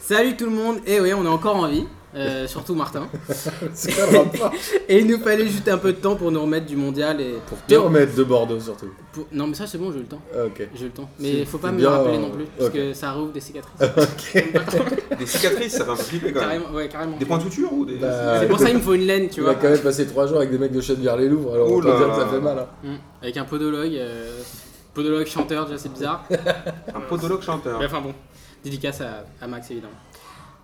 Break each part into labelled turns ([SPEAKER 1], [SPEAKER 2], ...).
[SPEAKER 1] Salut tout le monde, et oui, on est encore en vie, euh, surtout Martin.
[SPEAKER 2] C'est quoi le rapport
[SPEAKER 1] Et il nous fallait juste un peu de temps pour nous remettre du mondial et.
[SPEAKER 2] Pour te
[SPEAKER 1] Mais on-
[SPEAKER 2] remettre de Bordeaux surtout.
[SPEAKER 1] pour- Non, mais ça c'est bon, j'ai eu le temps.
[SPEAKER 2] Ah, Ok.
[SPEAKER 1] J'ai eu le temps.
[SPEAKER 2] C'est-
[SPEAKER 1] Mais faut pas
[SPEAKER 2] c'est
[SPEAKER 1] me
[SPEAKER 2] bien,
[SPEAKER 1] le rappeler
[SPEAKER 2] euh,
[SPEAKER 1] non plus, parce
[SPEAKER 2] ok.
[SPEAKER 1] que ça rouvre des cicatrices.
[SPEAKER 3] Des cicatrices, ça fait un peu flipper quand même.
[SPEAKER 1] carrément, ouais, carrément.
[SPEAKER 3] Des points de suture ou des.
[SPEAKER 2] Bah,
[SPEAKER 1] C'est pour ça qu'il me faut une laine, tu
[SPEAKER 2] Il a
[SPEAKER 1] vois.
[SPEAKER 2] quand même passé 3 jours avec des mecs de chêne vers les Louvres, alors
[SPEAKER 3] Ouh
[SPEAKER 2] on peut
[SPEAKER 3] là
[SPEAKER 2] dire que ça
[SPEAKER 3] là.
[SPEAKER 2] fait mal. hein.
[SPEAKER 1] Mm. Avec un podologue, euh, podologue chanteur, déjà c'est bizarre.
[SPEAKER 3] Un podologue chanteur.
[SPEAKER 1] Mais enfin bon, dédicace à, à Max évidemment.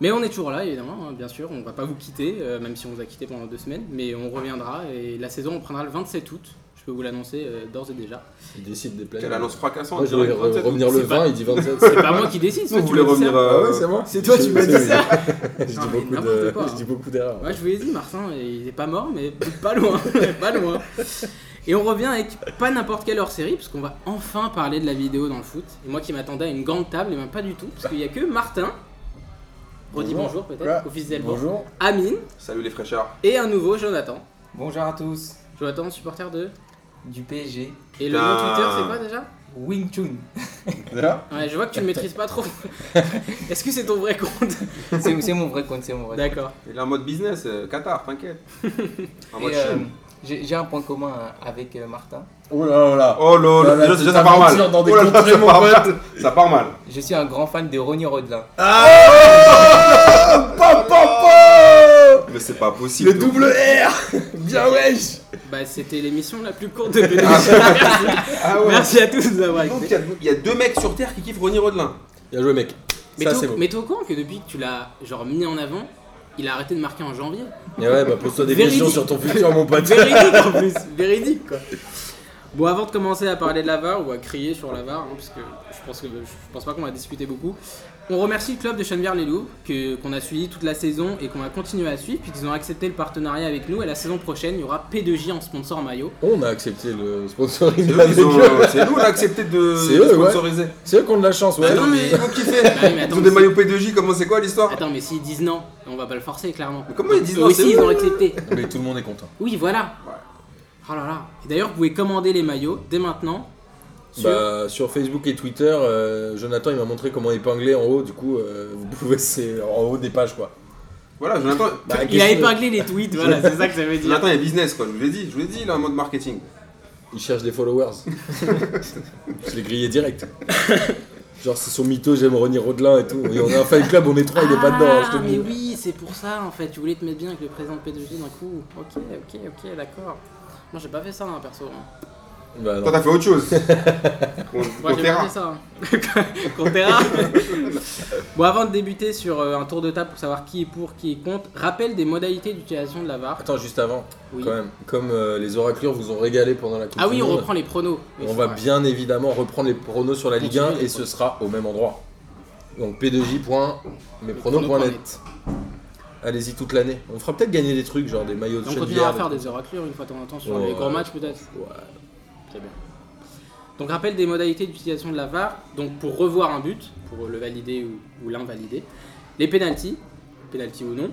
[SPEAKER 1] Mais on est toujours là évidemment, hein, bien sûr, on va pas vous quitter, euh, même si on vous a quitté pendant deux semaines, mais on reviendra et la saison on prendra le 27 août, je peux vous l'annoncer euh, d'ores et déjà.
[SPEAKER 2] Il décide des
[SPEAKER 3] Quelle
[SPEAKER 2] plages.
[SPEAKER 3] annonce fracassante.
[SPEAKER 2] Moi je voulais
[SPEAKER 3] direct,
[SPEAKER 2] re-
[SPEAKER 3] 27.
[SPEAKER 2] revenir le
[SPEAKER 1] C'est pas-
[SPEAKER 2] 20, il dit 27.
[SPEAKER 1] C'est pas moi qui décide, c'est toi
[SPEAKER 3] Vous
[SPEAKER 1] qui
[SPEAKER 3] voulez
[SPEAKER 1] me dis
[SPEAKER 3] revenir
[SPEAKER 1] ça.
[SPEAKER 2] Ah ouais,
[SPEAKER 3] euh,
[SPEAKER 2] c'est moi
[SPEAKER 1] C'est toi qui m'as dit ça.
[SPEAKER 2] Je dis
[SPEAKER 1] Putain, mais
[SPEAKER 2] beaucoup
[SPEAKER 1] n'importe
[SPEAKER 2] de-
[SPEAKER 1] quoi.
[SPEAKER 2] je dis beaucoup d'erreurs.
[SPEAKER 1] Ouais, je vous l'ai dit, Martin, il est pas mort, mais pas loin, pas loin. Et on revient avec pas n'importe quelle hors-série, parce qu'on va enfin parler de la vidéo dans le foot. Et moi qui m'attendais à une grande table, et même pas du tout, parce qu'il y a que Martin, redis bonjour,
[SPEAKER 2] Bonjour.
[SPEAKER 1] peut-être,
[SPEAKER 2] Ouais.
[SPEAKER 1] officiellement,
[SPEAKER 2] Bonjour.
[SPEAKER 1] Amine,
[SPEAKER 3] Salut les fraîcheurs.
[SPEAKER 1] et un nouveau Jonathan.
[SPEAKER 4] Bonjour à tous
[SPEAKER 1] Jonathan, supporter de...
[SPEAKER 4] du PSG
[SPEAKER 1] Et le nom
[SPEAKER 3] Putain.
[SPEAKER 1] Twitter, c'est quoi déjà
[SPEAKER 4] Wing Chun.
[SPEAKER 2] Là
[SPEAKER 1] Ouais, je vois que tu le maîtrises pas trop. Est-ce que c'est ton vrai compte
[SPEAKER 4] C'est c'est mon vrai compte, c'est mon vrai. compte.
[SPEAKER 1] D'accord.
[SPEAKER 3] Il est en mode business, euh, Qatar, t'inquiète. En mode
[SPEAKER 4] Et, euh,
[SPEAKER 3] Chine.
[SPEAKER 4] J'ai j'ai un point commun avec euh, Martin.
[SPEAKER 2] Oh là là Bah, là.
[SPEAKER 3] Oh lolo, déjà, déjà, ça part mal.
[SPEAKER 2] Dans des
[SPEAKER 3] Oh là là,
[SPEAKER 2] contrées,
[SPEAKER 3] ça
[SPEAKER 2] mon
[SPEAKER 3] part
[SPEAKER 2] pote.
[SPEAKER 3] mal. Ça part mal.
[SPEAKER 4] Je suis un grand fan de Ronnie Rodelin.
[SPEAKER 2] Pam, pam, pam
[SPEAKER 3] Mais c'est pas possible.
[SPEAKER 2] Le double R Bien wesh
[SPEAKER 1] Bah, c'était l'émission la plus courte de Merci.
[SPEAKER 3] Ah ouais.
[SPEAKER 1] Merci à tous d'avoir
[SPEAKER 3] Donc,
[SPEAKER 1] écouté.
[SPEAKER 3] il y a- Il y a deux mecs sur Terre qui kiffent Ronnie Rodelin.
[SPEAKER 2] Bien joué mec.
[SPEAKER 1] Mais
[SPEAKER 2] Ça
[SPEAKER 1] t'es
[SPEAKER 2] c'est
[SPEAKER 1] au-
[SPEAKER 2] bon.
[SPEAKER 1] mais t'es au courant que depuis que tu l'as genre mis en avant, il a arrêté de marquer en janvier
[SPEAKER 2] Et ouais, bah pose-toi des
[SPEAKER 1] Véridique.
[SPEAKER 2] questions sur ton futur, mon pote.
[SPEAKER 1] Véridique en plus, véridique quoi. Bon, avant de commencer à parler de la VAR ou à crier sur la VAR, hein, parce que je pense que je pense pas qu'on va discuter beaucoup. On remercie le club de chennevières les loups que qu'on a suivi toute la saison et qu'on va continuer à suivre puisqu'ils ont accepté le partenariat avec nous. Et la saison prochaine, il y aura P2J en sponsor maillot.
[SPEAKER 2] On a accepté le sponsoring
[SPEAKER 3] C'est eux,
[SPEAKER 2] avec
[SPEAKER 3] ils ont-
[SPEAKER 2] eux.
[SPEAKER 3] euh, c'est nous, on a accepté de
[SPEAKER 2] C'est
[SPEAKER 3] de
[SPEAKER 2] eux, ouais.
[SPEAKER 3] sponsoriser.
[SPEAKER 2] C'est eux qui ont de la chance, ouais. Bah
[SPEAKER 3] Ah non, mais ils vont kiffer.
[SPEAKER 1] Ah oui, mais
[SPEAKER 3] Ils
[SPEAKER 1] attends,
[SPEAKER 3] ont
[SPEAKER 1] mais
[SPEAKER 3] des
[SPEAKER 1] si-
[SPEAKER 3] maillots P2J, comment c'est quoi l'histoire
[SPEAKER 1] Attends, mais s'ils disent non, on va pas le forcer clairement.
[SPEAKER 3] Mais comment ils disent
[SPEAKER 1] Eux
[SPEAKER 3] non, c'est
[SPEAKER 1] aussi, ils
[SPEAKER 3] nous.
[SPEAKER 1] ont accepté.
[SPEAKER 2] Mais tout le monde est content.
[SPEAKER 1] Oui, voilà.
[SPEAKER 3] Ouais.
[SPEAKER 1] Oh là là. Et D'ailleurs, vous pouvez commander les maillots dès maintenant. Sur...
[SPEAKER 2] Bah, sur Facebook et Twitter, euh, Jonathan il m'a montré comment épingler en haut, du coup euh, vous pouvez c'est en haut des pages quoi.
[SPEAKER 3] Voilà, Jonathan,
[SPEAKER 1] il
[SPEAKER 2] Bah,
[SPEAKER 1] a
[SPEAKER 2] qu'est-ce que-
[SPEAKER 1] épinglé les tweets, voilà, c'est ça que ça veut dire.
[SPEAKER 3] Jonathan, il y a business quoi, je vous l'ai dit, je vous l'ai dit, il est en mode marketing.
[SPEAKER 2] Il cherche des followers. Je l'ai grillé direct. Genre c'est son mytho, j'aime René Rodelin et tout. Et on a un fan club, on est trois, il est pas dedans, hein, je
[SPEAKER 1] Ah,
[SPEAKER 2] te le
[SPEAKER 1] mais
[SPEAKER 2] dis.
[SPEAKER 1] oui, c'est pour ça en fait. Tu voulais te mettre bien avec le président de P2G d'un coup. Ok, ok, ok, d'accord. Moi j'ai pas fait ça dans un perso. hein.
[SPEAKER 2] Bah, non.
[SPEAKER 3] Toi, t'as fait autre chose. Qu'on-
[SPEAKER 1] Moi
[SPEAKER 3] qu'on
[SPEAKER 1] j'ai pas
[SPEAKER 3] verra.
[SPEAKER 1] fait ça. hein. Qu'on verra. bon, avant de débuter sur euh, un tour de table pour savoir qui est pour, qui est contre, rappel des modalités d'utilisation de la VAR.
[SPEAKER 2] Attends, juste avant,
[SPEAKER 1] Oui.
[SPEAKER 2] quand même, comme euh, les oraclures vous ont régalé pendant la Coupe
[SPEAKER 1] Ah
[SPEAKER 2] du
[SPEAKER 1] oui, on
[SPEAKER 2] Monde,
[SPEAKER 1] reprend les pronos. Oui,
[SPEAKER 2] on
[SPEAKER 1] c'est
[SPEAKER 2] va
[SPEAKER 1] vrai.
[SPEAKER 2] bien évidemment reprendre les pronos sur la Ligue
[SPEAKER 1] Continuez
[SPEAKER 2] 1
[SPEAKER 1] les
[SPEAKER 2] et ce sera au même endroit. Donc p2j.mespronos.net. Allez-y toute l'année. On fera peut-être gagner des trucs, genre des maillots de
[SPEAKER 1] Et On
[SPEAKER 2] Chennevières,
[SPEAKER 1] continuera à faire
[SPEAKER 2] des-
[SPEAKER 1] des oraclures une fois de temps en temps sur
[SPEAKER 2] Ouais.
[SPEAKER 1] les grands matchs peut-être.
[SPEAKER 2] Ouais.
[SPEAKER 1] Très bien. Donc rappel des modalités d'utilisation de la VAR. Donc pour revoir un but, pour le valider ou, ou l'invalider, les pénalties, pénalty ou non,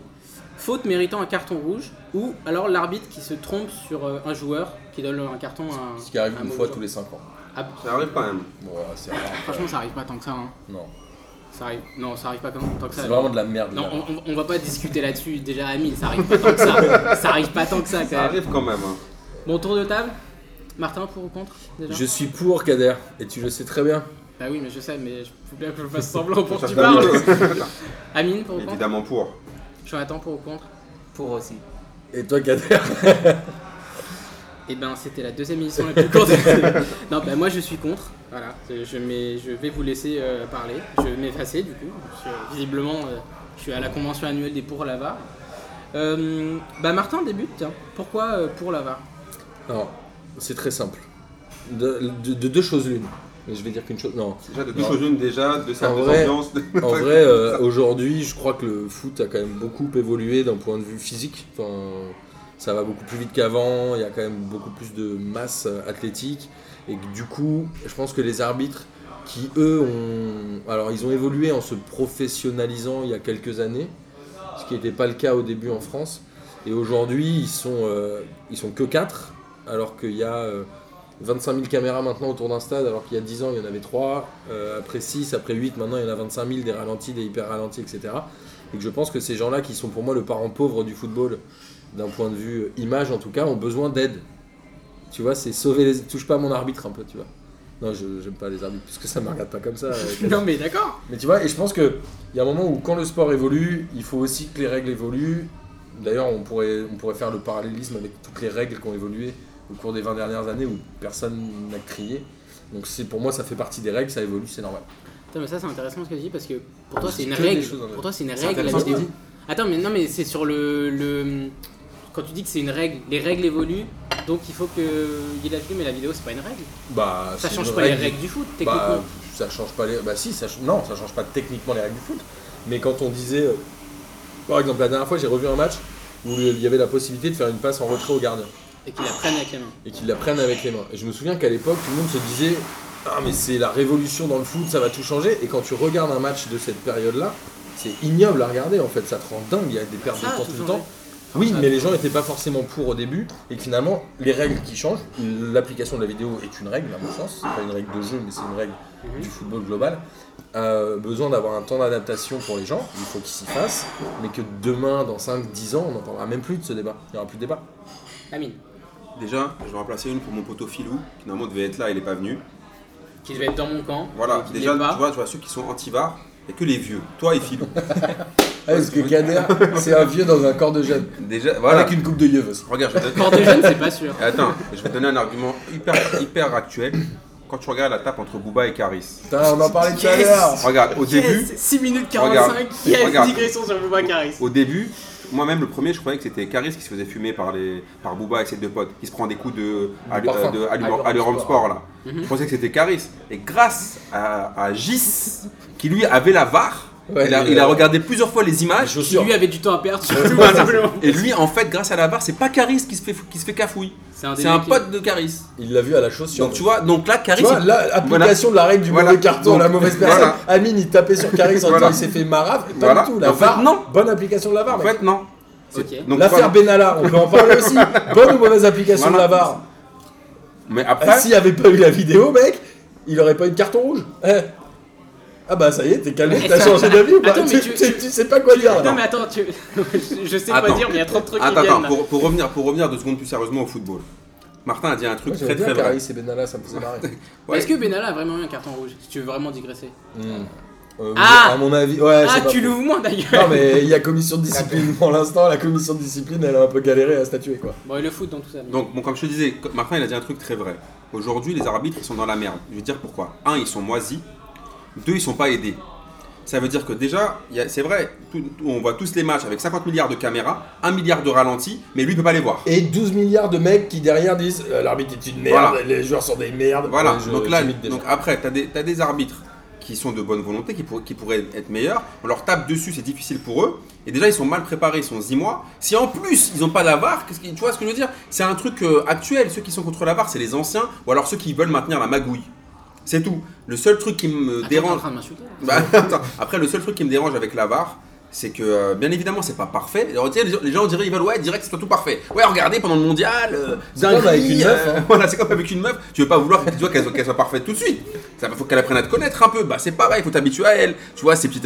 [SPEAKER 1] faute méritant un carton rouge, ou alors l'arbitre qui se trompe sur euh, un joueur qui donne un carton à un.
[SPEAKER 2] Ce qui arrive
[SPEAKER 1] à un
[SPEAKER 2] une
[SPEAKER 1] mauvais
[SPEAKER 2] fois
[SPEAKER 1] joueur.
[SPEAKER 2] tous les 5 ans.
[SPEAKER 1] Ah,
[SPEAKER 3] Ça arrive quand même.
[SPEAKER 2] Bon, ouais, c'est rare.
[SPEAKER 1] franchement, ça arrive pas tant que ça. hein.
[SPEAKER 2] Non,
[SPEAKER 1] Ça arrive. Non, ça arrive pas comme- tant que ça.
[SPEAKER 2] c'est vraiment de la merde.
[SPEAKER 1] Non,
[SPEAKER 2] là.
[SPEAKER 1] on, on- on va pas discuter là-dessus. Déjà, Amine, ça arrive pas tant que ça. ça arrive pas tant que ça quand
[SPEAKER 3] Ça
[SPEAKER 1] même.
[SPEAKER 3] arrive quand même. hein.
[SPEAKER 1] Bon tour de table. Martin pour ou contre déjà
[SPEAKER 2] Je suis pour Kader, et tu le sais très bien.
[SPEAKER 1] Bah oui, mais je sais, mais je faut bien que je fasse semblant pour que
[SPEAKER 3] Ça
[SPEAKER 1] tu
[SPEAKER 3] fait un
[SPEAKER 1] parles.
[SPEAKER 3] peu.
[SPEAKER 1] Amine pour ou contre
[SPEAKER 3] Évidemment pour.
[SPEAKER 1] Jonathan pour ou contre
[SPEAKER 4] Pour aussi.
[SPEAKER 2] Et toi, Kader
[SPEAKER 1] Et ben c'était la deuxième émission la plus courte. non, bah moi je suis contre. Voilà, je, je mets- je vais vous laisser euh, parler. Je vais m'effacer du coup. parce que, visiblement, euh, je suis à la convention annuelle des pour l'avare. Euh, bah Martin débute, tiens. Pourquoi euh, pour l'avare
[SPEAKER 2] Non, c'est très simple. De, de- de deux choses l'une. Mais je vais dire qu'une chose. Non.
[SPEAKER 3] Déjà de deux
[SPEAKER 2] Non.
[SPEAKER 3] choses une déjà, de sa
[SPEAKER 2] En vrai-
[SPEAKER 3] ambiance. de-
[SPEAKER 2] En vrai, euh, aujourd'hui, je crois que le foot a quand même beaucoup évolué d'un point de vue physique. Enfin, ça va beaucoup plus vite qu'avant, il y a quand même beaucoup plus de masse euh, athlétique. Et que, du coup, je pense que les arbitres qui, eux, ont. Alors, ils ont évolué en se professionnalisant il y a quelques années, ce qui n'était pas le cas au début en France. Et aujourd'hui, ils, sont, euh, ils sont que 4, alors qu'il y a. euh, 25 000 caméras maintenant autour d'un stade, alors qu'il y a 10 ans, il y en avait 3, euh, après 6, après 8, maintenant il y en a 25 000, des ralentis, des hyper ralentis, etc. Et que je pense que ces gens-là, qui sont pour moi le parent pauvre du football, d'un point de vue euh, image en tout cas, ont besoin d'aide. Tu vois, c'est sauver les. Touche pas mon arbitre un peu, tu vois. Non, je j'aime pas les arbitres, parce que ça me regarde pas comme ça. euh, Kader.
[SPEAKER 1] Non mais d'accord.
[SPEAKER 2] Mais tu vois, et je pense qu'il y a un moment où quand le sport évolue, il faut aussi que les règles évoluent. D'ailleurs, on pourrait, on pourrait faire le parallélisme avec toutes les règles qui ont évolué au cours des 20 dernières années où personne n'a crié. Donc c'est pour moi, ça fait partie des règles, ça évolue, c'est normal.
[SPEAKER 1] Putain, mais ça c'est intéressant ce que tu dis parce que pour toi
[SPEAKER 2] Parce
[SPEAKER 1] c'est une
[SPEAKER 2] Ah, que des
[SPEAKER 1] règle.
[SPEAKER 2] choses, en fait.
[SPEAKER 1] Pour toi c'est une
[SPEAKER 2] C'est
[SPEAKER 1] règle la
[SPEAKER 2] intéressant ce qu'on
[SPEAKER 1] vidéo.
[SPEAKER 2] dit.
[SPEAKER 1] Attends mais non mais c'est sur le, le quand tu dis que c'est une règle, les règles évoluent, donc il faut que il y ait la vidéo mais la vidéo c'est pas une règle.
[SPEAKER 2] Bah,
[SPEAKER 1] Ça
[SPEAKER 2] c'est
[SPEAKER 1] change
[SPEAKER 2] une
[SPEAKER 1] pas les
[SPEAKER 2] règle.
[SPEAKER 1] règles du foot techniquement.
[SPEAKER 2] Bah,
[SPEAKER 3] euh,
[SPEAKER 2] ça change pas les. Bah si, ça ch- non, ça change pas techniquement les règles du foot. Mais quand on disait, euh, par exemple, la dernière fois, j'ai revu un match où il y avait la possibilité de faire une passe en retrait au gardien.
[SPEAKER 1] Et qu'ils la prennent avec la main.
[SPEAKER 2] et qu'ils la prennent avec les mains. Et je me souviens qu'à l'époque, tout le monde se disait Ah, mais c'est la révolution dans le foot, ça va tout changer. Et quand tu regardes un match de cette période-là, c'est ignoble à regarder en fait, ça te rend dingue, il y a des pertes
[SPEAKER 1] Ça
[SPEAKER 2] de
[SPEAKER 1] a
[SPEAKER 2] temps
[SPEAKER 1] tout
[SPEAKER 2] tout le
[SPEAKER 1] changé.
[SPEAKER 2] temps. Oui,
[SPEAKER 1] Ça a
[SPEAKER 2] mais
[SPEAKER 1] tout
[SPEAKER 2] les gens n'étaient pas forcément pour au début, et que finalement, les règles qui changent, l'application de la vidéo est une règle, à mon sens, c'est pas une règle de jeu, mais c'est une règle
[SPEAKER 1] Mhm.
[SPEAKER 2] du football global, a besoin d'avoir un temps d'adaptation pour les gens, il faut qu'ils s'y fassent, mais que demain, dans 5-10 ans, on n'en parlera même plus de ce débat, il n'y aura plus de débat.
[SPEAKER 1] Amine,
[SPEAKER 3] Déjà, je vais remplacer une pour mon poteau Filou, qui normalement devait être là, il est pas venu.
[SPEAKER 1] qui devait être dans mon camp.
[SPEAKER 3] Voilà,
[SPEAKER 1] et qui
[SPEAKER 3] déjà,
[SPEAKER 1] l'est pas.
[SPEAKER 3] tu vois, tu vois, ceux qui sont anti-VAR, il n'y a que les vieux, toi et Filou.
[SPEAKER 2] Ah, parce que Kader, c'est un vieux dans un corps de jeune.
[SPEAKER 3] Déjà, voilà.
[SPEAKER 2] Avec une coupe de yeux aussi.
[SPEAKER 3] Regarde, je vais te-
[SPEAKER 1] Quand t'es jeune, c'est pas sûr.
[SPEAKER 3] Attends, je vais te donner un argument hyper, hyper actuel. Quand tu regardes la tape entre Booba et Karis,
[SPEAKER 2] Putain, on en parlait tout à
[SPEAKER 1] Yes.
[SPEAKER 2] l'heure.
[SPEAKER 3] regarde, au début,
[SPEAKER 1] 6 minutes 45,
[SPEAKER 3] 45,
[SPEAKER 1] yes,
[SPEAKER 3] yes, Regarde.
[SPEAKER 1] digression sur Boubacaris.
[SPEAKER 3] Au début, moi-même le premier, je croyais que c'était Caris qui se faisait fumer par, les, par Booba avec ses deux potes. Il se prend des coups de, à,
[SPEAKER 2] De parfum.
[SPEAKER 3] euh, de- à lui-
[SPEAKER 2] À lui-
[SPEAKER 3] à lui-
[SPEAKER 2] Sport.
[SPEAKER 3] Sport là.
[SPEAKER 1] Mhm.
[SPEAKER 3] Je pensais que c'était Caris. Et grâce à, à Gis, qui lui avait la VAR,
[SPEAKER 2] Ouais,
[SPEAKER 3] il, a,
[SPEAKER 2] il
[SPEAKER 3] il a
[SPEAKER 2] a-
[SPEAKER 3] regardé plusieurs fois les
[SPEAKER 2] Les
[SPEAKER 3] images.
[SPEAKER 2] chaussures.
[SPEAKER 1] Lui avait du temps à perdre, surtout, tout simplement.
[SPEAKER 3] Et lui, en fait, grâce à la VAR, c'est pas Caris qui se fait, fou- qui se fait cafouille.
[SPEAKER 1] des
[SPEAKER 3] C'est un
[SPEAKER 1] mecs qui-
[SPEAKER 3] pote de Caris.
[SPEAKER 2] Il l'a vu à la chaussure.
[SPEAKER 3] Donc tu vois, donc là, Caris.
[SPEAKER 2] Tu vois,
[SPEAKER 3] il-
[SPEAKER 2] là, application de la règle du
[SPEAKER 3] Voilà.
[SPEAKER 2] mauvais carton,
[SPEAKER 3] Donc,
[SPEAKER 2] la mauvaise personne.
[SPEAKER 3] voilà.
[SPEAKER 2] Amine, il tapait sur Caris en disant
[SPEAKER 3] Voilà.
[SPEAKER 2] il s'est fait marave. Pas
[SPEAKER 3] Voilà.
[SPEAKER 2] du tout. La
[SPEAKER 3] En fait,
[SPEAKER 2] VAR,
[SPEAKER 3] non.
[SPEAKER 2] bonne application de la VAR,
[SPEAKER 3] En
[SPEAKER 2] mec.
[SPEAKER 3] fait, non.
[SPEAKER 1] Ok.
[SPEAKER 3] Donc,
[SPEAKER 2] L'affaire
[SPEAKER 3] voilà.
[SPEAKER 2] Benalla, on peut en parler aussi. Bonne ou mauvaise application
[SPEAKER 3] Voilà.
[SPEAKER 2] de la VAR.
[SPEAKER 3] Mais
[SPEAKER 2] Ah,
[SPEAKER 3] après,
[SPEAKER 2] S'il n'y avait pas eu la vidéo, mec, il aurait pas eu de carton rouge. Eh. Ah bah ça y est, t'es calmé,
[SPEAKER 1] Eh,
[SPEAKER 2] t'as
[SPEAKER 1] ça-
[SPEAKER 2] changé d'avis ou pas
[SPEAKER 1] Attends, mais
[SPEAKER 2] tu,
[SPEAKER 1] tu-
[SPEAKER 2] tu- tu sais pas quoi dire là.
[SPEAKER 1] Non mais attends, tu... je sais pas
[SPEAKER 3] Attends.
[SPEAKER 1] dire, mais il y a trop de trucs
[SPEAKER 3] attends,
[SPEAKER 1] qui
[SPEAKER 3] attends,
[SPEAKER 1] viennent.
[SPEAKER 3] pour, pour revenir, pour revenir deux secondes plus sérieusement au football. Martin a dit un truc
[SPEAKER 2] Moi,
[SPEAKER 3] très
[SPEAKER 2] j'aimais
[SPEAKER 3] très
[SPEAKER 2] bien
[SPEAKER 3] vrai.
[SPEAKER 2] Caris et Benalla, ça me faisait marrer.
[SPEAKER 1] Mais Est-ce que Benalla a vraiment eu un carton rouge Si tu veux vraiment digresser.
[SPEAKER 2] Hmm. Euh,
[SPEAKER 1] Ah
[SPEAKER 2] à mon avis, ouais,
[SPEAKER 1] ah,
[SPEAKER 2] c'est pas
[SPEAKER 1] tu
[SPEAKER 2] faux.
[SPEAKER 1] l'ouvres moins d'ailleurs.
[SPEAKER 2] Non, mais il y a commission de discipline. Pour l'instant, la commission de discipline, elle a un peu galéré à statuer, quoi.
[SPEAKER 1] Bon, et le foot dans tout ça. mais-
[SPEAKER 3] Donc, bon, comme je te disais, Martin il a dit un truc très vrai. Aujourd'hui, les arbitres ils sont dans la merde. Je vais te dire pourquoi. Un, ils sont moisis. Deux, ils sont pas aidés. Ça veut dire que déjà, il y a- c'est vrai, tout- tout- on voit tous les matchs avec 50 milliards de caméras, 1 milliard de ralentis, mais lui il peut pas les voir.
[SPEAKER 2] Et 12 milliards de mecs qui derrière disent euh, l'arbitre est une merde,
[SPEAKER 3] Voilà.
[SPEAKER 2] les joueurs sont des merdes.
[SPEAKER 3] Voilà,
[SPEAKER 2] Ouais, je-
[SPEAKER 3] donc là,
[SPEAKER 2] j'imite des
[SPEAKER 3] donc
[SPEAKER 2] gens.
[SPEAKER 3] après, t'as des, t'as des arbitres qui sont de bonne volonté, qui, pour- qui pourraient être meilleurs. On leur tape dessus, c'est difficile pour eux. Et déjà, ils sont mal préparés, ils sont mois Si en plus, ils n'ont pas la VAR, qu'est-ce qui- tu vois ce que je veux dire C'est un truc euh, actuel. Ceux qui sont contre la VAR, c'est les anciens, ou alors ceux qui veulent maintenir la magouille. C'est tout. Le seul truc qui me
[SPEAKER 1] Attends, t'es en
[SPEAKER 3] dérange.
[SPEAKER 1] train de m'insulter. là.
[SPEAKER 3] Bah, attends. Après, le seul truc qui me dérange avec la VAR, c'est que euh, bien évidemment, c'est pas parfait. Alors, tu sais, les gens- les gens diraient, ils veulent, ouais, direct, c'est tout parfait. Ouais, regardez pendant le mondial, euh,
[SPEAKER 2] C'est comme avec une meuf, hein.
[SPEAKER 3] voilà, c'est comme avec une meuf. Tu veux pas vouloir tu vois, qu'elle soit, qu'elle soit parfaite tout de suite. Ça faut qu'elle apprenne à te connaître un peu. Bah, c'est pareil, faut t'habituer à elle. Tu vois, ses petites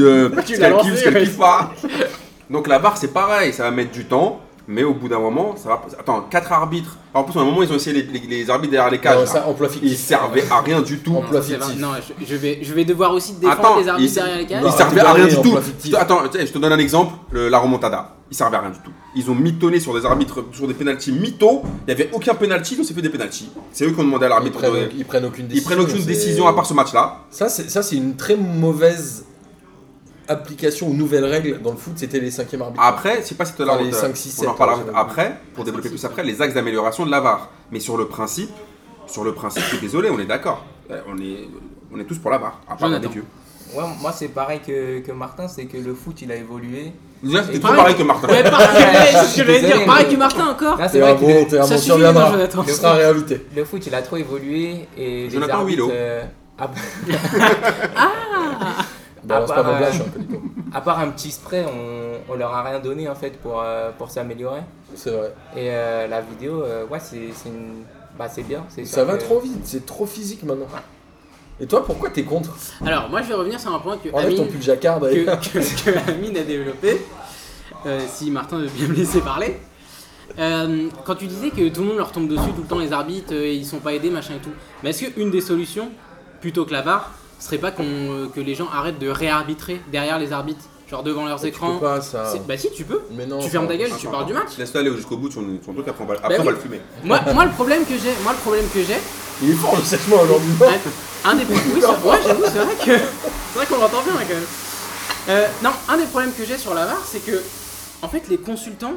[SPEAKER 3] euh, ce
[SPEAKER 1] l'as
[SPEAKER 3] qu'elle kiffe,
[SPEAKER 1] lancé,
[SPEAKER 3] ce qu'elle
[SPEAKER 1] ouais.
[SPEAKER 3] kiffe pas. Donc, la VAR, c'est pareil, ça va mettre du temps. Mais au bout d'un moment, ça va. Attends, quatre arbitres. En plus, à un moment, ils ont essayé les, les- les arbitres derrière les cages.
[SPEAKER 2] Non,
[SPEAKER 3] là.
[SPEAKER 2] ça, emploi
[SPEAKER 3] Ils
[SPEAKER 2] fictif.
[SPEAKER 3] servaient hein. à rien du tout.
[SPEAKER 2] En Emploi
[SPEAKER 1] c'est vrai.
[SPEAKER 2] fictif.
[SPEAKER 1] Non, je, je vais, je vais devoir aussi défendre
[SPEAKER 3] Attends,
[SPEAKER 1] les arbitres
[SPEAKER 3] il-
[SPEAKER 1] derrière les cages.
[SPEAKER 3] Ils
[SPEAKER 2] Non,
[SPEAKER 3] servaient à
[SPEAKER 2] arrêtez
[SPEAKER 3] rien
[SPEAKER 2] de parler
[SPEAKER 3] du tout.
[SPEAKER 2] en fictif.
[SPEAKER 3] Je te- Attends, tiens, je te donne un exemple, le- la remontada. Ils servaient à rien du tout. Ils ont mitonné sur des arbitres, sur des pénalties mythos. Il n'y avait aucun pénalty, on s'est fait des pénalties. C'est eux qui ont demandé à
[SPEAKER 2] Ils
[SPEAKER 3] l'arbitre. de- Ils
[SPEAKER 2] prennent,
[SPEAKER 3] prennent,
[SPEAKER 2] ils prennent aucune décision.
[SPEAKER 3] aucune
[SPEAKER 2] c'est-
[SPEAKER 3] décision à part ce match-là.
[SPEAKER 2] Ça, c'est ça, c'est une très mauvaise application aux nouvelles règles dans le foot. C'était les cinquièmes arbitres.
[SPEAKER 3] Après, je sais pas si tu as
[SPEAKER 2] Enfin, les cinq, six,
[SPEAKER 3] On en
[SPEAKER 2] sept, euh,
[SPEAKER 3] parlera
[SPEAKER 2] ouais,
[SPEAKER 3] après, pour développer plus après, les axes d'amélioration de la VAR. Mais sur le principe, sur le principe, je suis désolé, on est d'accord. Euh, On est, on est tous pour la VAR, à part
[SPEAKER 1] Jonathan.
[SPEAKER 3] les vieux.
[SPEAKER 4] Ouais, moi, c'est pareil que, que Martin, c'est que le foot, il a évolué.
[SPEAKER 3] Déjà, c'était
[SPEAKER 4] Et
[SPEAKER 3] tout pareil que Martin.
[SPEAKER 1] Ouais, pareil, c'est ce que
[SPEAKER 4] suis
[SPEAKER 1] je voulais dire.
[SPEAKER 4] désolé,
[SPEAKER 1] Pareil
[SPEAKER 4] mais-
[SPEAKER 1] que Martin encore.
[SPEAKER 4] Là, c'est
[SPEAKER 2] T'es
[SPEAKER 4] vrai
[SPEAKER 2] un
[SPEAKER 4] que le-
[SPEAKER 2] bon, t'es un
[SPEAKER 1] ça
[SPEAKER 2] bon,
[SPEAKER 1] suffit,
[SPEAKER 2] tu reviendras.
[SPEAKER 1] non, Jonathan.
[SPEAKER 2] Tu seras réinvité.
[SPEAKER 4] le, foot, il a trop évolué. Et les
[SPEAKER 3] Jonathan
[SPEAKER 4] arbitres,
[SPEAKER 3] Willow.
[SPEAKER 4] euh, à,
[SPEAKER 1] Ah
[SPEAKER 2] Balance
[SPEAKER 4] bah,
[SPEAKER 2] pas mon
[SPEAKER 4] euh,
[SPEAKER 2] blague, je suis incognito.
[SPEAKER 4] à part un petit spray, on, on leur a rien donné en fait pour, euh, pour s'améliorer.
[SPEAKER 2] C'est vrai.
[SPEAKER 4] Et euh, la vidéo, euh, ouais, c'est c'est une Bah, c'est bien. c'est
[SPEAKER 2] Ça euh,
[SPEAKER 4] sûr
[SPEAKER 2] va
[SPEAKER 4] que-
[SPEAKER 2] trop vite, c'est trop physique maintenant. Et toi, pourquoi t'es contre
[SPEAKER 1] Alors, moi, je vais revenir sur un point que
[SPEAKER 2] Enlève ton
[SPEAKER 1] Amine,
[SPEAKER 2] pull jacquard
[SPEAKER 1] que,
[SPEAKER 2] d'ailleurs.
[SPEAKER 1] que- que Amine a développé. Euh, si Martin veut bien me laisser parler. Euh, quand tu disais que tout le monde leur tombe dessus tout le temps, les arbitres, euh, ils sont pas aidés, machin et tout. Mais est-ce qu'une des solutions, plutôt que la VAR, serait pas qu'on, euh, que les gens arrêtent de réarbitrer derrière les arbitres, genre devant leurs
[SPEAKER 2] Tu
[SPEAKER 1] écrans
[SPEAKER 2] peux pas ça.
[SPEAKER 1] C'est- Bah si, tu peux.
[SPEAKER 2] Mais non.
[SPEAKER 1] tu fermes ta
[SPEAKER 2] enfin,
[SPEAKER 1] gueule, tu parles du match.
[SPEAKER 3] Laisse-le aller jusqu'au bout de son, son truc, après on va, après,
[SPEAKER 1] Bah
[SPEAKER 3] on va
[SPEAKER 1] oui.
[SPEAKER 3] le fumer.
[SPEAKER 1] Moi, moi, le problème que j'ai, moi le problème que j'ai,
[SPEAKER 2] Il est fort le sèchement aujourd'hui.
[SPEAKER 1] Un, un des problèmes. Oui, c'est- ouais, j'avoue, c'est vrai que. C'est vrai qu'on l'entend bien quand même. Euh, non, un des problèmes que j'ai sur la VAR, c'est que. En fait, les consultants,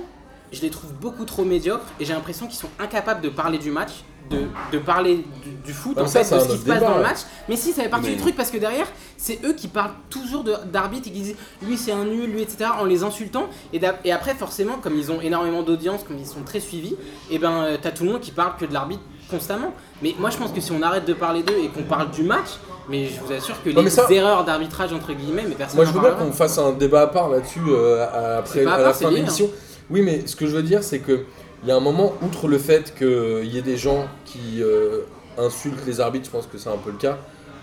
[SPEAKER 1] je les trouve beaucoup trop médiocres et j'ai l'impression qu'ils sont incapables de parler du match, de, de parler du, du foot,
[SPEAKER 2] Bah,
[SPEAKER 1] en fait,
[SPEAKER 2] ça, c'est
[SPEAKER 1] de
[SPEAKER 2] un
[SPEAKER 1] ce qui
[SPEAKER 2] autre
[SPEAKER 1] se passe
[SPEAKER 2] débat,
[SPEAKER 1] dans le
[SPEAKER 2] ouais.
[SPEAKER 1] match. Mais si, ça fait partie
[SPEAKER 3] Mais-
[SPEAKER 1] du truc parce que derrière, c'est eux qui parlent toujours de- d'arbitre et qui disent lui c'est un nul, lui etc. en les insultant. Et, d'a- et après, forcément, comme ils ont énormément d'audience, comme ils sont très suivis, et ben euh, t'as tout le monde qui parle que de l'arbitre constamment. Mais moi je pense que si on arrête de parler d'eux et qu'on parle du match, mais je vous assure que
[SPEAKER 2] Non,
[SPEAKER 1] les
[SPEAKER 2] mais ça-
[SPEAKER 1] erreurs d'arbitrage entre guillemets, mais personne
[SPEAKER 2] Moi,
[SPEAKER 1] n'en
[SPEAKER 2] je veux bien
[SPEAKER 1] parlera.
[SPEAKER 2] qu'on fasse un débat à part là-dessus euh, à-
[SPEAKER 1] C'est
[SPEAKER 2] après
[SPEAKER 1] pas à
[SPEAKER 2] à la
[SPEAKER 1] part, c'est
[SPEAKER 2] fin de
[SPEAKER 1] lié,
[SPEAKER 2] l'émission. Oui, mais ce que je veux dire, c'est que il y a un moment, outre le fait qu'il y ait des gens qui euh, insultent les arbitres, je pense que c'est un peu le cas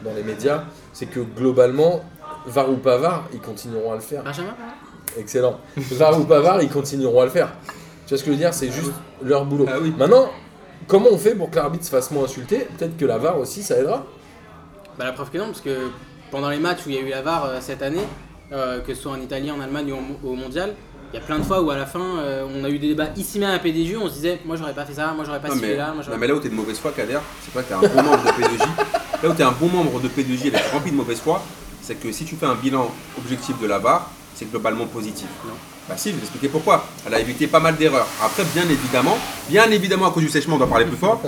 [SPEAKER 2] dans les médias, c'est que globalement, var ou pas var, ils continueront à le faire.
[SPEAKER 1] Benjamin pardon
[SPEAKER 2] Excellent. Var ou pas var, ils continueront à le faire. Tu vois ce que je veux dire C'est juste leur boulot.
[SPEAKER 3] Ah oui.
[SPEAKER 2] Maintenant, comment on fait pour que l'arbitre se fasse moins insulter Peut-être que la var aussi, ça aidera.
[SPEAKER 1] Bah la preuve que non, parce que pendant les matchs où il y a eu la VAR euh, cette année, euh, que ce soit en Italie, en Allemagne ou en- au Mondial, il y a plein de fois où à la fin euh, on a eu des débats ici même à PDG, on se disait moi j'aurais pas fait ça, moi j'aurais pas
[SPEAKER 3] Non, mais,
[SPEAKER 1] ciblé là, moi
[SPEAKER 3] non,
[SPEAKER 1] j'aurais
[SPEAKER 3] mais là où t'es de mauvaise foi, Kader, c'est pas que t'es un bon membre de P2J. Là où t'es un bon membre de P2J et d'être rempli de mauvaise foi, c'est que si tu fais un bilan objectif de la barre, c'est globalement positif.
[SPEAKER 1] Non.
[SPEAKER 3] Bah si, je vais t'expliquer pourquoi. Elle a évité pas mal d'erreurs. Après, bien évidemment, bien évidemment à cause du sèchement, on doit parler plus fort.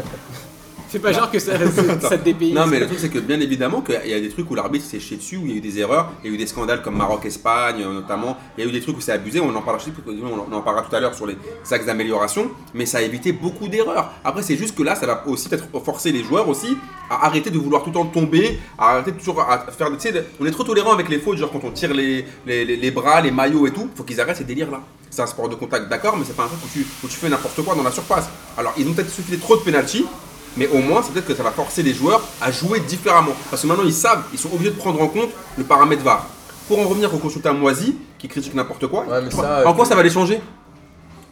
[SPEAKER 1] C'est pas genre que ça, ça- ça te dépayse.
[SPEAKER 3] Non, mais le truc, c'est que bien évidemment qu'il y a des trucs où l'arbitre s'est chié dessus, où il y a eu des erreurs, il y a eu des scandales comme Maroc-Espagne euh, notamment, il y a eu des trucs où c'est abusé, on en parlera, je sais plus, on en parlera tout à l'heure sur les axes d'amélioration, mais ça a évité beaucoup d'erreurs. Après, c'est juste que là, ça va aussi peut-être forcer les joueurs aussi à arrêter de vouloir tout le temps tomber, à arrêter de toujours à faire. Tu sais, on est trop tolérant avec les fautes, genre quand on tire les, les, les- les bras, les maillots et tout, faut qu'ils arrêtent ces délires-là. C'est un sport de contact, d'accord, mais c'est pas un truc où tu, où tu fais n'importe quoi dans la surface. Alors, ils ont peut-être suffisé trop de pénalty, mais au moins, c'est peut-être que ça va forcer les joueurs à jouer différemment. Parce que maintenant, ils savent, ils sont obligés de prendre en compte le paramètre VAR. Pour en revenir au consultant moisi, qui critique n'importe quoi,
[SPEAKER 2] Ouais, mais ça,
[SPEAKER 3] en
[SPEAKER 2] euh,
[SPEAKER 3] quoi ça va les changer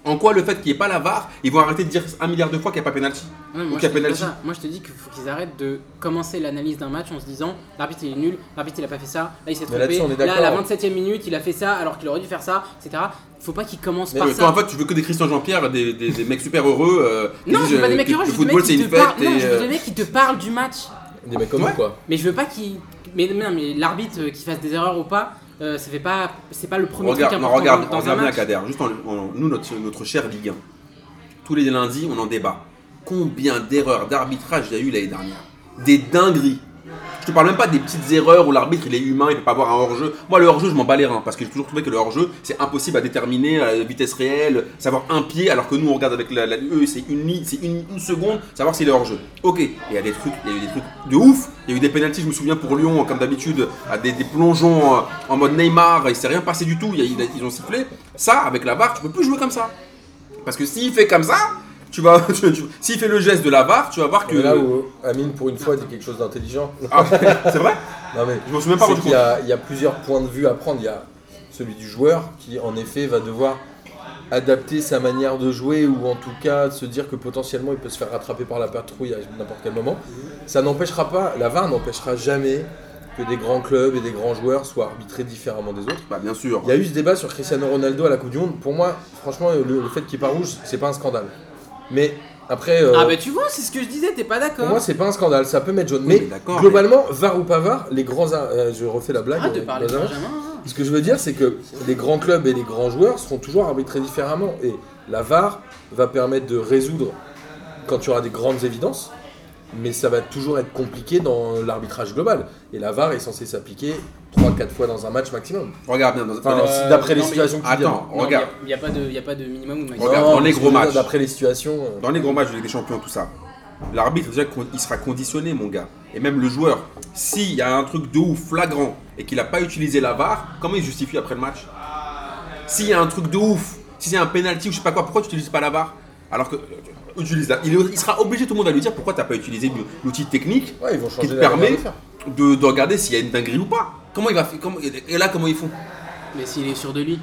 [SPEAKER 3] En quoi le fait qu'il n'y ait pas la VAR, ils vont arrêter de dire un milliard de fois qu'il n'y a pas pénalty
[SPEAKER 1] Non, mais
[SPEAKER 3] Ou
[SPEAKER 1] moi,
[SPEAKER 3] qu'il
[SPEAKER 1] je
[SPEAKER 3] y a
[SPEAKER 1] te dis pas
[SPEAKER 3] penalty.
[SPEAKER 1] ça. Moi, je te dis qu'il faut qu'ils arrêtent de commencer l'analyse d'un match en se disant l'arbitre il est nul, l'arbitre il a pas fait ça, là il s'est
[SPEAKER 2] Mais là-dessus,
[SPEAKER 1] trompé,
[SPEAKER 2] on est
[SPEAKER 1] là à la
[SPEAKER 2] d'accord.
[SPEAKER 1] 27 e minute il a fait ça alors qu'il aurait dû faire ça, etc. Faut pas qu'ils commencent
[SPEAKER 2] Mais
[SPEAKER 1] par
[SPEAKER 3] Euh,
[SPEAKER 1] ça.
[SPEAKER 3] Toi, en fait, tu veux que des Christian Jean-Pierre, des, des- des mecs super heureux. euh, qui
[SPEAKER 1] non,
[SPEAKER 3] disent,
[SPEAKER 1] je veux pas des
[SPEAKER 3] euh,
[SPEAKER 1] mecs
[SPEAKER 3] que
[SPEAKER 1] heureux, je
[SPEAKER 3] Le
[SPEAKER 1] veux des
[SPEAKER 3] football,
[SPEAKER 1] mecs
[SPEAKER 3] c'est
[SPEAKER 1] qui
[SPEAKER 3] une
[SPEAKER 1] te parlent.
[SPEAKER 3] fête.
[SPEAKER 1] Non,
[SPEAKER 3] et,
[SPEAKER 1] je veux
[SPEAKER 3] euh,
[SPEAKER 1] des mecs qui te parlent du match,
[SPEAKER 2] Des mecs comme nous,
[SPEAKER 3] Ouais.
[SPEAKER 2] quoi.
[SPEAKER 1] mais je veux pas qu'ils. Mais non, mais l'arbitre euh, qui fasse des erreurs ou pas, euh, ça fait pas. C'est pas le premier
[SPEAKER 3] Regarde,
[SPEAKER 1] truc
[SPEAKER 3] non,
[SPEAKER 1] important
[SPEAKER 3] regarde,
[SPEAKER 1] dans,
[SPEAKER 3] on
[SPEAKER 1] dans un
[SPEAKER 3] revient à
[SPEAKER 1] match.
[SPEAKER 3] Kader. Juste en- en- nous, notre, notre cher Ligue 1. Tous les lundis, on en débat. Combien d'erreurs d'arbitrage il y a eu l'année dernière Des dingueries. Je te parle même pas des petites erreurs où l'arbitre il est humain, il peut pas avoir un hors-jeu. Moi, le hors-jeu, je m'en bats les reins parce que j'ai toujours trouvé que le hors-jeu, c'est impossible à déterminer à la vitesse réelle, savoir un pied, alors que nous, on regarde avec la, la- eux, c'est une, ligne- c'est une, une seconde, savoir s'il est hors-jeu. Ok, Et il y a des trucs, il y a eu des trucs de ouf. Il y a eu des pénalties, je me souviens pour Lyon, comme d'habitude, à des, des plongeons euh, en mode Neymar, il s'est rien passé du tout, il y a- il a- ils ont sifflé. Ça, avec la barre, tu peux plus jouer comme ça. Parce que s'il fait comme ça, tu vas, tu- tu- s'il fait le geste de la barre, tu vas voir que.
[SPEAKER 2] Mais là où Amine, pour une fois, dit quelque chose d'intelligent.
[SPEAKER 3] Ah, c'est vrai
[SPEAKER 2] Non, mais
[SPEAKER 3] Je me souviens pas
[SPEAKER 2] c'est
[SPEAKER 3] rendu
[SPEAKER 2] qu'il y
[SPEAKER 3] compte.
[SPEAKER 2] a, il y a plusieurs points de vue à prendre. Il y a celui du joueur qui, en effet, va devoir adapter sa manière de jouer ou en tout cas se dire que potentiellement il peut se faire rattraper par la patrouille à n'importe quel moment. Ça n'empêchera pas, la VAR n'empêchera jamais que des grands clubs et des grands joueurs soient arbitrés différemment des autres.
[SPEAKER 3] Bah, bien sûr.
[SPEAKER 2] Il y a eu ce débat sur Cristiano Ronaldo à la Coupe du Monde. Pour moi, franchement, le, le fait qu'il n'est pas rouge, c'est pas un scandale. Mais après, euh,
[SPEAKER 1] Ah bah tu vois, c'est ce que je disais, t'es pas
[SPEAKER 2] pour
[SPEAKER 1] d'accord.
[SPEAKER 2] moi, c'est pas un scandale. Ça peut mettre jaune.
[SPEAKER 3] Oui,
[SPEAKER 2] Mais,
[SPEAKER 3] mais d'accord,
[SPEAKER 2] globalement, var ou pas var, les grands. ar- euh, je refais la blague.
[SPEAKER 1] Arrête de
[SPEAKER 2] euh,
[SPEAKER 1] parler de
[SPEAKER 2] Benjamin.
[SPEAKER 1] Benjamin. hein.
[SPEAKER 2] Ce que je veux dire, c'est que les grands clubs et les grands joueurs seront toujours arbitrés différemment. Et la VAR va permettre de résoudre quand tu auras des grandes évidences, mais ça va toujours être compliqué dans l'arbitrage global. Et la VAR est censée s'appliquer 3-4 fois dans un match maximum.
[SPEAKER 3] Regarde bien. Dans,
[SPEAKER 2] Enfin, euh,
[SPEAKER 3] dans-
[SPEAKER 2] si d'après les
[SPEAKER 1] non, mais-
[SPEAKER 2] situations qui viennent.
[SPEAKER 3] attends,
[SPEAKER 1] Non,
[SPEAKER 3] regarde.
[SPEAKER 1] y a- y a, pas de- y a pas de minimum ou de maximum.
[SPEAKER 3] Regarde, dans les
[SPEAKER 2] parce que
[SPEAKER 3] gros
[SPEAKER 2] je veux dire,
[SPEAKER 3] matchs.
[SPEAKER 2] D'après les situations. euh,
[SPEAKER 3] Dans les grands matchs de Ligue des Champions, tout ça, l'arbitre, déjà, con- il sera conditionné, mon gars. Et même le joueur, s'il y a un truc de ouf flagrant et qu'il n'a pas utilisé la VAR, comment il justifie après le match S'il y a un truc de ouf, si c'est un penalty ou je sais pas quoi, pourquoi tu n'utilises pas la VAR Alors que euh, utilise la- il, est- il sera obligé tout le monde à lui dire pourquoi t'as pas utilisé l'outil technique
[SPEAKER 2] Ouais, ils vont changer
[SPEAKER 3] qui te
[SPEAKER 2] la manière
[SPEAKER 3] permet
[SPEAKER 2] de faire.
[SPEAKER 3] de, de regarder s'il y a une dinguerie ou pas. Comment il va faire- comment- et là comment ils font
[SPEAKER 1] Mais s'il est sûr de lui.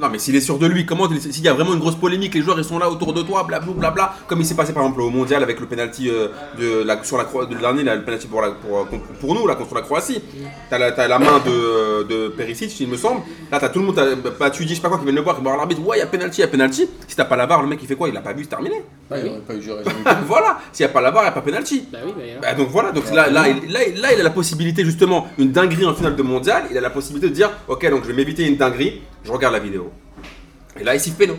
[SPEAKER 3] Non mais s'il est sûr de lui, comment s'il y a vraiment une grosse polémique, les joueurs ils sont là autour de toi, blablabla, comme il s'est passé par exemple au mondial avec le penalty euh, de la sur la Cro- de l'année, là, le penalty pour, la- pour, euh, pour nous là contre la Croatie. T'as la, t'as la main de, de Perisic, il me semble. Là t'as tout le monde, t'as bah, tu dis je sais pas quoi qui vient le voir, qui voir l'arbitre, ouais il y a penalty, il y a penalty. Si t'as pas la barre, le mec il fait quoi Il a pas vu, c'est terminé.
[SPEAKER 2] Ouais,
[SPEAKER 1] oui.
[SPEAKER 2] Ah, il aurait pas eu Juré.
[SPEAKER 3] voilà, s'il y a pas la barre, il y a pas penalty.
[SPEAKER 1] Bah oui, mais.
[SPEAKER 3] Bah, donc voilà, donc là, là, il- là, il- là, il a la possibilité justement, une dinguerie en finale de mondial, il a la possibilité de dire Ok, donc je vais m'éviter une dinguerie, je regarde la vidéo. Et là, il siffle péno.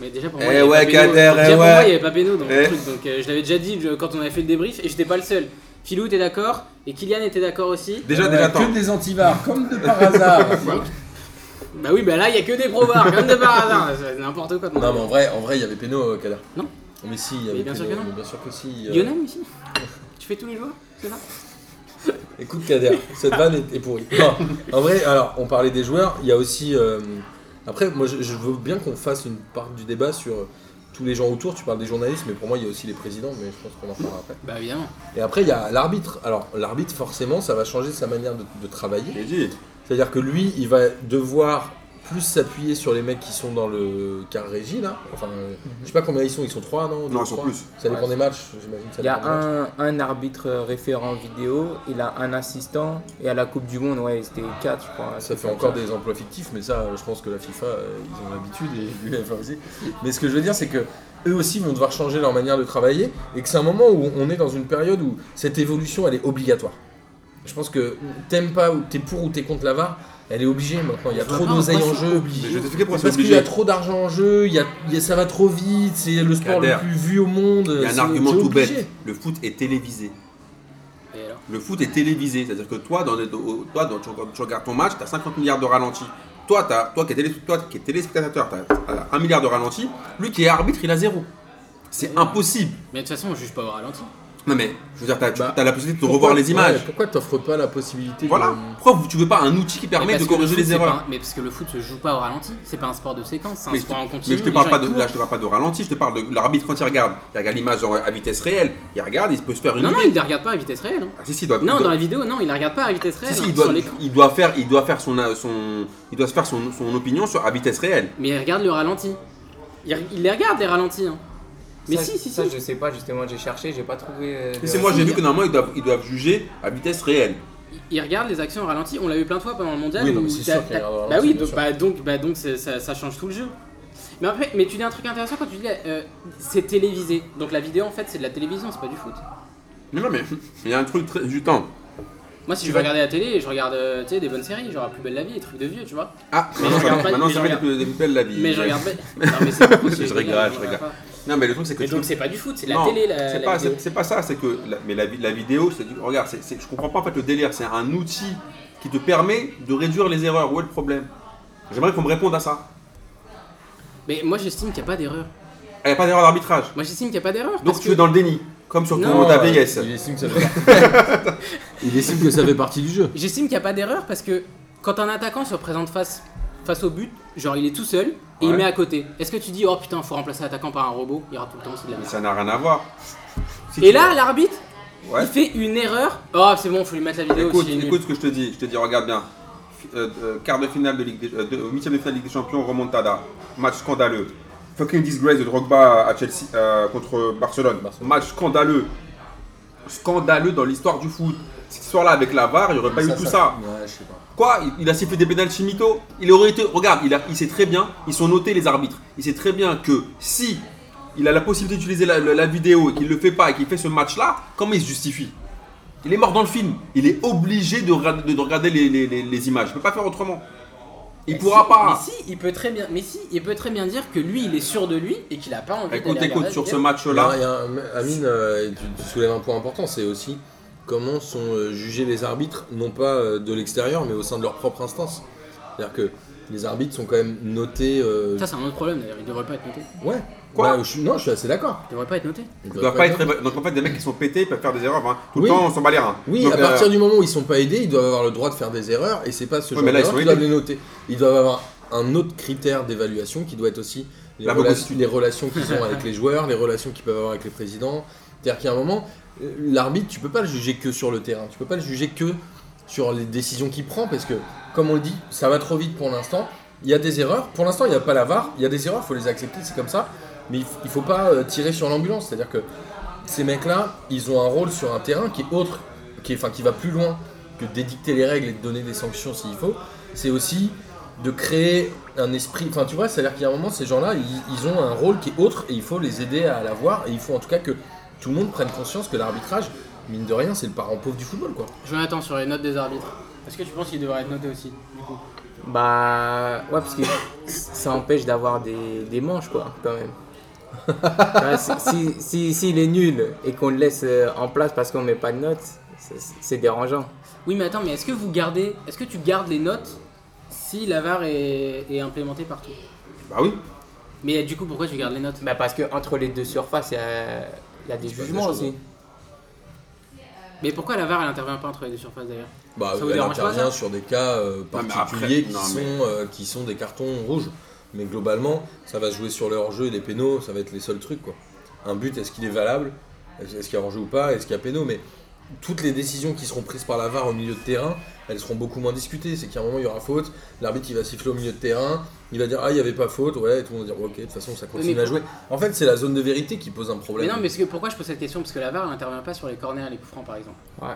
[SPEAKER 1] Mais déjà pour
[SPEAKER 3] Eh
[SPEAKER 1] moi, il y avait
[SPEAKER 3] ouais,
[SPEAKER 1] pas Beno.
[SPEAKER 3] Kader,
[SPEAKER 1] Déjà
[SPEAKER 3] eh
[SPEAKER 1] pour
[SPEAKER 3] ouais.
[SPEAKER 1] moi, il y avait pas Beno dans
[SPEAKER 3] Eh.
[SPEAKER 1] le truc. Donc euh, je l'avais déjà dit je- quand on avait fait le débrief et j'étais pas le seul. Philou était d'accord et Kylian était d'accord aussi.
[SPEAKER 3] Déjà,
[SPEAKER 2] Ouais,
[SPEAKER 3] déjà, attends.
[SPEAKER 2] que des antivars, comme de par hasard.
[SPEAKER 1] Bah oui, bah là il y a que des probars, comme de par hasard. C'est n'importe quoi.
[SPEAKER 2] Non, mais en vrai, en vrai, il y avait Péno, Kader.
[SPEAKER 1] Non.
[SPEAKER 2] Mais si, il y
[SPEAKER 1] Mais
[SPEAKER 2] avait
[SPEAKER 1] bien sûr
[SPEAKER 2] Péno,
[SPEAKER 1] que non.
[SPEAKER 2] mais bien sûr que si. euh,
[SPEAKER 1] Lionel aussi Tu fais tous les jours C'est ça
[SPEAKER 2] Écoute, Kader, cette vanne est, est pourrie. Non, en vrai, alors, on parlait des joueurs, il y a aussi. euh, après, moi, je, je veux bien qu'on fasse une part du débat sur euh, tous les gens autour. Tu parles des journalistes, mais pour moi, il y a aussi les présidents, mais je pense qu'on en parlera après.
[SPEAKER 1] Bah évidemment.
[SPEAKER 2] Et après, il y a l'arbitre. Alors, l'arbitre, forcément, ça va changer sa manière de- de travailler.
[SPEAKER 3] Je l'ai dit.
[SPEAKER 2] C'est-à-dire que lui, il va devoir plus s'appuyer sur les mecs qui sont dans le car régie là. Enfin, euh, je sais pas combien ils sont, ils sont trois non Deux,
[SPEAKER 3] Mhm. Non, ils sont
[SPEAKER 2] trois
[SPEAKER 3] plus.
[SPEAKER 2] Ça dépend des matchs, j'imagine. ça
[SPEAKER 4] Il y a
[SPEAKER 2] dépend des matchs.
[SPEAKER 4] un, un arbitre référent vidéo, il a un assistant, et à la Coupe du Monde, ouais, c'était 4, je crois.
[SPEAKER 2] Ça fait encore des emplois fictifs, mais ça, euh, je pense que la FIFA, euh, ils ont l'habitude et l'UEFA aussi. Mais ce que je veux dire, c'est que eux aussi vont devoir changer leur manière de travailler et que c'est un moment où on est dans une période où cette évolution, elle est obligatoire. Je pense que t'aimes pas ou t'es pour ou t'es contre la VAR, elle est obligée maintenant. Il y a trop d'oseille en jeu.
[SPEAKER 3] Mais je vais t'expliquer
[SPEAKER 2] Parce
[SPEAKER 3] pourquoi c'est
[SPEAKER 2] qu'il y
[SPEAKER 3] obligé.
[SPEAKER 2] a trop d'argent en jeu, il y a, il y a- ça va trop vite, c'est le sport
[SPEAKER 3] Kader,
[SPEAKER 2] le plus vu au monde.
[SPEAKER 3] Il y a un
[SPEAKER 2] c'est-
[SPEAKER 3] argument
[SPEAKER 2] c'est
[SPEAKER 3] tout
[SPEAKER 2] obligé.
[SPEAKER 3] bête le foot est télévisé.
[SPEAKER 1] Et alors
[SPEAKER 3] Le foot est télévisé, c'est-à-dire que toi, dans les- au- toi dans- tu, tu regardes ton match, tu as 50 milliards de ralentis. Toi, t'as- toi, qui es télé- toi qui es téléspectateur, tu as 1 milliard de ralentis. Lui qui est arbitre, il a zéro. C'est impossible.
[SPEAKER 1] Mais de toute façon, on juge pas au ralenti.
[SPEAKER 3] Non mais, je veux dire, tu
[SPEAKER 2] Bah,
[SPEAKER 3] as la possibilité de
[SPEAKER 2] Pourquoi-
[SPEAKER 3] revoir les images.
[SPEAKER 2] ouais, pourquoi t'offres pas la possibilité
[SPEAKER 3] Voilà.
[SPEAKER 2] de.
[SPEAKER 3] Pourquoi vous- tu veux pas un outil qui
[SPEAKER 1] Mais
[SPEAKER 3] permet de
[SPEAKER 1] parce que le
[SPEAKER 3] corriger
[SPEAKER 1] foot,
[SPEAKER 3] les
[SPEAKER 1] c'est
[SPEAKER 3] erreurs
[SPEAKER 1] pas un- Mais parce que le foot se joue pas au ralenti. C'est pas un sport de séquence, c'est un
[SPEAKER 3] mais je, te,
[SPEAKER 1] sport en
[SPEAKER 3] mais
[SPEAKER 1] continu.
[SPEAKER 3] je te
[SPEAKER 1] les
[SPEAKER 3] parle
[SPEAKER 1] gens,
[SPEAKER 3] pas
[SPEAKER 1] ils
[SPEAKER 3] de,
[SPEAKER 1] courent.
[SPEAKER 3] là, je te parle pas de ralenti, je te parle de l'arbitre quand il regarde. Il regarde l'image en- à vitesse réelle, il regarde, il se peut se faire une
[SPEAKER 1] Non, non,
[SPEAKER 3] idée.
[SPEAKER 1] il ne la regarde pas à vitesse réelle. hein.
[SPEAKER 3] Ah, si, si, il doit,
[SPEAKER 1] Non,
[SPEAKER 3] il
[SPEAKER 1] dans
[SPEAKER 3] doit-
[SPEAKER 1] la vidéo, non, il la regarde pas à vitesse réelle.
[SPEAKER 3] si, si,
[SPEAKER 1] hein,
[SPEAKER 3] il doit,
[SPEAKER 1] sur l'écran.
[SPEAKER 3] il doit faire, il doit faire son, euh, son, il doit se faire son, son opinion sur à vitesse réelle.
[SPEAKER 1] Mais il regarde le ralenti. Il, il les regarde, les ralentis. hein. Mais
[SPEAKER 4] Ça,
[SPEAKER 1] si, si,
[SPEAKER 4] ça,
[SPEAKER 1] si.
[SPEAKER 4] je sais pas, justement, j'ai cherché, j'ai pas trouvé. euh, de-
[SPEAKER 3] C'est moi, j'ai vu que normalement ils doivent, ils doivent juger à vitesse réelle.
[SPEAKER 1] Il regarde les actions au ralenti. On l'a eu plein de fois pendant le mondial.
[SPEAKER 2] Oui, non,
[SPEAKER 1] où
[SPEAKER 2] mais c'est
[SPEAKER 1] t'as-
[SPEAKER 2] sûr qu'il
[SPEAKER 1] t'as-
[SPEAKER 2] regarde au
[SPEAKER 1] Bah
[SPEAKER 2] ralenti,
[SPEAKER 1] oui,
[SPEAKER 2] bien
[SPEAKER 1] donc,
[SPEAKER 2] sûr.
[SPEAKER 1] bah, donc, bah, donc c'est- ça, ça change tout le jeu. Mais après, mais tu dis un truc intéressant quand tu dis euh, c'est télévisé. Donc la vidéo en fait c'est de la télévision, c'est pas du foot.
[SPEAKER 3] Mais non, mais il y a un truc très du temps.
[SPEAKER 1] Moi si
[SPEAKER 3] Tu
[SPEAKER 1] je veux
[SPEAKER 3] vas-
[SPEAKER 1] regarder la télé, je regarde euh, tu sais, des bonnes séries, genre La plus belle la vie, des trucs de vieux, tu vois.
[SPEAKER 3] Ah,
[SPEAKER 1] Mais
[SPEAKER 3] maintenant,
[SPEAKER 1] je regarde
[SPEAKER 3] ça-
[SPEAKER 1] pas-
[SPEAKER 3] maintenant,
[SPEAKER 1] mais
[SPEAKER 3] ça
[SPEAKER 1] je
[SPEAKER 3] fait des
[SPEAKER 1] regarde-
[SPEAKER 3] plus des plus belles la vie.
[SPEAKER 1] Mais je regarde pas. Non, mais c'est pas possible,
[SPEAKER 3] Je
[SPEAKER 1] les gars,
[SPEAKER 3] rigole, je
[SPEAKER 1] on regarde
[SPEAKER 3] rigole.
[SPEAKER 1] pas.
[SPEAKER 3] Non, mais le truc c'est que
[SPEAKER 1] Mais
[SPEAKER 3] tu-
[SPEAKER 1] donc c'est pas du foot, c'est de la
[SPEAKER 3] Non,
[SPEAKER 1] télé la,
[SPEAKER 3] c'est
[SPEAKER 1] la
[SPEAKER 3] pas,
[SPEAKER 1] vidéo.
[SPEAKER 3] c'est- c'est pas ça, c'est que la, mais la, vi- la vidéo, c'est du, regarde, c'est- c'est- je comprends pas en fait le délire, c'est un outil qui te permet de réduire les erreurs. Où est le problème J'aimerais qu'on me réponde à ça.
[SPEAKER 1] Mais moi j'estime qu'il n'y a pas d'erreur.
[SPEAKER 3] Ah, Il n'y a pas d'erreur d'arbitrage.
[SPEAKER 1] Moi j'estime qu'il n'y a pas d'erreur.
[SPEAKER 3] Donc
[SPEAKER 1] parce
[SPEAKER 3] tu es dans le déni, comme sur
[SPEAKER 1] Non,
[SPEAKER 3] ton ta
[SPEAKER 2] euh,
[SPEAKER 3] VS.
[SPEAKER 2] Il estime que ça fait Il estime que ça fait partie du jeu.
[SPEAKER 1] J'estime qu'il n'y a pas d'erreur parce que quand un attaquant se présente face, face au but, genre il est tout seul et il
[SPEAKER 3] Ouais.
[SPEAKER 1] met à côté, est-ce que tu dis oh putain faut remplacer l'attaquant par un robot Il ira tout le temps, c'est de la
[SPEAKER 3] Mais
[SPEAKER 1] merde.
[SPEAKER 3] ça n'a rien à voir. Si
[SPEAKER 1] Et
[SPEAKER 3] tu-
[SPEAKER 1] là l'arbitre
[SPEAKER 3] Ouais.
[SPEAKER 1] il fait une erreur. Oh c'est bon faut lui mettre la vidéo
[SPEAKER 3] écoute,
[SPEAKER 1] aussi.
[SPEAKER 3] écoute ce que je te dis. Je te dis, regarde bien. Fi- euh, euh, quart de finale de Ligue des, euh, de- euh, huitième de finale de Ligue des Champions, remontada, match scandaleux. Fucking disgrace de Drogba à Chelsea euh, contre Barcelone.
[SPEAKER 2] Barcelone.
[SPEAKER 3] match scandaleux, scandaleux dans l'histoire du foot. Cette histoire-là avec la VAR, il n'y aurait pas eu tout ça.
[SPEAKER 2] Ouais, je sais pas.
[SPEAKER 3] Quoi Il- Il a sifflé des pénaltys mythos Il aurait été. Regarde, il, a- il sait très bien, ils sont notés les arbitres. Il sait très bien que si il a la possibilité d'utiliser la, la- la vidéo et qu'il ne le fait pas et qu'il fait ce match-là, comment il se justifie Il est mort dans le film. Il est obligé de, ra- de- de regarder les, les- les- les images. Il ne peut pas faire autrement. Il ne pourra
[SPEAKER 1] si,
[SPEAKER 3] pas.
[SPEAKER 1] Mais si il peut très bien, mais si il peut très bien dire que lui il est sûr de lui et qu'il a pas envie. d'aller
[SPEAKER 3] Écoute,
[SPEAKER 1] regarder
[SPEAKER 3] écoute,
[SPEAKER 1] la
[SPEAKER 3] sur ce
[SPEAKER 1] vidéo.
[SPEAKER 3] match-là.
[SPEAKER 2] Il y a- il y a un- Amine, euh, tu, tu soulèves un point important, c'est aussi comment sont euh, jugés les arbitres, non pas euh, de l'extérieur, mais au sein de leur propre instance. C'est-à-dire que les arbitres sont quand même notés. euh,
[SPEAKER 1] Ça c'est un autre problème d'ailleurs, il devrait pas être noté.
[SPEAKER 2] Ouais.
[SPEAKER 3] Quoi
[SPEAKER 2] Bah, je suis- Non, je suis assez d'accord.
[SPEAKER 1] Il devrait pas être noté.
[SPEAKER 2] Ils
[SPEAKER 3] Ils
[SPEAKER 2] doivent
[SPEAKER 3] doivent pas
[SPEAKER 2] être-
[SPEAKER 3] être- Donc en fait, des mecs qui sont pétés, ils peuvent faire des erreurs. hein. Tout
[SPEAKER 2] Oui.
[SPEAKER 3] le temps, on s'en bat les reins.
[SPEAKER 2] Oui,
[SPEAKER 3] Donc,
[SPEAKER 2] à
[SPEAKER 3] euh,
[SPEAKER 2] partir du moment où ils sont pas aidés, ils doivent avoir le droit de faire des erreurs et c'est pas ce
[SPEAKER 3] Ouais,
[SPEAKER 2] genre
[SPEAKER 3] mais là, ils
[SPEAKER 2] d'erreur
[SPEAKER 3] sont
[SPEAKER 2] qu'ils doivent
[SPEAKER 3] aidés.
[SPEAKER 2] les noter. Ils doivent avoir un autre critère d'évaluation qui doit être aussi les,
[SPEAKER 3] La
[SPEAKER 2] rela-
[SPEAKER 3] Bogositude.
[SPEAKER 2] les relations qu'ils ont avec les joueurs, les relations qu'ils peuvent avoir avec les présidents. C'est-à-dire qu'il y a un moment, euh, l'arbitre, tu peux pas le juger que sur le terrain, tu peux pas le juger que sur les décisions qu'il prend, parce que, comme on le dit, ça va trop vite pour l'instant. Il y a des erreurs, pour l'instant il n'y a pas la VAR, il y a des erreurs, il faut les accepter, c'est comme ça, mais il f- il faut pas euh, tirer sur l'ambulance, c'est-à-dire que ces mecs-là, ils ont un rôle sur un terrain qui est autre, qui, est- enfin, qui va plus loin que de d'édicter les règles et de donner des sanctions s'il faut. C'est aussi de créer un esprit. Enfin, tu vois, c'est-à-dire qu'il y a un moment, ces gens-là, ils, ils ont un rôle qui est autre et il faut les aider à l'avoir. Et il faut en tout cas que tout le monde prenne conscience que l'arbitrage, mine de rien, c'est le parent pauvre du football, quoi.
[SPEAKER 1] Jonathan, sur les notes des arbitres, est-ce que tu penses qu'ils devraient être notés aussi du coup
[SPEAKER 4] Bah ouais parce que ça empêche d'avoir des, des manches quoi quand même. Ouais, si si, si- s'il est nul et qu'on le laisse euh, en place parce qu'on met pas de notes, c'est- c'est dérangeant.
[SPEAKER 1] Oui, mais attends, mais est-ce que vous gardez, est-ce que tu gardes les notes si la VAR est, est implémentée partout
[SPEAKER 3] Bah oui.
[SPEAKER 1] Mais du coup, pourquoi tu gardes les notes
[SPEAKER 4] Bah parce que entre les deux surfaces, il y a, il y a des
[SPEAKER 2] Tu passes
[SPEAKER 4] jugements
[SPEAKER 2] des choses,
[SPEAKER 4] aussi.
[SPEAKER 1] Mais pourquoi la VAR elle intervient pas entre les deux surfaces d'ailleurs
[SPEAKER 2] Bah,
[SPEAKER 1] Ça vous
[SPEAKER 2] elle
[SPEAKER 1] dérange pas,
[SPEAKER 2] intervient
[SPEAKER 1] ça
[SPEAKER 2] sur des cas euh,
[SPEAKER 3] Non, mais
[SPEAKER 2] particuliers
[SPEAKER 3] après-
[SPEAKER 2] qui,
[SPEAKER 3] non,
[SPEAKER 2] sont,
[SPEAKER 3] mais-
[SPEAKER 2] euh, qui sont des cartons rouges. Mais globalement, ça va se jouer sur leur jeu et les pénaux, ça va être les seuls trucs. Quoi. Un but, est-ce qu'il est valable Est-ce qu'il y a hors-jeu ou pas Est-ce qu'il y a pénaux Mais toutes les décisions qui seront prises par la VAR au milieu de terrain, elles seront beaucoup moins discutées. C'est qu'à un moment, il y aura faute, l'arbitre il va siffler au milieu de terrain, il va dire Ah, il n'y avait pas faute, ouais, et tout le monde va dire Ouais, Ok, de toute façon, ça continue
[SPEAKER 1] mais
[SPEAKER 2] à jouer. En fait, c'est la zone de vérité qui pose un
[SPEAKER 1] Mais
[SPEAKER 2] problème.
[SPEAKER 1] non, mais parce que- pourquoi je pose cette question Parce que la VAR elle intervient pas sur les corners et les coups francs par exemple.
[SPEAKER 4] Ouais.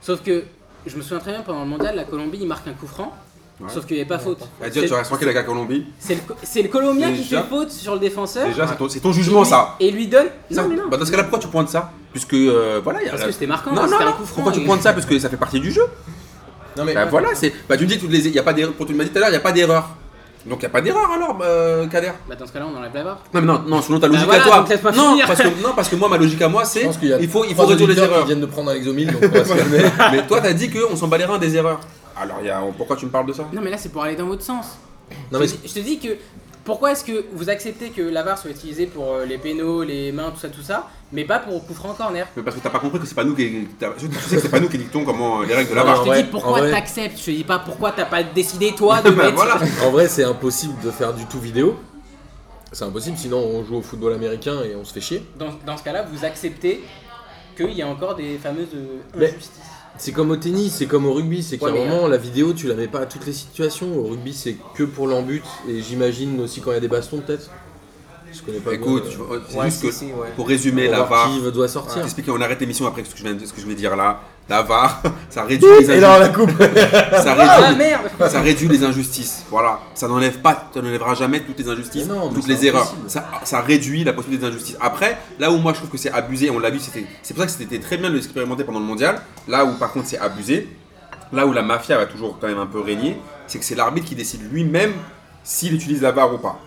[SPEAKER 1] Sauf que je me souviens très bien pendant le mondial, la Colombie il marque un coup franc,
[SPEAKER 3] Ouais.
[SPEAKER 1] sauf qu'il n'y avait pas faute.
[SPEAKER 3] Ah, déjà, tu aurais tranquille avec la Colombie.
[SPEAKER 1] C'est le, c'est le Colombien qui
[SPEAKER 3] Déjà-
[SPEAKER 1] fait faute sur le défenseur.
[SPEAKER 3] Déjà, c'est ton, c'est ton
[SPEAKER 1] et
[SPEAKER 3] jugement,
[SPEAKER 1] lui-
[SPEAKER 3] ça.
[SPEAKER 1] Et lui donne.
[SPEAKER 3] Ça-
[SPEAKER 1] Non, mais non.
[SPEAKER 3] Bah, dans ce cas-là, pourquoi tu pointes ça Puisque euh, voilà, il y a.
[SPEAKER 1] Parce que c'était marquant, hein,
[SPEAKER 3] non, non,
[SPEAKER 1] c'était un
[SPEAKER 3] non.
[SPEAKER 1] coup franc. euh,
[SPEAKER 3] Pourquoi tu
[SPEAKER 1] et-
[SPEAKER 3] pointes ça Parce que ça fait partie du jeu.
[SPEAKER 2] Non, mais-
[SPEAKER 3] Bah voilà, c'est. Bah tu me dis, toutes les... y a pas d'erreur. Pour tu m'as dit tout à l'heure, il n'y a pas d'erreur. Donc il n'y a pas d'erreur alors, euh, Kader
[SPEAKER 1] Bah, dans ce cas-là, on enlève la VAR.
[SPEAKER 3] Non, mais non, non, selon ta
[SPEAKER 1] Bah
[SPEAKER 3] logique
[SPEAKER 1] voilà,
[SPEAKER 3] à
[SPEAKER 1] donc laisse-moi
[SPEAKER 3] toi. Non
[SPEAKER 1] finir.
[SPEAKER 3] parce, que, non, parce que moi, ma logique à moi,
[SPEAKER 2] Je
[SPEAKER 3] c'est.
[SPEAKER 2] pense qu'il y a
[SPEAKER 3] Il faut, il faut
[SPEAKER 2] trois
[SPEAKER 3] réduire les
[SPEAKER 2] auditeurs
[SPEAKER 3] erreurs.
[SPEAKER 2] qui viennent de prendre un exomile, donc on va se calmer.
[SPEAKER 3] mais toi, t'as dit qu'on s'en bat les reins des erreurs. Alors il y a... pourquoi tu me parles de ça
[SPEAKER 1] Non, mais là, c'est pour aller dans votre sens.
[SPEAKER 2] Non, mais
[SPEAKER 1] je, te dis- je te dis que pourquoi est-ce que vous acceptez que la VAR soit utilisée pour euh, les pénaux, les mains, tout ça, tout ça, mais pas pour coup franc corner
[SPEAKER 3] Mais parce que t'as pas compris que c'est pas nous qui. t'as- Tu sais que c'est pas nous qui dictons comment euh, les règles de la
[SPEAKER 2] Non,
[SPEAKER 3] barre.
[SPEAKER 2] En
[SPEAKER 1] Je te
[SPEAKER 2] vrai-
[SPEAKER 1] dis
[SPEAKER 2] en
[SPEAKER 1] pourquoi
[SPEAKER 2] vrai-
[SPEAKER 1] t'acceptes, je te dis pas pourquoi t'as pas décidé toi de
[SPEAKER 3] Bah
[SPEAKER 1] mettre.
[SPEAKER 3] voilà.
[SPEAKER 2] En vrai, c'est impossible de faire du tout vidéo. C'est impossible, sinon on joue au football américain et on se fait chier.
[SPEAKER 1] Dans, dans ce cas-là, vous acceptez qu'il y a encore des fameuses euh,
[SPEAKER 2] Mais-
[SPEAKER 1] injustices.
[SPEAKER 2] C'est comme au tennis, c'est comme au rugby, c'est qu'à
[SPEAKER 1] Ouais,
[SPEAKER 2] un
[SPEAKER 1] mais,
[SPEAKER 2] moment, la vidéo, tu la mets pas à toutes les situations. Au rugby, c'est que pour l'embut, et j'imagine aussi quand il y a des bastons, peut-être. Je connais pas
[SPEAKER 3] Écoute,
[SPEAKER 2] bien,
[SPEAKER 3] je-
[SPEAKER 2] euh,
[SPEAKER 3] c'est
[SPEAKER 4] Ouais,
[SPEAKER 3] juste
[SPEAKER 4] si,
[SPEAKER 3] que
[SPEAKER 4] si, ouais.
[SPEAKER 3] pour résumer,
[SPEAKER 2] pour
[SPEAKER 3] la
[SPEAKER 2] voir
[SPEAKER 3] barre.
[SPEAKER 2] qui doit sortir.
[SPEAKER 3] T'expliquer, on arrête l'émission après ce que je viens de, ce que je vais dire là. La VAR, ça réduit les
[SPEAKER 2] Et là, on la
[SPEAKER 3] injustices.
[SPEAKER 2] coupe
[SPEAKER 3] Ça
[SPEAKER 1] Ah
[SPEAKER 3] réduit,
[SPEAKER 1] merde
[SPEAKER 3] ça réduit les injustices. Voilà. Ça n'enlève pas, ça n'enlèvera jamais toutes les injustices,
[SPEAKER 2] Mais non, mais
[SPEAKER 3] toutes
[SPEAKER 2] c'est
[SPEAKER 3] les erreurs.
[SPEAKER 2] impossible.
[SPEAKER 3] Ça, ça réduit la possibilité des injustices. Après, là où moi je trouve que c'est abusé, on l'a vu, c'était, c'est pour ça que c'était très bien de l'expérimenter pendant le mondial. Là où par contre c'est abusé, là où la mafia va toujours quand même un peu régner, c'est que c'est l'arbitre qui décide lui-même s'il utilise la VAR ou pas.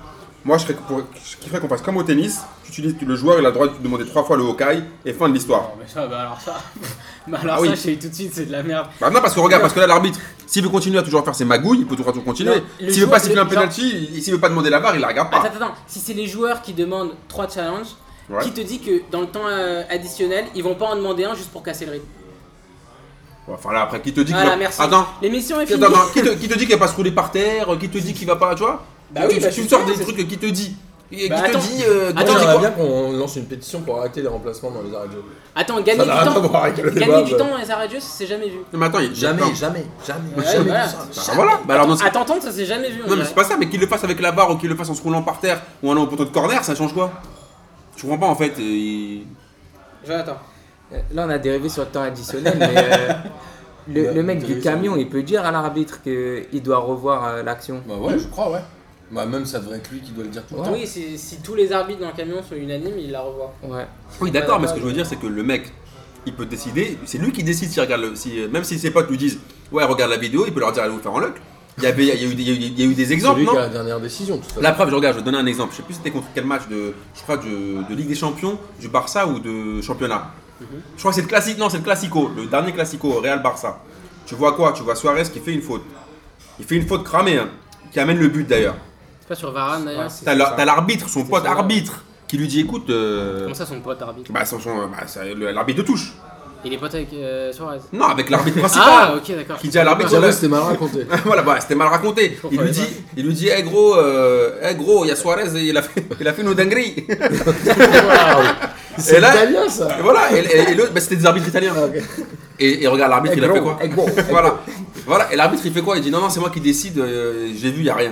[SPEAKER 3] Moi, je, serais pour, je kifferais qu'on fasse comme au tennis. Tu utilises, le joueur il a le droit de demander trois fois le Hawkeye et fin de l'histoire.
[SPEAKER 1] Non, mais ça, bah alors ça. bah alors
[SPEAKER 3] Ah oui.
[SPEAKER 1] ça, je sais tout de suite, c'est de la merde.
[SPEAKER 3] Bah non, parce que regarde, parce que là, l'arbitre, s'il veut continuer à toujours faire ses magouilles, il peut toujours tout continuer.
[SPEAKER 1] Non, le
[SPEAKER 3] S'il veut pas
[SPEAKER 1] jour-
[SPEAKER 3] siffler
[SPEAKER 1] le-
[SPEAKER 3] un penalty, il- s'il veut pas demander la barre, il la regarde pas.
[SPEAKER 1] Attends, attends, attends. si c'est les joueurs qui demandent 3 challenges,
[SPEAKER 3] Ouais.
[SPEAKER 1] qui te dit que dans le temps euh, additionnel, ils vont pas en demander un juste pour casser le rythme
[SPEAKER 3] Enfin là, après, qui te dit
[SPEAKER 1] Voilà,
[SPEAKER 3] que.
[SPEAKER 1] merci.
[SPEAKER 3] Attends.
[SPEAKER 1] L'émission est
[SPEAKER 3] Attends,
[SPEAKER 1] finie.
[SPEAKER 3] attends, qui te, qui te dit qu'il va pas se rouler par terre Qui te dit qu'il va pas, tu vois
[SPEAKER 1] Bah
[SPEAKER 3] Tu-
[SPEAKER 1] oui,
[SPEAKER 3] tu,
[SPEAKER 1] bah
[SPEAKER 3] tu
[SPEAKER 1] je
[SPEAKER 3] me
[SPEAKER 1] suis
[SPEAKER 3] sors
[SPEAKER 1] sûr,
[SPEAKER 3] des
[SPEAKER 1] c'est-
[SPEAKER 3] trucs, qui te dit Qui
[SPEAKER 1] Bah
[SPEAKER 3] qui te
[SPEAKER 1] attends.
[SPEAKER 3] dit euh,
[SPEAKER 1] Attends,
[SPEAKER 3] qui te dit
[SPEAKER 2] J'aimerais
[SPEAKER 3] quoi
[SPEAKER 2] bien qu'on lance une pétition pour arrêter les remplacements dans les arrêts de jeu.
[SPEAKER 1] Attends, gagner
[SPEAKER 2] Ça
[SPEAKER 1] du
[SPEAKER 2] n'a rien à
[SPEAKER 1] temps.
[SPEAKER 2] voir avec le débat,
[SPEAKER 1] Gagner du
[SPEAKER 2] mais-
[SPEAKER 1] temps dans les arrêts de jeu, ça s'est jamais Ah, vu.
[SPEAKER 3] Non, mais attends, il
[SPEAKER 2] Jamais,
[SPEAKER 3] attends.
[SPEAKER 2] jamais, jamais,
[SPEAKER 1] Ouais,
[SPEAKER 2] jamais
[SPEAKER 1] voilà.
[SPEAKER 2] vu ça.
[SPEAKER 3] Bah voilà. Bah alors, dans ce-
[SPEAKER 1] À t'entendre, ça s'est jamais vu. on
[SPEAKER 3] Non, mais
[SPEAKER 1] dirait.
[SPEAKER 3] c'est pas ça, mais qu'il le fasse avec la barre ou qu'il le fasse en se roulant par terre ou en allant au poteau de corner, ça change quoi Tu comprends pas en fait. euh, il-
[SPEAKER 1] Jonathan.
[SPEAKER 4] Euh, Là on a dérivé sur le temps additionnel mais euh, le,
[SPEAKER 2] Ouais,
[SPEAKER 4] le
[SPEAKER 2] on
[SPEAKER 4] mec
[SPEAKER 2] a
[SPEAKER 4] du
[SPEAKER 2] dérivé sur-
[SPEAKER 4] camion il peut dire à l'arbitre qu'il doit revoir euh, l'action.
[SPEAKER 2] Bah ouais, je crois, ouais. Bah même, ça devrait être lui qui doit le dire tout le temps.
[SPEAKER 1] Oui, si, si tous les arbitres dans le camion sont unanimes, il la revoit.
[SPEAKER 4] Ouais.
[SPEAKER 3] Oui, d'accord, mais ce que je veux dire, c'est que le mec, il peut décider, c'est lui qui décide s'il regarde, le, si, même si ses potes lui disent, ouais, regarde la vidéo, il peut leur dire, allez vous faire en luck. Il y, avait, il y, a, eu, des- il y a eu des- il y a eu des
[SPEAKER 2] C'est
[SPEAKER 3] exemples,
[SPEAKER 2] lui qui
[SPEAKER 3] non
[SPEAKER 2] a la dernière décision, de toute façon.
[SPEAKER 3] La preuve, je regarde, je vais donner un exemple. Je sais plus c'était contre quel match de, je crois, de, de Ligue des Champions, du Barça ou de championnat. Je crois que c'est le classique, non, c'est le classico, le dernier classico, Real Barça. Tu vois quoi Tu vois Suarez qui fait une faute. Il fait une faute cramée, hein, qui amène le but d'ailleurs.
[SPEAKER 1] C'est pas sur Varane d'ailleurs.
[SPEAKER 4] c'est-
[SPEAKER 3] T'as la- t'as l'arbitre, son pote
[SPEAKER 4] ça.
[SPEAKER 3] arbitre, qui lui dit, écoute, euh,
[SPEAKER 1] Comment ça, son pote arbitre
[SPEAKER 3] bah, son- son- bah, ça- le- l'arbitre de touche.
[SPEAKER 1] Il est pote avec euh, Suarez.
[SPEAKER 3] Non, avec l'arbitre
[SPEAKER 1] Ah,
[SPEAKER 3] principal
[SPEAKER 1] ok, d'accord.
[SPEAKER 3] qui dit à l'arbitre.
[SPEAKER 2] J'avoue,
[SPEAKER 3] voilà.
[SPEAKER 2] Ah, c'était mal raconté.
[SPEAKER 3] voilà, bah, c'était mal raconté.
[SPEAKER 1] Je
[SPEAKER 3] Il lui dit,
[SPEAKER 1] comprenais
[SPEAKER 3] il lui dit, hey gros, euh, hey, gros, il y a Suarez, et il a fait, il a fait nos dingueries.
[SPEAKER 2] C'est
[SPEAKER 3] Et là-
[SPEAKER 2] italien ça
[SPEAKER 3] Et voilà, et, et- et l'autre, bah, c'était des arbitres italiens. Et, et regarde l'arbitre, il a fait quoi Voilà, voilà. Et l'arbitre, il fait quoi Il dit non, non, c'est moi qui décide. euh, J'ai vu, il y a rien.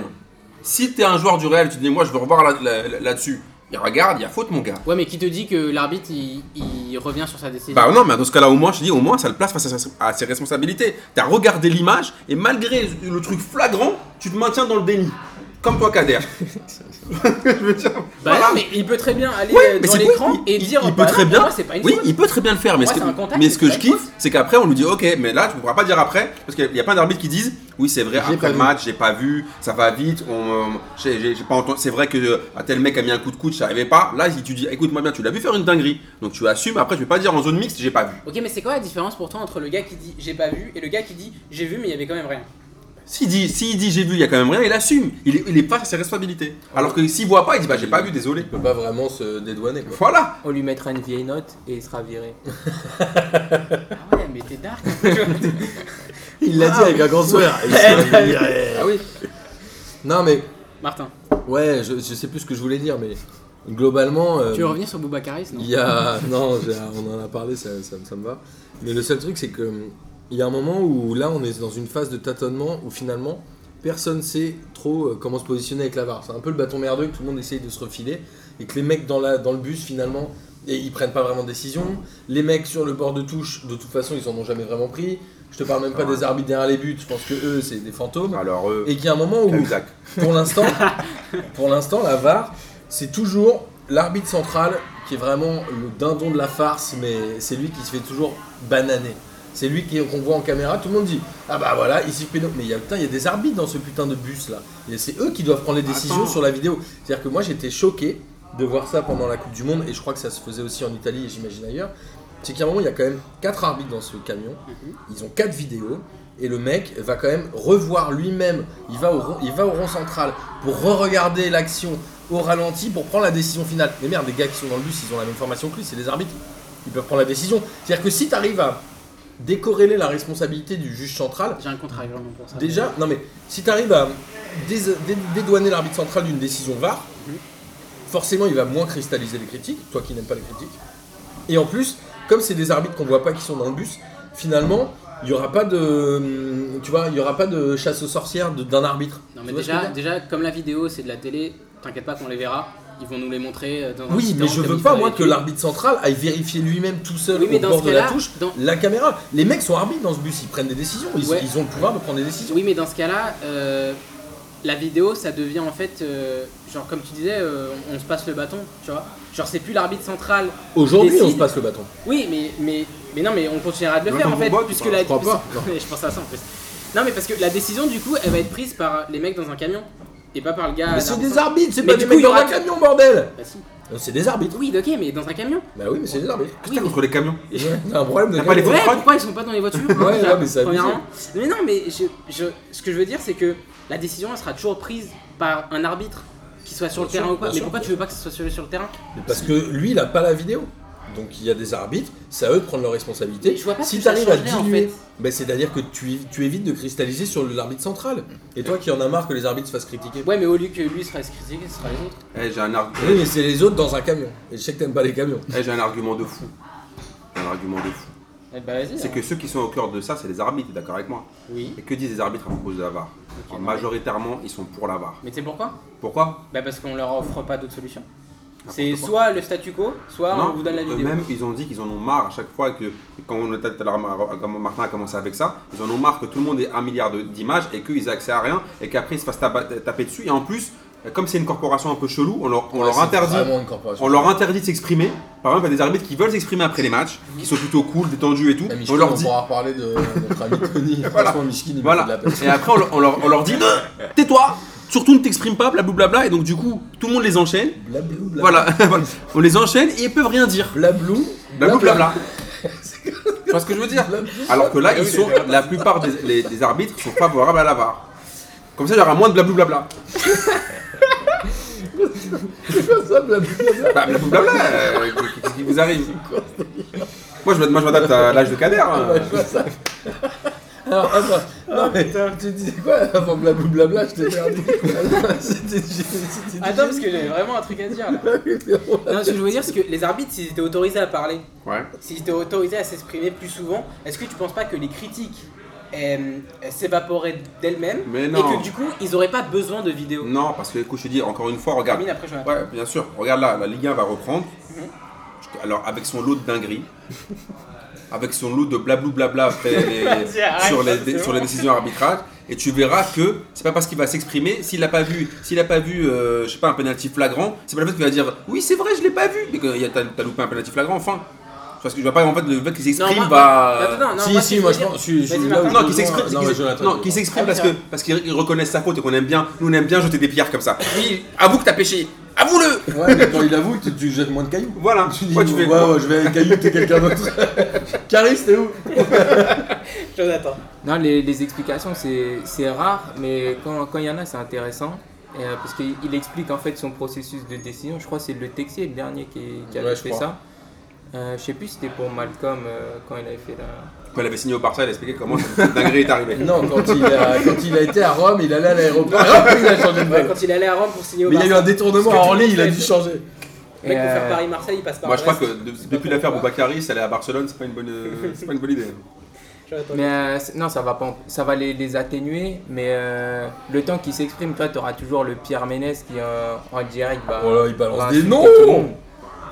[SPEAKER 3] Si t'es un joueur du Real, tu te dis moi, je veux revoir là- là- là- là-dessus. il regarde, il y a faute, mon gars.
[SPEAKER 1] Ouais, mais qui te dit que l'arbitre il, il revient sur sa décision
[SPEAKER 3] Bah non, mais dans ce cas-là, au moins, je dis, au moins, ça le place face à ses, à ses responsabilités. T'as regardé l'image et malgré le truc flagrant, tu te maintiens dans le déni. Comme toi, Kader. je veux dire,
[SPEAKER 1] Bah
[SPEAKER 3] voilà.
[SPEAKER 1] non, mais il peut très bien aller
[SPEAKER 3] Ouais,
[SPEAKER 1] euh,
[SPEAKER 3] mais
[SPEAKER 1] dans
[SPEAKER 3] c'est
[SPEAKER 1] l'écran
[SPEAKER 3] quoi Il-
[SPEAKER 1] et
[SPEAKER 3] il-
[SPEAKER 1] dire
[SPEAKER 3] il
[SPEAKER 1] bah
[SPEAKER 3] peut
[SPEAKER 1] non,
[SPEAKER 3] très
[SPEAKER 1] pour
[SPEAKER 3] bien-
[SPEAKER 1] moi, c'est pas une
[SPEAKER 3] Oui,
[SPEAKER 1] faute.
[SPEAKER 3] il peut très bien le faire, mais,
[SPEAKER 1] Pour
[SPEAKER 3] ce,
[SPEAKER 1] moi,
[SPEAKER 3] que,
[SPEAKER 1] c'est un contact,
[SPEAKER 3] mais ce que
[SPEAKER 1] c'est
[SPEAKER 3] je
[SPEAKER 1] pas une
[SPEAKER 3] kiffe, c'est qu'après on lui dit ok, mais là tu ne pourras pas dire après, parce qu'il y a plein d'arbitres qui disent oui c'est vrai,
[SPEAKER 2] J'ai
[SPEAKER 3] après
[SPEAKER 2] pas
[SPEAKER 3] le
[SPEAKER 2] vu.
[SPEAKER 3] match j'ai pas vu, ça va vite, on, euh, j'ai- j'ai j'ai pas entendu, c'est vrai que euh, un tel mec a mis un coup de coude, je savais pas, là si tu dis écoute moi bien tu l'as vu faire une dinguerie, donc tu assumes, après je vais pas dire en zone mixte j'ai pas vu.
[SPEAKER 1] Ok, mais c'est quoi la différence pour toi entre le gars qui dit j'ai pas vu et le gars qui dit j'ai vu mais il y avait quand même rien
[SPEAKER 3] S'il dit, s'il dit j'ai vu, il y a quand même rien, il assume, il est, il est face à ses responsabilités. Alors que s'il voit pas, il dit bah j'ai pas vu, désolé.
[SPEAKER 2] Il peut pas vraiment se dédouaner quoi.
[SPEAKER 3] Voilà
[SPEAKER 4] On lui mettra une vieille note et il sera viré.
[SPEAKER 1] Ah ouais, mais t'es dark
[SPEAKER 2] Il l'a dit avec un grand sourire. eh.
[SPEAKER 1] Ah oui
[SPEAKER 2] non mais
[SPEAKER 1] Martin,
[SPEAKER 2] ouais, je, je sais plus ce que je voulais dire, mais globalement, euh,
[SPEAKER 1] tu veux revenir sur Boubacaris non
[SPEAKER 2] il y a non, j'ai- on en a parlé, ça, ça me- ça me va. Mais le seul truc c'est que hum, il y a un moment où là on est dans une phase de tâtonnement où finalement personne sait trop euh, comment se positionner avec la VAR. C'est un peu le bâton merdeux que tout le monde essaye de se refiler et que les mecs dans la dans le bus finalement et ils prennent pas vraiment de décision. Les mecs sur le bord de touche, de toute façon, ils en ont jamais vraiment pris. Je te parle même pas des arbitres derrière les buts. Je pense que eux, c'est des fantômes.
[SPEAKER 3] Alors euh,
[SPEAKER 2] Et qu'il y a un moment où,
[SPEAKER 3] Cahuzac.
[SPEAKER 2] pour l'instant, pour l'instant, la VAR, c'est toujours l'arbitre central qui est vraiment le dindon de la farce, mais c'est lui qui se fait toujours bananer. C'est lui qui- qu'on voit en caméra, tout le monde dit Ah bah voilà, ici péno. Mais il y a, putain, il y a des arbitres dans ce putain de bus là. Et C'est eux qui doivent prendre les décisions
[SPEAKER 3] Attends.
[SPEAKER 2] sur la vidéo. C'est-à-dire que moi j'étais choqué de voir ça pendant la Coupe du Monde, et je crois que ça se faisait aussi en Italie et j'imagine ailleurs. C'est qu'à un moment, il y a quand même quatre arbitres dans ce camion. Ils ont quatre vidéos. Et le mec va quand même revoir lui-même. Il va au rond, il va au rond central pour re-regarder l'action au ralenti pour prendre la décision finale. Mais merde, les gars qui sont dans le bus, ils ont la même formation que lui, c'est des arbitres. Ils peuvent prendre la décision. C'est-à-dire que si tu arrives à décorréler la responsabilité du juge central,
[SPEAKER 1] J'ai un contre-argument pour ça.
[SPEAKER 2] Déjà, non mais si tu arrives à dés- dé- dédouaner l'arbitre central d'une décision VAR,
[SPEAKER 1] Mhm.
[SPEAKER 2] forcément il va moins cristalliser les critiques, toi qui n'aimes pas les critiques. Et en plus, comme c'est des arbitres qu'on voit pas qui sont dans le bus, finalement, il n'y aura pas de hum, tu vois, il y aura pas de chasse aux sorcières de- d'un arbitre.
[SPEAKER 1] Non,
[SPEAKER 2] Tu
[SPEAKER 1] mais
[SPEAKER 2] vois ce que je veux
[SPEAKER 1] déjà,
[SPEAKER 2] dire
[SPEAKER 1] déjà, comme la vidéo c'est de la télé, t'inquiète pas qu'on les verra. Ils vont nous les montrer euh, dans un
[SPEAKER 2] oui,
[SPEAKER 1] petit
[SPEAKER 2] mais
[SPEAKER 1] temps,
[SPEAKER 2] je
[SPEAKER 1] comme
[SPEAKER 2] veux
[SPEAKER 1] ils
[SPEAKER 2] pas
[SPEAKER 1] font
[SPEAKER 2] moi
[SPEAKER 1] avec
[SPEAKER 2] que
[SPEAKER 1] les-
[SPEAKER 2] l'arbitre central aille vérifier lui-même tout seul
[SPEAKER 1] Oui, mais
[SPEAKER 2] au
[SPEAKER 1] dans
[SPEAKER 2] bord
[SPEAKER 1] ce
[SPEAKER 2] de la
[SPEAKER 1] cas-là,
[SPEAKER 2] touche.
[SPEAKER 1] dans-
[SPEAKER 2] La caméra, les mecs sont arbitres dans ce bus, ils prennent des décisions, ils,
[SPEAKER 1] Ouais.
[SPEAKER 2] ils ont le pouvoir de prendre des décisions.
[SPEAKER 1] Oui, mais dans ce cas-là, euh, la vidéo, ça devient en fait, euh, genre comme tu disais, euh, on, on se passe le bâton, tu vois. Genre c'est plus l'arbitre central.
[SPEAKER 2] Aujourd'hui, on se
[SPEAKER 1] Décide.
[SPEAKER 2] passe le bâton.
[SPEAKER 1] Oui, mais mais mais non, mais on continuera de le
[SPEAKER 3] Mais
[SPEAKER 1] faire
[SPEAKER 3] attends,
[SPEAKER 1] en fait,
[SPEAKER 3] pourquoi tu
[SPEAKER 1] puisque
[SPEAKER 3] parles
[SPEAKER 1] la.
[SPEAKER 2] bah, Je crois pas,
[SPEAKER 1] je pense à ça en plus. Non, mais parce que la décision du coup, elle va être prise par les mecs dans un camion et pas par le gars.
[SPEAKER 2] Mais c'est
[SPEAKER 1] l'arbitre
[SPEAKER 2] des
[SPEAKER 1] central.
[SPEAKER 2] arbitres, c'est
[SPEAKER 1] Mais du
[SPEAKER 2] pas des
[SPEAKER 1] coup,
[SPEAKER 2] mecs
[SPEAKER 1] il y
[SPEAKER 2] dans
[SPEAKER 1] aura-
[SPEAKER 2] un camion, bordel
[SPEAKER 1] Bah, si.
[SPEAKER 2] Non, C'est des arbitres.
[SPEAKER 1] Oui, ok, mais dans un camion.
[SPEAKER 2] Bah oui, mais c'est des arbitres.
[SPEAKER 3] Putain, contre les camions.
[SPEAKER 2] Il y a un problème de
[SPEAKER 3] T'as pas les
[SPEAKER 2] camion.
[SPEAKER 1] Ouais,
[SPEAKER 3] Votre
[SPEAKER 1] pourquoi ils sont pas dans les voitures hein,
[SPEAKER 2] Ouais,
[SPEAKER 1] déjà,
[SPEAKER 2] ouais, mais c'est abusé.
[SPEAKER 1] premièrement. Mais non, mais je, je- ce que je veux dire, c'est que la décision, elle sera toujours prise par un arbitre, qu'il soit sur
[SPEAKER 2] Bien
[SPEAKER 1] le
[SPEAKER 2] sûr,
[SPEAKER 1] terrain ou pas.
[SPEAKER 2] bien
[SPEAKER 1] Mais
[SPEAKER 2] sûr.
[SPEAKER 1] pourquoi tu veux pas que ce soit sur, sur le terrain
[SPEAKER 2] Mais Parce que lui, il a pas la vidéo. Donc il y a des arbitres, c'est à eux de prendre leurs responsabilités.
[SPEAKER 1] Mais je vois pas
[SPEAKER 2] si
[SPEAKER 1] ce que ça
[SPEAKER 2] t'arrives à
[SPEAKER 1] changerait, en
[SPEAKER 2] diluer,
[SPEAKER 1] fait.
[SPEAKER 2] bah, c'est-à-dire que tu, tu évites de cristalliser sur l'arbitre central. Et toi qui en as marre que les arbitres se fassent critiquer.
[SPEAKER 1] Ouais, mais au lieu que lui se fasse critiquer, ce sera les autres.
[SPEAKER 3] Eh, j'ai un arbitre.
[SPEAKER 2] Oui, mais c'est les autres dans un camion. Et je sais que t'aimes pas les camions.
[SPEAKER 3] Eh, j'ai un argument de fou. Un argument de fou.
[SPEAKER 1] Eh bah vas-y.
[SPEAKER 3] C'est
[SPEAKER 1] hein.
[SPEAKER 3] que ceux qui sont au cœur de ça, c'est les arbitres, t'es d'accord avec moi
[SPEAKER 1] Oui.
[SPEAKER 3] Et que disent les arbitres à propos de la VAR Alors, Majoritairement, ils sont pour la VAR.
[SPEAKER 1] Mais tu sais pourquoi
[SPEAKER 3] Pourquoi
[SPEAKER 1] Bah parce qu'on leur offre pas d'autres solutions. C'est
[SPEAKER 3] N'importe quoi. euh,
[SPEAKER 1] soit le statu quo, soit on vous donne la vidéo.
[SPEAKER 3] eux-mêmes, ils ont dit qu'ils en ont marre à chaque fois que, quand on était tout à l'heure, Mar- quand Martin a commencé avec ça, ils en ont marre que tout le monde ait un milliard de- d'images et qu'ils aient accès à rien et qu'après ils se fassent taba- taper dessus. Et en plus, comme c'est une corporation un peu chelou, on leur, on leur
[SPEAKER 2] Ah, C'est
[SPEAKER 3] interdit.
[SPEAKER 2] vraiment une corporation.
[SPEAKER 3] On leur interdit de s'exprimer. Par exemple, il y a des arbitres qui veulent s'exprimer après les matchs, qui sont plutôt cool, détendus et tout.
[SPEAKER 2] Même Mishkin,
[SPEAKER 3] On
[SPEAKER 2] on
[SPEAKER 3] leur dit,
[SPEAKER 2] pourra parler de notre ami Tony.
[SPEAKER 3] Voilà.
[SPEAKER 2] Franchement, Mishkin, il me fait de la
[SPEAKER 3] Voilà.
[SPEAKER 2] peine.
[SPEAKER 3] Et après, on leur, on leur- on leur dit tais-toi, surtout ne t'exprime pas, blablabla. Et donc, du coup, tout le monde les enchaîne.
[SPEAKER 2] Blablou, blablou.
[SPEAKER 3] Voilà, Voilà. on les enchaîne et ils peuvent rien dire.
[SPEAKER 2] Blablou.
[SPEAKER 3] Blablabla. Tu vois ce que je veux dire Alors que là, ils sont, la plupart des, les- des arbitres sont favorables à la VAR. Comme ça, il y aura moins de blablabla.
[SPEAKER 2] Ça, blablou, blablou.
[SPEAKER 3] Bah, blablabla, euh, qu'est-ce qui vous arrive Moi, je m'ad- moi, je m'adapte à l'âge de Kader.
[SPEAKER 2] Ah,
[SPEAKER 3] hein.
[SPEAKER 2] bah, je vois ça. Alors, attends, non, mais tu disais quoi avant blablabla, je t'ai perdu. C'était- c'était-
[SPEAKER 1] Attends, parce que j'ai vraiment un truc à dire là. Non, ce que je veux dire, c'est que les arbitres, s'ils étaient autorisés à parler,
[SPEAKER 3] Ouais.
[SPEAKER 1] s'ils étaient autorisés à s'exprimer plus souvent, est-ce que tu penses pas que les critiques euh, elles s'évaporaient d'elles-mêmes
[SPEAKER 3] Mais
[SPEAKER 1] et
[SPEAKER 3] non.
[SPEAKER 1] que du coup, ils auraient pas besoin de vidéos
[SPEAKER 3] Non, parce que écoute, je te dis encore une fois,
[SPEAKER 1] Je
[SPEAKER 3] regarde.
[SPEAKER 1] termine après, Jonathan.
[SPEAKER 3] Ouais, bien sûr. Regarde là, la Ligue 1 va reprendre.
[SPEAKER 1] Mhm.
[SPEAKER 3] Je- Alors, avec son lot de dingueries, avec son lot de blablou blabla après les-
[SPEAKER 1] Vas-y, arrête,
[SPEAKER 3] sur, les,
[SPEAKER 1] parce que-
[SPEAKER 3] sur les décisions arbitrales, et tu verras que c'est pas parce qu'il va s'exprimer, s'il n'a pas vu, s'il a pas vu, euh, je sais pas, un penalty flagrant, c'est pas le fait qu'il va dire oui, c'est vrai, je l'ai pas vu, mais que y a- t'as t'as loupé un penalty flagrant, enfin. Parce que je vois pas en fait le fait qu'il s'exprime
[SPEAKER 1] moi-
[SPEAKER 3] va.
[SPEAKER 1] Non, non, non,
[SPEAKER 2] si,
[SPEAKER 1] moi, ce
[SPEAKER 2] si,
[SPEAKER 1] que
[SPEAKER 2] moi
[SPEAKER 1] veux
[SPEAKER 2] je
[SPEAKER 1] dire-
[SPEAKER 2] pense. je suis- je suis
[SPEAKER 1] Vas-y,
[SPEAKER 2] là où
[SPEAKER 1] Martin.
[SPEAKER 2] je
[SPEAKER 3] Non, qui
[SPEAKER 2] te
[SPEAKER 3] s'exprime,
[SPEAKER 2] rejoins.
[SPEAKER 3] non,
[SPEAKER 2] mais Jonathan, je
[SPEAKER 3] qui
[SPEAKER 2] te
[SPEAKER 3] s'exprime
[SPEAKER 1] Ah,
[SPEAKER 3] parce que
[SPEAKER 1] putain.
[SPEAKER 3] parce qu'ils reconnaissent sa faute et qu'on aime bien. Nous on aime bien jeter des pierres comme ça. Oui, avoue que t'as péché. Avoue-le.
[SPEAKER 2] rejoins. Ouais, mais quand il avoue, tu, tu jettes moins de cailloux.
[SPEAKER 3] Voilà.
[SPEAKER 2] Tu dis,
[SPEAKER 3] Moi, tu fais-
[SPEAKER 2] ouais, ouais, je vais avec cailloux, t'es quelqu'un d'autre. Caris, t'es où
[SPEAKER 1] Jonathan.
[SPEAKER 4] Non, les, les explications, c'est c'est rare, mais quand quand il y en a, c'est intéressant. Et, euh, parce qu'il il explique en fait son processus de décision. Je crois que c'est le Texier, le dernier qui, qui avait
[SPEAKER 2] Ouais, je
[SPEAKER 4] fait
[SPEAKER 2] crois.
[SPEAKER 4] ça. Euh, je sais plus si c'était pour Malcolm euh, quand il avait fait la.
[SPEAKER 3] Quand il Bah, avait signé au Barça, il a expliqué comment cette dinguerie est arrivée.
[SPEAKER 2] Non, quand il, a, quand il a été à Rome, il allait à l'aéroport. Hop, il a changé de
[SPEAKER 1] Ouais,
[SPEAKER 2] balle.
[SPEAKER 1] quand il allait à Rome pour signer au
[SPEAKER 2] Mais il y a eu
[SPEAKER 1] Barça,
[SPEAKER 2] un détournement
[SPEAKER 1] Parce que
[SPEAKER 2] à
[SPEAKER 1] tout le
[SPEAKER 2] Orly,
[SPEAKER 1] monde
[SPEAKER 2] il a
[SPEAKER 1] fait-
[SPEAKER 2] dû changer.
[SPEAKER 1] le mec, pour
[SPEAKER 4] Et,
[SPEAKER 1] faire
[SPEAKER 4] euh,
[SPEAKER 1] Paris-Marseille, il passe par
[SPEAKER 3] Moi, je crois
[SPEAKER 1] Brest.
[SPEAKER 3] que de- depuis l'affaire Boubacari, c'est allé à Barcelone, c'est pas une bonne, euh, c'est pas une bonne idée.
[SPEAKER 1] Jonathan.
[SPEAKER 4] Mais euh, c'est- non, ça va pas, en- ça va les, les atténuer. Mais euh, le temps qu'il s'exprime, toi, t'auras toujours le Pierre Ménès qui euh, en direct va.
[SPEAKER 2] Oh là, il balance
[SPEAKER 4] va
[SPEAKER 2] des
[SPEAKER 4] insulter
[SPEAKER 2] noms
[SPEAKER 4] tout le monde.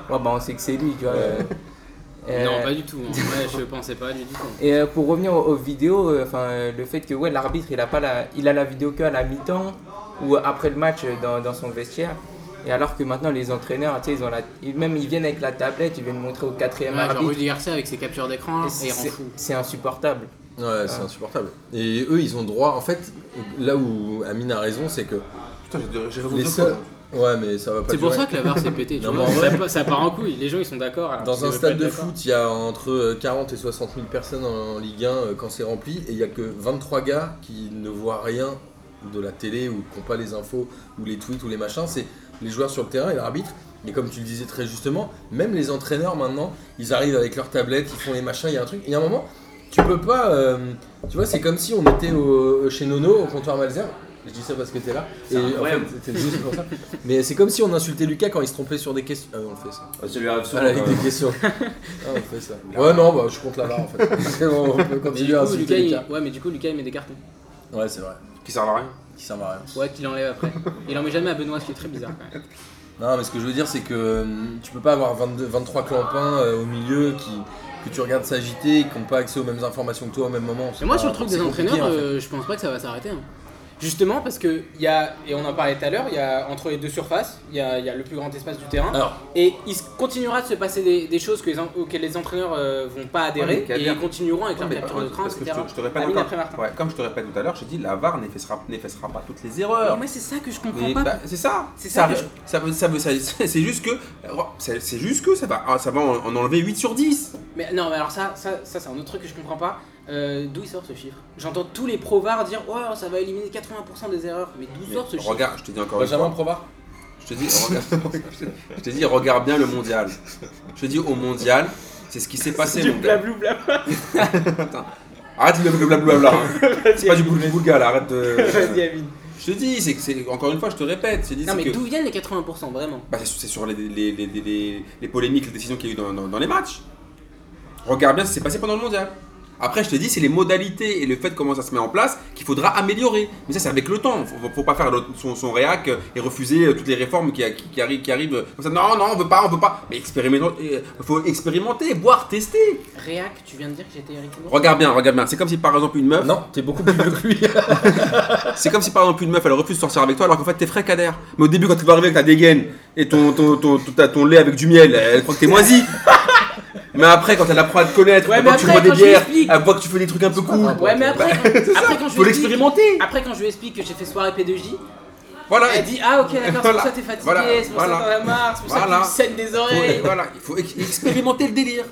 [SPEAKER 4] Ouais, bah on sait que c'est lui, tu vois. euh. Euh,
[SPEAKER 1] Non, pas du tout. hein. Ouais, je pensais pas du tout.
[SPEAKER 4] Et euh, pour revenir aux, aux vidéos, euh, enfin euh, le fait que ouais, l'arbitre il a pas la, il a la vidéo que à la mi-temps ou après le match euh, dans, dans son vestiaire. Et alors que maintenant les entraîneurs, tu sais, ils ont la, ils- même ils viennent avec la tablette, ils viennent montrer au quatrième
[SPEAKER 1] Ouais, genre
[SPEAKER 4] arbitre.
[SPEAKER 1] Rudy Garcia avec ses captures d'écran,
[SPEAKER 4] Et
[SPEAKER 1] et il rend
[SPEAKER 4] c'est-
[SPEAKER 1] fou.
[SPEAKER 4] C'est insupportable.
[SPEAKER 2] Ouais, c'est insupportable. Et eux, ils ont droit. En fait, là où Amine a raison, c'est que
[SPEAKER 3] Putain, j'ai- j'ai raison
[SPEAKER 2] les
[SPEAKER 3] deux fois.
[SPEAKER 2] seuls. Ouais, mais ça va pas
[SPEAKER 1] C'est pour
[SPEAKER 2] durer.
[SPEAKER 1] ça que la barre s'est pétée. tu
[SPEAKER 2] Non,
[SPEAKER 1] vois.
[SPEAKER 2] mais en vrai-
[SPEAKER 1] Ça pa- ça part en couille. Les gens ils sont d'accord. alors
[SPEAKER 2] Dans
[SPEAKER 1] qu'ils
[SPEAKER 2] un
[SPEAKER 1] veulent
[SPEAKER 2] stade
[SPEAKER 1] pas
[SPEAKER 2] de
[SPEAKER 1] être d'accord.
[SPEAKER 2] foot, il y a entre 40 et 60 000 personnes en Ligue 1 euh, quand c'est rempli, et il y a que 23 gars qui ne voient rien de la télé ou qui n'ont pas les infos ou les tweets ou les machins. C'est les joueurs sur le terrain et l'arbitre. Mais comme tu le disais très justement, même les entraîneurs maintenant, ils arrivent avec leur tablette, ils font les machins, il y a un truc. Il y a un moment, tu peux pas. euh, tu vois, c'est comme si on était au- euh, chez Nono au comptoir Malzerbe. Je dis ça parce que t'es là. Et en fait,
[SPEAKER 5] incroyable.
[SPEAKER 2] c'était juste pour ça. Mais c'est comme si on insultait Lucas quand il se trompait sur des questions. Ah, on le fait ça.
[SPEAKER 5] Ah, Ça lui arrive souvent.
[SPEAKER 2] Voilà,
[SPEAKER 3] euh,
[SPEAKER 2] avec
[SPEAKER 5] quand
[SPEAKER 1] euh,
[SPEAKER 5] même.
[SPEAKER 2] des questions. Ah, on fait ça. Ouais, non, bah, je compte la barre en fait. C'est bon, on peut
[SPEAKER 1] Mais
[SPEAKER 2] continuer
[SPEAKER 1] du
[SPEAKER 2] à
[SPEAKER 1] coup, Lucas,
[SPEAKER 2] insulter
[SPEAKER 1] il-
[SPEAKER 2] Lucas.
[SPEAKER 1] Ouais, mais du coup, Lucas il met des cartons.
[SPEAKER 2] Ouais, c'est vrai.
[SPEAKER 3] Qui servent à rien.
[SPEAKER 2] Qui servent à rien.
[SPEAKER 1] Ouais, qu'il enlève après. Il en met jamais à Benoît, ce qui est très bizarre quand même.
[SPEAKER 2] Non, mais ce que je veux dire, c'est que hum, tu peux pas avoir 22, 23 clampins euh, au milieu qui, que tu regardes s'agiter et qui n'ont pas accès aux mêmes informations que toi au même moment. C'est
[SPEAKER 1] Mais moi,
[SPEAKER 2] pas-
[SPEAKER 1] sur le truc
[SPEAKER 2] c'est
[SPEAKER 1] des
[SPEAKER 2] compliqué,
[SPEAKER 1] entraîneurs,
[SPEAKER 2] en fait.
[SPEAKER 1] euh, je pense pas que ça va s'arrêter. hein. Justement, parce que il y a, et on en parlait tout à l'heure, il y a entre les deux surfaces, il y a, il y a le plus grand espace du terrain.
[SPEAKER 2] Alors,
[SPEAKER 1] Et il se- continuera de se passer des, des choses que les en- auxquelles les entraîneurs euh, vont pas adhérer
[SPEAKER 3] Ouais, mais
[SPEAKER 1] et
[SPEAKER 3] Kader-
[SPEAKER 1] ils continueront avec leur
[SPEAKER 3] Mais,
[SPEAKER 1] capture de
[SPEAKER 3] euh,
[SPEAKER 1] train,
[SPEAKER 3] parce que je
[SPEAKER 1] etc.
[SPEAKER 3] te, je te répète
[SPEAKER 1] Amine
[SPEAKER 3] encore.
[SPEAKER 1] après Martin.
[SPEAKER 3] Ouais, comme je te répète tout à l'heure, je te dis, la VAR n'effacera n'effacera pas toutes les
[SPEAKER 1] Mais
[SPEAKER 3] erreurs.
[SPEAKER 1] moi, c'est ça que je comprends
[SPEAKER 3] Mais,
[SPEAKER 1] pas.
[SPEAKER 3] bah, c'est ça.
[SPEAKER 1] C'est ça que
[SPEAKER 3] veut- ça veut- ça veut- ça- c'est juste que, euh, c'est c'est juste que ça va, ah, ça va en, en enlever 8 sur 10.
[SPEAKER 1] Mais non, mais alors ça, ça, ça c'est un autre truc que je comprends pas. Euh, d'où il sort ce chiffre J'entends tous les provards dire Ouais, ça va éliminer 80% des erreurs. Mais d'où sort ce
[SPEAKER 3] Mais
[SPEAKER 1] chiffre
[SPEAKER 3] regarde, je te dis encore une
[SPEAKER 2] Benjamin
[SPEAKER 3] fois.
[SPEAKER 2] Provard
[SPEAKER 3] Je te dis, regarde, je te dis, regarde bien le mondial. Je te dis, au mondial, c'est ce qui s'est passé. mon gars.
[SPEAKER 1] blablou blabla.
[SPEAKER 3] Arrête le blablabla. hein. C'est pas du boule boulga là, arrête de.
[SPEAKER 1] Amine.
[SPEAKER 3] Je te dis, c'est que c'est encore une fois, je te répète, je te dis,
[SPEAKER 1] Non, mais
[SPEAKER 3] c'est que
[SPEAKER 1] d'où viennent les 80% vraiment
[SPEAKER 3] bah, c'est sur- c'est sur les, les, les, les- les- les polémiques, les décisions qu'il y a eu dans, dans- dans les matchs. Regarde bien ce qui s'est passé pendant le mondial. Après, je te dis, c'est les modalités et le fait de comment ça se met en place qu'il faudra améliorer. Mais ça, c'est avec le temps. Faut, faut pas faire le- son, son réac et refuser euh, toutes les réformes qui, qui, qui arrivent, qui arrivent. euh, Comme ça, non, non, on veut pas, on veut pas. Mais expérimentons- euh, faut expérimenter, voir, tester.
[SPEAKER 1] Réac, tu viens de dire que j'étais Eric Zemmour
[SPEAKER 3] Regarde bien, regarde bien. C'est comme si par exemple une meuf,
[SPEAKER 2] Non, t'es beaucoup plus vieux que lui.
[SPEAKER 3] c'est comme si par exemple une meuf, elle refuse de sortir avec toi alors qu'en fait t'es frais Kader. Mais au début, quand tu vas arriver avec ta dégaine et ton, ton, ton, ton, t'as ton lait avec du miel, elle croit que t'es moisi. mais après, quand elle apprend à te connaître,
[SPEAKER 1] Ouais,
[SPEAKER 3] elle
[SPEAKER 1] mais
[SPEAKER 3] voit que tu
[SPEAKER 1] après,
[SPEAKER 3] bois des
[SPEAKER 1] quand je lui
[SPEAKER 3] bières,
[SPEAKER 1] explique-
[SPEAKER 3] elle voit que tu fais des trucs un peu cool.
[SPEAKER 1] Ouais, mais après, quand- après quand je
[SPEAKER 3] bah, Faut
[SPEAKER 1] lui explique,
[SPEAKER 3] l'expérimenter.
[SPEAKER 1] après quand je lui explique que j'ai fait soirée P2J,
[SPEAKER 3] Voilà.
[SPEAKER 1] elle dit ah ok d'accord, c'est pour
[SPEAKER 3] Voilà.
[SPEAKER 1] ça que t'es fatigué,
[SPEAKER 3] Voilà.
[SPEAKER 1] c'est pour ça que t'en as marre, c'est pour
[SPEAKER 3] Voilà.
[SPEAKER 1] ça que tu saignes des
[SPEAKER 3] Faut-
[SPEAKER 1] oreilles.
[SPEAKER 3] voilà, il faut ex- expérimenter le délire.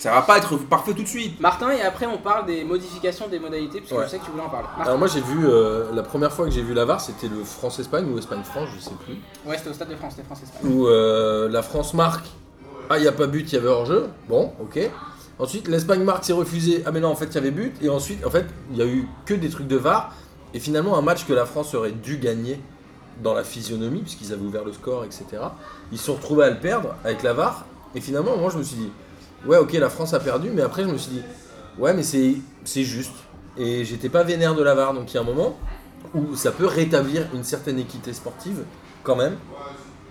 [SPEAKER 3] Ça va pas être parfait tout de suite.
[SPEAKER 1] Martin et après on parle des modifications des modalités parce que
[SPEAKER 2] Ouais.
[SPEAKER 1] je sais que tu voulais en parler. Martin,
[SPEAKER 2] Alors, moi, j'ai vu. euh, la première fois que j'ai vu la VAR, c'était le France-Espagne ou Espagne-France, je sais plus.
[SPEAKER 1] ouais c'était au stade de France, c'était France Espagne.
[SPEAKER 2] où euh, la France marque. Ah, il n'y a pas but, il y avait hors-jeu. Bon, ok. Ensuite, l'Espagne marque, c'est refusé. Ah, mais non, en fait, il y avait but. Et ensuite, en fait, il y a eu que des trucs de VAR. Et finalement, un match que la France aurait dû gagner dans la physionomie, puisqu'ils avaient ouvert le score, etc. Ils se sont retrouvés à le perdre avec la VAR. Et finalement, moi, je me suis dit, ouais, ok, la France a perdu. Mais après, je me suis dit, ouais, mais c'est c'est juste. Et j'étais pas vénère de la VAR. Donc, il y a un moment où ça peut rétablir une certaine équité sportive, quand même,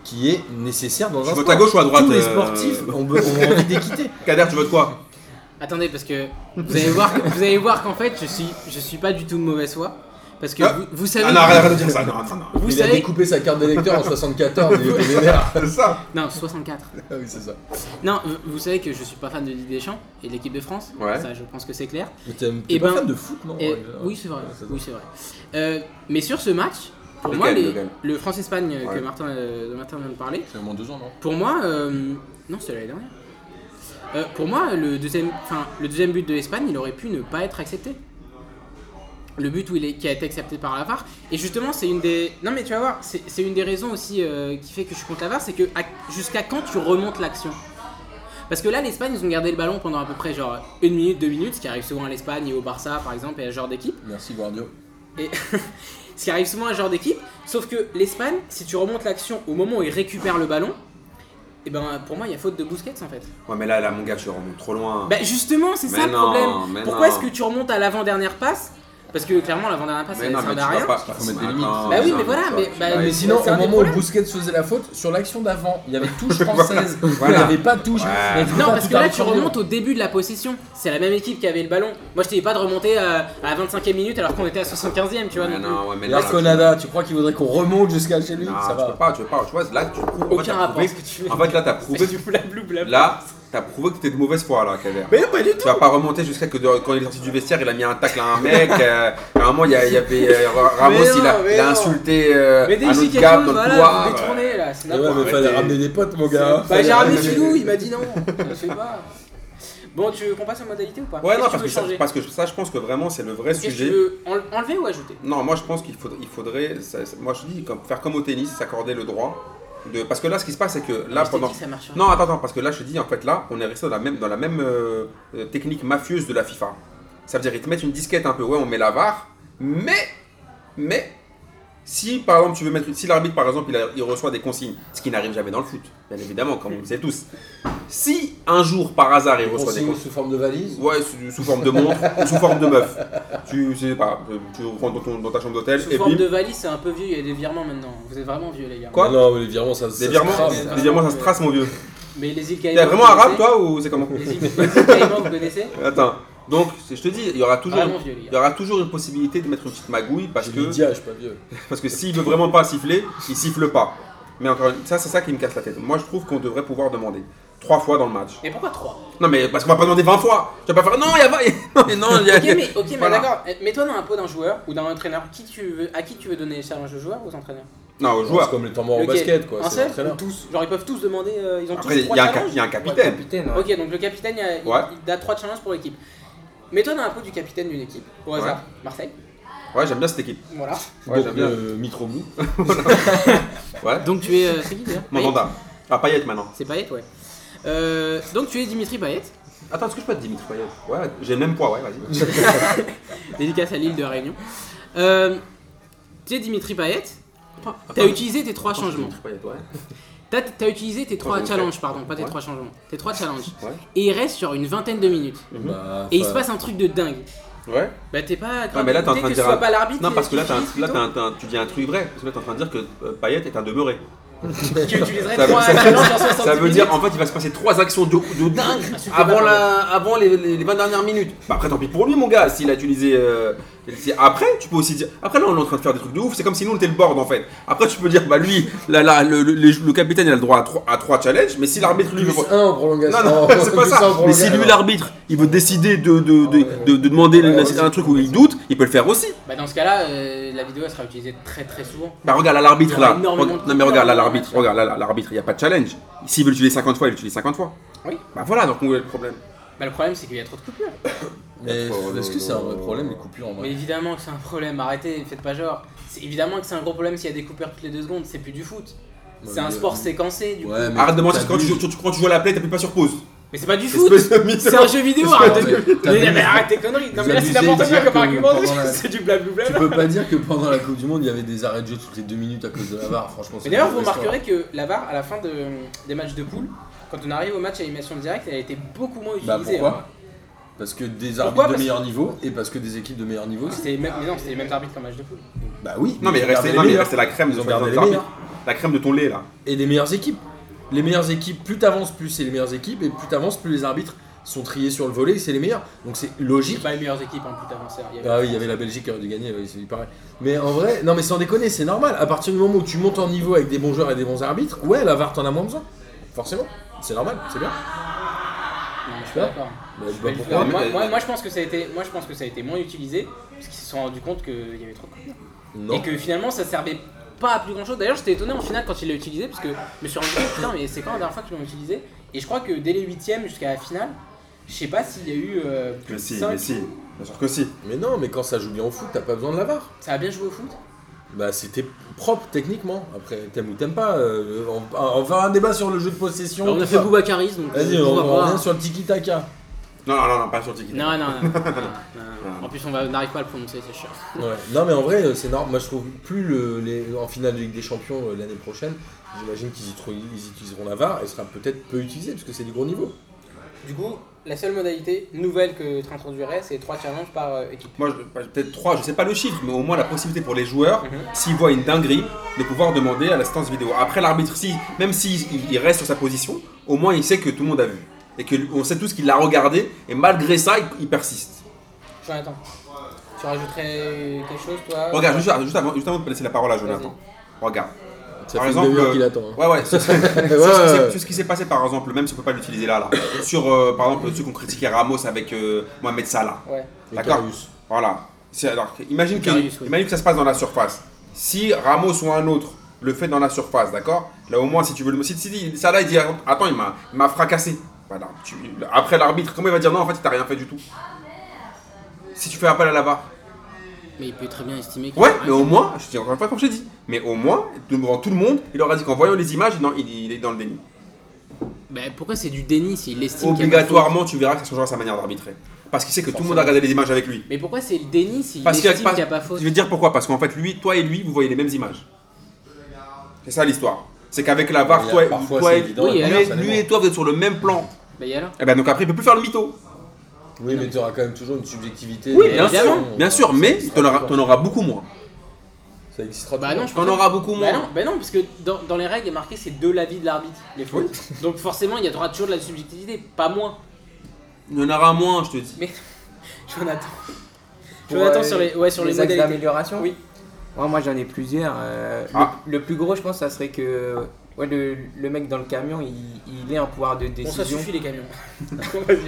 [SPEAKER 2] qui est nécessaire dans un
[SPEAKER 3] Tu votes
[SPEAKER 2] sport.
[SPEAKER 3] à gauche ou à droite
[SPEAKER 2] Tous les
[SPEAKER 3] euh,
[SPEAKER 2] sportifs ont, be- ont envie d'équité.
[SPEAKER 3] Kader, tu votes quoi
[SPEAKER 1] Attendez, parce que vous allez voir, que- vous allez voir qu'en fait, je suis, je suis pas du tout de mauvaise foi. Parce que
[SPEAKER 3] Ah.
[SPEAKER 1] vous, vous savez.
[SPEAKER 3] Ah non, arrête arrête de dire ça, non, non, non.
[SPEAKER 1] Vous
[SPEAKER 2] il a
[SPEAKER 1] savez.
[SPEAKER 2] découpé sa carte d'électeur en 74, il était vénère.
[SPEAKER 3] C'est ça
[SPEAKER 1] Non, 64.
[SPEAKER 2] Ah oui, c'est ça.
[SPEAKER 1] Non, vous- vous savez que je suis pas fan de Didier Deschamps et de l'équipe de France.
[SPEAKER 3] Ouais.
[SPEAKER 1] Ça, je pense que c'est clair.
[SPEAKER 2] Mais t'es t'es
[SPEAKER 1] Eh
[SPEAKER 2] pas
[SPEAKER 1] ben,
[SPEAKER 2] fan de foot, non
[SPEAKER 1] Et-
[SPEAKER 2] en général
[SPEAKER 1] oui, c'est vrai.
[SPEAKER 2] Oh, Ouais, ça
[SPEAKER 1] Oui, c'est vrai. Euh, mais sur ce match, pour
[SPEAKER 3] Lequel,
[SPEAKER 1] moi, les-
[SPEAKER 3] lequel
[SPEAKER 1] le France-Espagne euh, que
[SPEAKER 3] Ouais.
[SPEAKER 1] Martin, euh, dont Martin vient de parler,
[SPEAKER 2] C'est au moins deux ans, non
[SPEAKER 1] pour moi, euh, non, c'était l'année dernière. Euh, pour moi, le deuxième, enfin, le deuxième but de l'Espagne, il aurait pu ne pas être accepté. Le but où il est, qui a été accepté par la VAR. Et justement, c'est une des. Non, mais tu vas voir, c'est c'est une des raisons aussi euh, qui fait que je suis contre la VAR, c'est que à- jusqu'à quand tu remontes l'action Parce que là, l'Espagne, ils ont gardé le ballon pendant à peu près genre une minute, deux minutes, ce qui arrive souvent à l'Espagne et au Barça, par exemple, et à ce genre d'équipe.
[SPEAKER 2] Merci, Guardio.
[SPEAKER 1] Et ce qui arrive souvent à ce genre d'équipe, sauf que l'Espagne, si tu remontes l'action au moment où ils récupèrent le ballon, et ben pour moi il y a faute de Busquets en fait.
[SPEAKER 3] Ouais, mais là, là, mon gars, tu remontes trop loin.
[SPEAKER 1] Bah justement c'est
[SPEAKER 3] Mais
[SPEAKER 1] ça
[SPEAKER 3] non,
[SPEAKER 1] le problème.
[SPEAKER 3] mais
[SPEAKER 1] Pourquoi
[SPEAKER 3] non.
[SPEAKER 1] est-ce que tu remontes à l'avant-dernière passe Parce que clairement l'avant-dernière passe
[SPEAKER 3] mais
[SPEAKER 1] elle
[SPEAKER 3] non,
[SPEAKER 1] sert
[SPEAKER 3] mais tu
[SPEAKER 1] à
[SPEAKER 3] vas
[SPEAKER 1] rien.
[SPEAKER 3] pas.
[SPEAKER 2] Il faut mettre des limites.
[SPEAKER 3] Attends,
[SPEAKER 1] Bah oui, mais
[SPEAKER 3] non,
[SPEAKER 1] voilà,
[SPEAKER 3] tu
[SPEAKER 1] mais-
[SPEAKER 3] vas- tu
[SPEAKER 1] bah,
[SPEAKER 3] vas-
[SPEAKER 1] mais
[SPEAKER 2] mais
[SPEAKER 1] Ouais,
[SPEAKER 2] sinon,
[SPEAKER 1] c'est un
[SPEAKER 2] au
[SPEAKER 1] des
[SPEAKER 2] moment où
[SPEAKER 1] problèmes.
[SPEAKER 2] Busquets faisait la faute, sur l'action d'avant, il y avait touche française. Il n'y
[SPEAKER 3] Voilà.
[SPEAKER 2] avait pas touche.
[SPEAKER 3] Ouais.
[SPEAKER 2] Il y avait
[SPEAKER 1] Non
[SPEAKER 2] pas
[SPEAKER 1] parce
[SPEAKER 2] tout
[SPEAKER 1] que là
[SPEAKER 2] arbitre
[SPEAKER 1] tu
[SPEAKER 2] vidéo.
[SPEAKER 1] remontes au début de la possession. C'est la même équipe qui avait le ballon. Moi je t'ai dit pas de remonter euh, à la 25e minute alors qu'on était à 75e tu vois. euh, non
[SPEAKER 3] Mais
[SPEAKER 1] plus.
[SPEAKER 3] non, ouais, mais
[SPEAKER 2] Là,
[SPEAKER 3] là,
[SPEAKER 2] Conada, tu crois qu'il voudrait qu'on remonte jusqu'à chez lui
[SPEAKER 3] Non,
[SPEAKER 2] Ça
[SPEAKER 3] tu peux
[SPEAKER 2] va.
[SPEAKER 3] pas, tu peux pas. Tu vois, là, tu prouves. en fait,
[SPEAKER 1] Aucun
[SPEAKER 3] t'as
[SPEAKER 1] rapport
[SPEAKER 3] prouvé-
[SPEAKER 1] ce que tu fais.
[SPEAKER 3] En fait, là, t'as prouvé.
[SPEAKER 1] Tu fous la bloue, bla, bla.
[SPEAKER 3] Là, t'as prouvé que t'es de mauvaise foi, là, Kader.
[SPEAKER 1] Mais non, pas du tout.
[SPEAKER 3] Tu vas pas remonter jusqu'à que de- quand il est sorti du vestiaire, il a mis un tacle à un mec. euh, à un moment, il y, a- il y avait euh, Ra- Ramos,
[SPEAKER 1] Mais non,
[SPEAKER 3] il a,
[SPEAKER 1] mais
[SPEAKER 3] il a
[SPEAKER 1] non.
[SPEAKER 3] insulté euh,
[SPEAKER 1] Mais dès
[SPEAKER 3] un
[SPEAKER 1] que je dis
[SPEAKER 3] autre
[SPEAKER 1] quelque
[SPEAKER 3] gars dans
[SPEAKER 1] chose,
[SPEAKER 3] le
[SPEAKER 1] voilà,
[SPEAKER 3] couloir.
[SPEAKER 1] vous détournez là, c'est
[SPEAKER 2] Et ouais,
[SPEAKER 1] n'importe
[SPEAKER 2] mais fallait
[SPEAKER 3] arrêter.
[SPEAKER 2] ramener des potes, mon gars.
[SPEAKER 1] Bah
[SPEAKER 2] Fallait
[SPEAKER 1] j'ai ramené
[SPEAKER 2] ramener-
[SPEAKER 1] Filou, il m'a dit non, je sais pas. Bon, tu veux qu'on passe aux modalités ou pas
[SPEAKER 3] Ouais,
[SPEAKER 1] Qu'est-ce
[SPEAKER 3] non,
[SPEAKER 1] tu
[SPEAKER 3] parce que,
[SPEAKER 1] veux
[SPEAKER 3] ça,
[SPEAKER 1] changer
[SPEAKER 3] parce que ça, je pense que vraiment, c'est le vrai
[SPEAKER 1] Qu'est-ce que
[SPEAKER 3] sujet.
[SPEAKER 1] tu veux en- enlever ou ajouter
[SPEAKER 3] Non, moi je pense qu'il faudrait, il faudrait ça- ça- moi je dis comme, faire comme au tennis, s'accorder le droit de parce que là ce qui se passe c'est que là
[SPEAKER 1] Je t'ai
[SPEAKER 3] pendant
[SPEAKER 1] dit, ça hein. marchera.
[SPEAKER 3] non attends attends parce que là je te dis en fait là on est resté dans la même dans la même euh, euh, technique mafieuse de la FIFA. Ça veut dire ils te mettent une disquette un peu ouais on met la VAR mais mais si par exemple tu veux mettre si l'arbitre par exemple il, a- il reçoit des consignes ce qui n'arrive jamais dans le foot bien évidemment comme on le sait tous si un jour par hasard il
[SPEAKER 2] On
[SPEAKER 3] reçoit des
[SPEAKER 2] signe
[SPEAKER 3] consignes
[SPEAKER 2] sous forme de valise.
[SPEAKER 3] Ouais, sous, sous forme de montre ou sous forme de meuf. Tu sais pas, euh, tu rentres dans, ton- dans ta chambre d'hôtel
[SPEAKER 1] Sous
[SPEAKER 3] et
[SPEAKER 1] forme
[SPEAKER 3] bim.
[SPEAKER 1] de valise, c'est un peu vieux, il y a des virements maintenant. Vous êtes vraiment vieux, les gars.
[SPEAKER 3] Quoi
[SPEAKER 2] Mais Non, mais les virements, ça ça
[SPEAKER 3] Des
[SPEAKER 2] se
[SPEAKER 3] virements,
[SPEAKER 2] crame.
[SPEAKER 1] ça.
[SPEAKER 3] des virements, ça se trace, mon vieux.
[SPEAKER 1] Mais les îles
[SPEAKER 3] T'es
[SPEAKER 1] Caïmans.
[SPEAKER 3] vraiment
[SPEAKER 1] vous
[SPEAKER 3] arabe,
[SPEAKER 1] connaissez
[SPEAKER 3] toi, ou c'est comment
[SPEAKER 1] Les îles les îles Caïmans, vous connaissez
[SPEAKER 3] Attends. Donc, c'est- je te dis, il y aura toujours,
[SPEAKER 1] Vraiment vieux, les
[SPEAKER 3] il y
[SPEAKER 1] gars.
[SPEAKER 3] aura toujours une possibilité de mettre une petite magouille parce
[SPEAKER 2] J'ai
[SPEAKER 3] que,
[SPEAKER 2] Lydia, je suis pas vieux.
[SPEAKER 3] parce que s'il veut vraiment pas siffler, il siffle pas. Mais encore une, ça, c'est ça qui me casse la tête. Moi, je trouve qu'on devrait pouvoir demander trois fois dans le match.
[SPEAKER 1] Et pourquoi 3
[SPEAKER 3] Non, mais parce qu'on va pas demander 20 fois. Tu vas pas faire non, il y a pas. non, il y a.
[SPEAKER 1] Ok, mais, ok, mais
[SPEAKER 3] Voilà.
[SPEAKER 1] d'accord, eh, mets-toi dans la peau d'un joueur ou d'un entraîneur. Qui tu veux, à qui tu veux donner les challenges aux joueurs ou aux entraîneurs
[SPEAKER 3] Non, au
[SPEAKER 2] C'est
[SPEAKER 3] joueur.
[SPEAKER 2] comme les temps morts au
[SPEAKER 1] Lequel
[SPEAKER 2] basket, quoi.
[SPEAKER 1] Un
[SPEAKER 2] C'est
[SPEAKER 1] seul
[SPEAKER 2] l'entraîneur.
[SPEAKER 1] ou tous Genre, ils peuvent tous demander. euh, ils ont
[SPEAKER 3] Après,
[SPEAKER 1] tous
[SPEAKER 3] il y,
[SPEAKER 1] trois
[SPEAKER 3] a un
[SPEAKER 1] challenges
[SPEAKER 3] cap- il y a un
[SPEAKER 4] Ouais,
[SPEAKER 3] capitaine.
[SPEAKER 4] capitaine, Ah, ouais.
[SPEAKER 1] Ok, donc le capitaine, il, a- il-
[SPEAKER 3] Ouais.
[SPEAKER 1] il a 3 challenges pour l'équipe. Mets-toi dans la peau du capitaine d'une équipe, au
[SPEAKER 3] Ouais.
[SPEAKER 1] hasard. Marseille,
[SPEAKER 3] Ouais, j'aime bien cette équipe.
[SPEAKER 1] voilà.
[SPEAKER 3] Ouais,
[SPEAKER 2] Donc,
[SPEAKER 3] j'aime bien.
[SPEAKER 2] euh, Mitroglou.
[SPEAKER 3] Ouais.
[SPEAKER 1] Donc tu es. euh, c'est qui déjà
[SPEAKER 3] Mandanda. Ah, Payet maintenant.
[SPEAKER 1] C'est Payet, ouais. Euh, donc tu es Dimitri Payet,
[SPEAKER 3] Attends, est-ce que je peux être Dimitri Payet Ouais, j'ai le même poids, ouais, vas-y.
[SPEAKER 1] dédicace à l'île de Réunion. Euh, tu es Dimitri Payet,
[SPEAKER 3] Ah,
[SPEAKER 1] t'as
[SPEAKER 3] Attends.
[SPEAKER 1] utilisé tes trois changements.
[SPEAKER 3] Dimitri Payet, ouais.
[SPEAKER 1] T'as as utilisé tes trois
[SPEAKER 3] Attends, je vais
[SPEAKER 1] challenges,
[SPEAKER 3] faire.
[SPEAKER 1] pardon, pas tes
[SPEAKER 3] Ouais.
[SPEAKER 1] trois changements. Tes trois challenges.
[SPEAKER 3] Ouais.
[SPEAKER 1] Et il reste sur une vingtaine de minutes.
[SPEAKER 2] Bah,
[SPEAKER 1] Et il se
[SPEAKER 2] enfin,
[SPEAKER 1] passe un truc de dingue.
[SPEAKER 3] Ouais.
[SPEAKER 1] Bah t'es pas.
[SPEAKER 3] Ah, mais là, t'es en
[SPEAKER 1] dès
[SPEAKER 3] train
[SPEAKER 1] que
[SPEAKER 3] de
[SPEAKER 1] ce
[SPEAKER 3] dire.
[SPEAKER 1] soit
[SPEAKER 3] un-
[SPEAKER 1] pas l'arbitre.
[SPEAKER 3] Non, parce
[SPEAKER 1] qui-
[SPEAKER 3] que là,
[SPEAKER 1] qui
[SPEAKER 3] t'as un-
[SPEAKER 1] fixe
[SPEAKER 3] là,
[SPEAKER 1] plutôt,
[SPEAKER 3] t'as un- t'as un- tu dis un truc vrai. Parce que là, t'es en train de dire que euh, Payet est un demeuré.
[SPEAKER 1] Tu utiliserais
[SPEAKER 3] Ça veut-
[SPEAKER 1] trois
[SPEAKER 3] ça veut-
[SPEAKER 1] challenges en
[SPEAKER 2] Ah,
[SPEAKER 1] 60
[SPEAKER 3] Ça veut dire,
[SPEAKER 1] minutes.
[SPEAKER 3] en fait, il va se passer trois actions de, de dingue
[SPEAKER 1] Ah, tu le fais
[SPEAKER 3] avant,
[SPEAKER 1] pas,
[SPEAKER 3] la, avant les, les, les 20 dernières minutes. Bah, après, tant pis pour lui, mon gars, s'il a utilisé. euh, c'est- Après, tu peux aussi dire. Après, là, on est en train de faire des trucs de ouf. C'est comme si nous, on était le board, en fait. Après, tu peux dire, bah, lui, là, là, le, le- le- le capitaine, il a le droit à trois, à trois challenges. Mais si l'arbitre lui
[SPEAKER 2] Plus
[SPEAKER 3] veut-
[SPEAKER 2] un en prolongation.
[SPEAKER 3] Non, non, c'est pas
[SPEAKER 2] Plus un en
[SPEAKER 3] ça. Mais si
[SPEAKER 2] prolongation.
[SPEAKER 3] lui, l'arbitre, il veut décider de, de, de, de- de demander
[SPEAKER 2] Ouais,
[SPEAKER 3] le-
[SPEAKER 2] ouais,
[SPEAKER 3] un truc où il doute, il peut le faire aussi.
[SPEAKER 1] Bah dans ce cas-là, euh, la vidéo elle sera utilisée très très souvent.
[SPEAKER 3] Bah, regarde là, l'arbitre,
[SPEAKER 1] Il y aura
[SPEAKER 3] là.
[SPEAKER 1] énormément de
[SPEAKER 3] Regarde-
[SPEAKER 1] trucs
[SPEAKER 3] Non, mais regarde là,
[SPEAKER 1] dans le
[SPEAKER 3] l'arbitre,
[SPEAKER 1] match.
[SPEAKER 3] regarde là, là, l'arbitre, il n'y a pas de challenge. S'il veut l'utiliser 50 fois, il l'utilise 50 fois.
[SPEAKER 1] Oui.
[SPEAKER 3] Bah, voilà, donc où est le problème
[SPEAKER 1] Bah le problème c'est qu'il y a trop de coupures.
[SPEAKER 2] Mais
[SPEAKER 3] Oh
[SPEAKER 2] est-ce que c'est un vrai problème, les coupures en
[SPEAKER 1] Mais
[SPEAKER 2] vrai
[SPEAKER 1] évidemment que c'est un problème, arrêtez, faites pas genre. C'est évidemment que c'est un gros problème s'il y a des coupures toutes les deux secondes, c'est plus du foot.
[SPEAKER 2] Ouais,
[SPEAKER 1] c'est un
[SPEAKER 2] mais- euh,
[SPEAKER 1] sport séquencé du coup.
[SPEAKER 2] Ouais, mais
[SPEAKER 3] Arrête de mentir,
[SPEAKER 2] t'as
[SPEAKER 3] quand tu,
[SPEAKER 2] vu-
[SPEAKER 3] joues- tu- tu- quand tu joues à la play, t'appuies pas sur pause.
[SPEAKER 1] Mais c'est pas du foot
[SPEAKER 3] Espèce de mytho.
[SPEAKER 1] C'est un jeu vidéo,
[SPEAKER 2] Espèce
[SPEAKER 1] arrête
[SPEAKER 2] de-
[SPEAKER 1] de-
[SPEAKER 2] t'as
[SPEAKER 1] Mais,
[SPEAKER 2] vu-
[SPEAKER 1] mais arrête tes conneries Non
[SPEAKER 2] vous
[SPEAKER 1] mais là c'est
[SPEAKER 2] abusez
[SPEAKER 1] n'importe
[SPEAKER 2] de
[SPEAKER 1] quoi
[SPEAKER 2] dire
[SPEAKER 1] comme
[SPEAKER 2] que
[SPEAKER 1] argument,
[SPEAKER 2] pendant la-
[SPEAKER 1] c'est du blablabla
[SPEAKER 2] Tu peux pas dire que pendant la Coupe du Monde, il y avait des arrêts de jeu toutes les deux minutes à cause de la VAR, franchement.
[SPEAKER 1] Mais d'ailleurs, vous remarquerez que la VAR, à la fin de- des matchs de poule, quand on arrive au match à animation directe, elle a été beaucoup moins
[SPEAKER 2] Bah
[SPEAKER 1] utilisée. hein.
[SPEAKER 2] pourquoi Parce que des
[SPEAKER 1] Pourquoi
[SPEAKER 2] arbitres de
[SPEAKER 1] Parce-
[SPEAKER 2] meilleur niveau et parce que des équipes de meilleur niveau. c'est-
[SPEAKER 1] C'était les mêmes, mais non, c'était les mêmes arbitres qu'en match de poule.
[SPEAKER 2] Bah oui.
[SPEAKER 3] Non, mais
[SPEAKER 2] ils ont
[SPEAKER 3] restez
[SPEAKER 2] gardé les
[SPEAKER 3] non, mais
[SPEAKER 2] meilleurs.
[SPEAKER 3] restez la crème
[SPEAKER 2] Ils
[SPEAKER 3] de
[SPEAKER 2] ont gardé les meilleurs.
[SPEAKER 3] La crème de ton lait là.
[SPEAKER 2] Et des meilleures équipes. Les meilleures équipes, plus t'avances, plus c'est les meilleures équipes et plus t'avances, plus les arbitres sont triés sur le volet et c'est les meilleurs. Donc c'est
[SPEAKER 1] C'est
[SPEAKER 2] logique.
[SPEAKER 1] pas les meilleures équipes hein, plus avancées. Il y avait-
[SPEAKER 2] Ah oui, il y avait la Belgique qui aurait dû gagner, oui, c'est pareil. Mais en vrai, non mais sans déconner, c'est normal. À partir du moment où tu montes en niveau avec des bons joueurs et des bons arbitres, ouais, la VAR t'en as moins besoin. Forcément. C'est normal, c'est bien.
[SPEAKER 1] Non, mais je suis pas d'accord.
[SPEAKER 2] Bah, je sais pas
[SPEAKER 1] Mais le-
[SPEAKER 2] pourquoi.
[SPEAKER 1] moi, moi- moi, je pense que ça a été, moi, je pense que ça a été moins utilisé parce qu'ils se sont rendus compte qu'il y avait trop de coups.
[SPEAKER 2] Non.
[SPEAKER 1] et que finalement ça servait pas à plus grand chose. D'ailleurs, j'étais étonné en finale quand il l'a utilisé parce que je me suis rendu compte putain, mais c'est quand la dernière fois qu'ils l'ont utilisé Et je crois que dès les huitièmes jusqu'à la finale, je sais pas s'il y a eu euh, plus
[SPEAKER 3] Mais
[SPEAKER 1] de
[SPEAKER 3] si,
[SPEAKER 1] cinq.
[SPEAKER 3] mais si. Bien sûr que si.
[SPEAKER 2] Mais non, mais quand ça joue bien au foot, t'as pas besoin de la VAR.
[SPEAKER 1] Ça a bien joué au foot.
[SPEAKER 2] Bah c'était propre techniquement. Après, t'aimes ou t'aimes pas. euh, on, on va faire un débat sur le jeu de possession.
[SPEAKER 1] on a
[SPEAKER 2] tout
[SPEAKER 1] fait
[SPEAKER 2] ça.
[SPEAKER 1] Boubacaris donc euh,
[SPEAKER 2] Vas-y, on, on revient sur le tiki taka.
[SPEAKER 3] Non, non, non, non, pas sur Tiki.
[SPEAKER 1] Non, non, non. non, non, non. En plus, on va- on n'arrive pas à le prononcer, c'est chiant.
[SPEAKER 2] Ouais. Non mais en vrai euh, c'est normal, moi je trouve plus le, les, en finale de Ligue des Champions euh, l'année prochaine, j'imagine qu'ils y trou- ils utiliseront la VAR, elle sera peut-être peu utilisée parce que c'est du gros niveau.
[SPEAKER 1] Du coup, la seule modalité nouvelle que tu introduirais, c'est trois challenges par euh, équipe.
[SPEAKER 3] Moi, je- bah, peut-être 3, je sais pas le chiffre, mais au moins la possibilité pour les joueurs, s'ils voient une dinguerie, de pouvoir demander à l'assistance vidéo. Après, l'arbitre, si, même s'il il- il reste sur sa position, au moins il sait que tout le monde a vu. Et qu'on sait tous qu'il l'a regardé, et malgré ça, il, il persiste.
[SPEAKER 1] Jonathan, tu rajouterais quelque chose, toi
[SPEAKER 3] Regarde, juste, juste avant, juste avant de laisser la parole à Jonathan. Regarde.
[SPEAKER 2] Ça
[SPEAKER 3] Par
[SPEAKER 2] fait
[SPEAKER 3] exemple,
[SPEAKER 2] une demi-heure
[SPEAKER 3] euh,
[SPEAKER 2] qu'il attend. hein.
[SPEAKER 3] Ouais, ouais. c'est- c'est-
[SPEAKER 2] Ouais,
[SPEAKER 3] c'est-
[SPEAKER 2] ouais,
[SPEAKER 3] c'est-
[SPEAKER 2] ouais.
[SPEAKER 3] c'est ce qui s'est passé, par exemple, même si on peut pas l'utiliser là, là. Sur, euh, par exemple, ceux qu'on critiquait Ramos avec euh, Mohamed Salah.
[SPEAKER 1] Ouais.
[SPEAKER 2] Et
[SPEAKER 3] D'accord.
[SPEAKER 2] Karius.
[SPEAKER 3] Voilà. C'est- Alors, imagine que,
[SPEAKER 1] Carius, oui.
[SPEAKER 3] imagine que ça se passe dans la surface. Si Ramos ou un autre le fait dans la surface, d'accord Là, au moins, si tu veux le. Si, si, si ça là, il dit Attends, il m'a- il m'a fracassé. Voilà. Tu- après l'arbitre, comment il va dire Non, en fait, t'as rien fait du tout Si tu fais appel à la barre.
[SPEAKER 1] Mais il peut très bien estimer que.
[SPEAKER 3] Ouais, mais au moins, je te dis encore une fois, comme je t'ai dit, mais au moins, devant tout le monde, il leur a dit qu'en voyant les images, non, il, il est dans le déni.
[SPEAKER 1] Bah, pourquoi c'est du déni s'il estime qu'il y a pas de faute
[SPEAKER 3] Obligatoirement, tu verras que ça changera sa manière d'arbitrer. Parce qu'il sait que tout le monde a regardé les images avec lui.
[SPEAKER 1] Mais pourquoi c'est le déni s'il
[SPEAKER 3] Parce qu'il
[SPEAKER 1] estime
[SPEAKER 3] y a
[SPEAKER 1] qu'il
[SPEAKER 3] pas-
[SPEAKER 1] n'y a pas faute
[SPEAKER 3] Je vais te dire pourquoi. Parce qu'en fait, lui, toi et lui, vous voyez les mêmes images. C'est ça l'histoire. C'est qu'avec la VAR,
[SPEAKER 2] Il y a
[SPEAKER 3] toi, et-
[SPEAKER 2] parfois,
[SPEAKER 3] toi
[SPEAKER 2] c'est
[SPEAKER 3] et
[SPEAKER 2] évident,
[SPEAKER 1] oui,
[SPEAKER 2] et
[SPEAKER 3] lui,
[SPEAKER 1] alors,
[SPEAKER 2] parfois, ça
[SPEAKER 3] lui
[SPEAKER 2] l'est
[SPEAKER 3] et toi, vous êtes sur le même plan.
[SPEAKER 1] Bah, y a là.
[SPEAKER 3] Et ben donc après, il peut plus faire le mytho.
[SPEAKER 2] moins. Oui mais tu auras quand même toujours une subjectivité.
[SPEAKER 1] Oui,
[SPEAKER 2] de-
[SPEAKER 1] bien sûr,
[SPEAKER 2] Évidemment.
[SPEAKER 3] Bien sûr, mais t'en auras, t'en auras beaucoup moins.
[SPEAKER 2] Ça existera
[SPEAKER 1] Bah
[SPEAKER 2] toujours.
[SPEAKER 1] non, je
[SPEAKER 3] T'en
[SPEAKER 1] pense-
[SPEAKER 3] auras beaucoup
[SPEAKER 1] Bah non,
[SPEAKER 3] moins.
[SPEAKER 1] bah non, parce que dans, dans les règles, il est marqué c'est de l'avis de l'arbitre, les fautes. Donc forcément, il y aura toujours de la subjectivité, pas moins.
[SPEAKER 3] Il y en aura moins, je te dis.
[SPEAKER 1] Mais Jonathan.
[SPEAKER 4] Pour,
[SPEAKER 1] Jonathan
[SPEAKER 4] euh,
[SPEAKER 1] sur les, ouais, sur les,
[SPEAKER 4] les axes
[SPEAKER 1] modalités.
[SPEAKER 4] d'amélioration
[SPEAKER 1] Oui.
[SPEAKER 4] Ouais, moi j'en ai plusieurs. euh, le-
[SPEAKER 3] Ah.
[SPEAKER 4] le, plus gros, je pense, ça serait que ouais, le, le mec dans le camion, il, il ait un pouvoir de
[SPEAKER 1] Bon, ça
[SPEAKER 4] décision.
[SPEAKER 1] suffit les camions.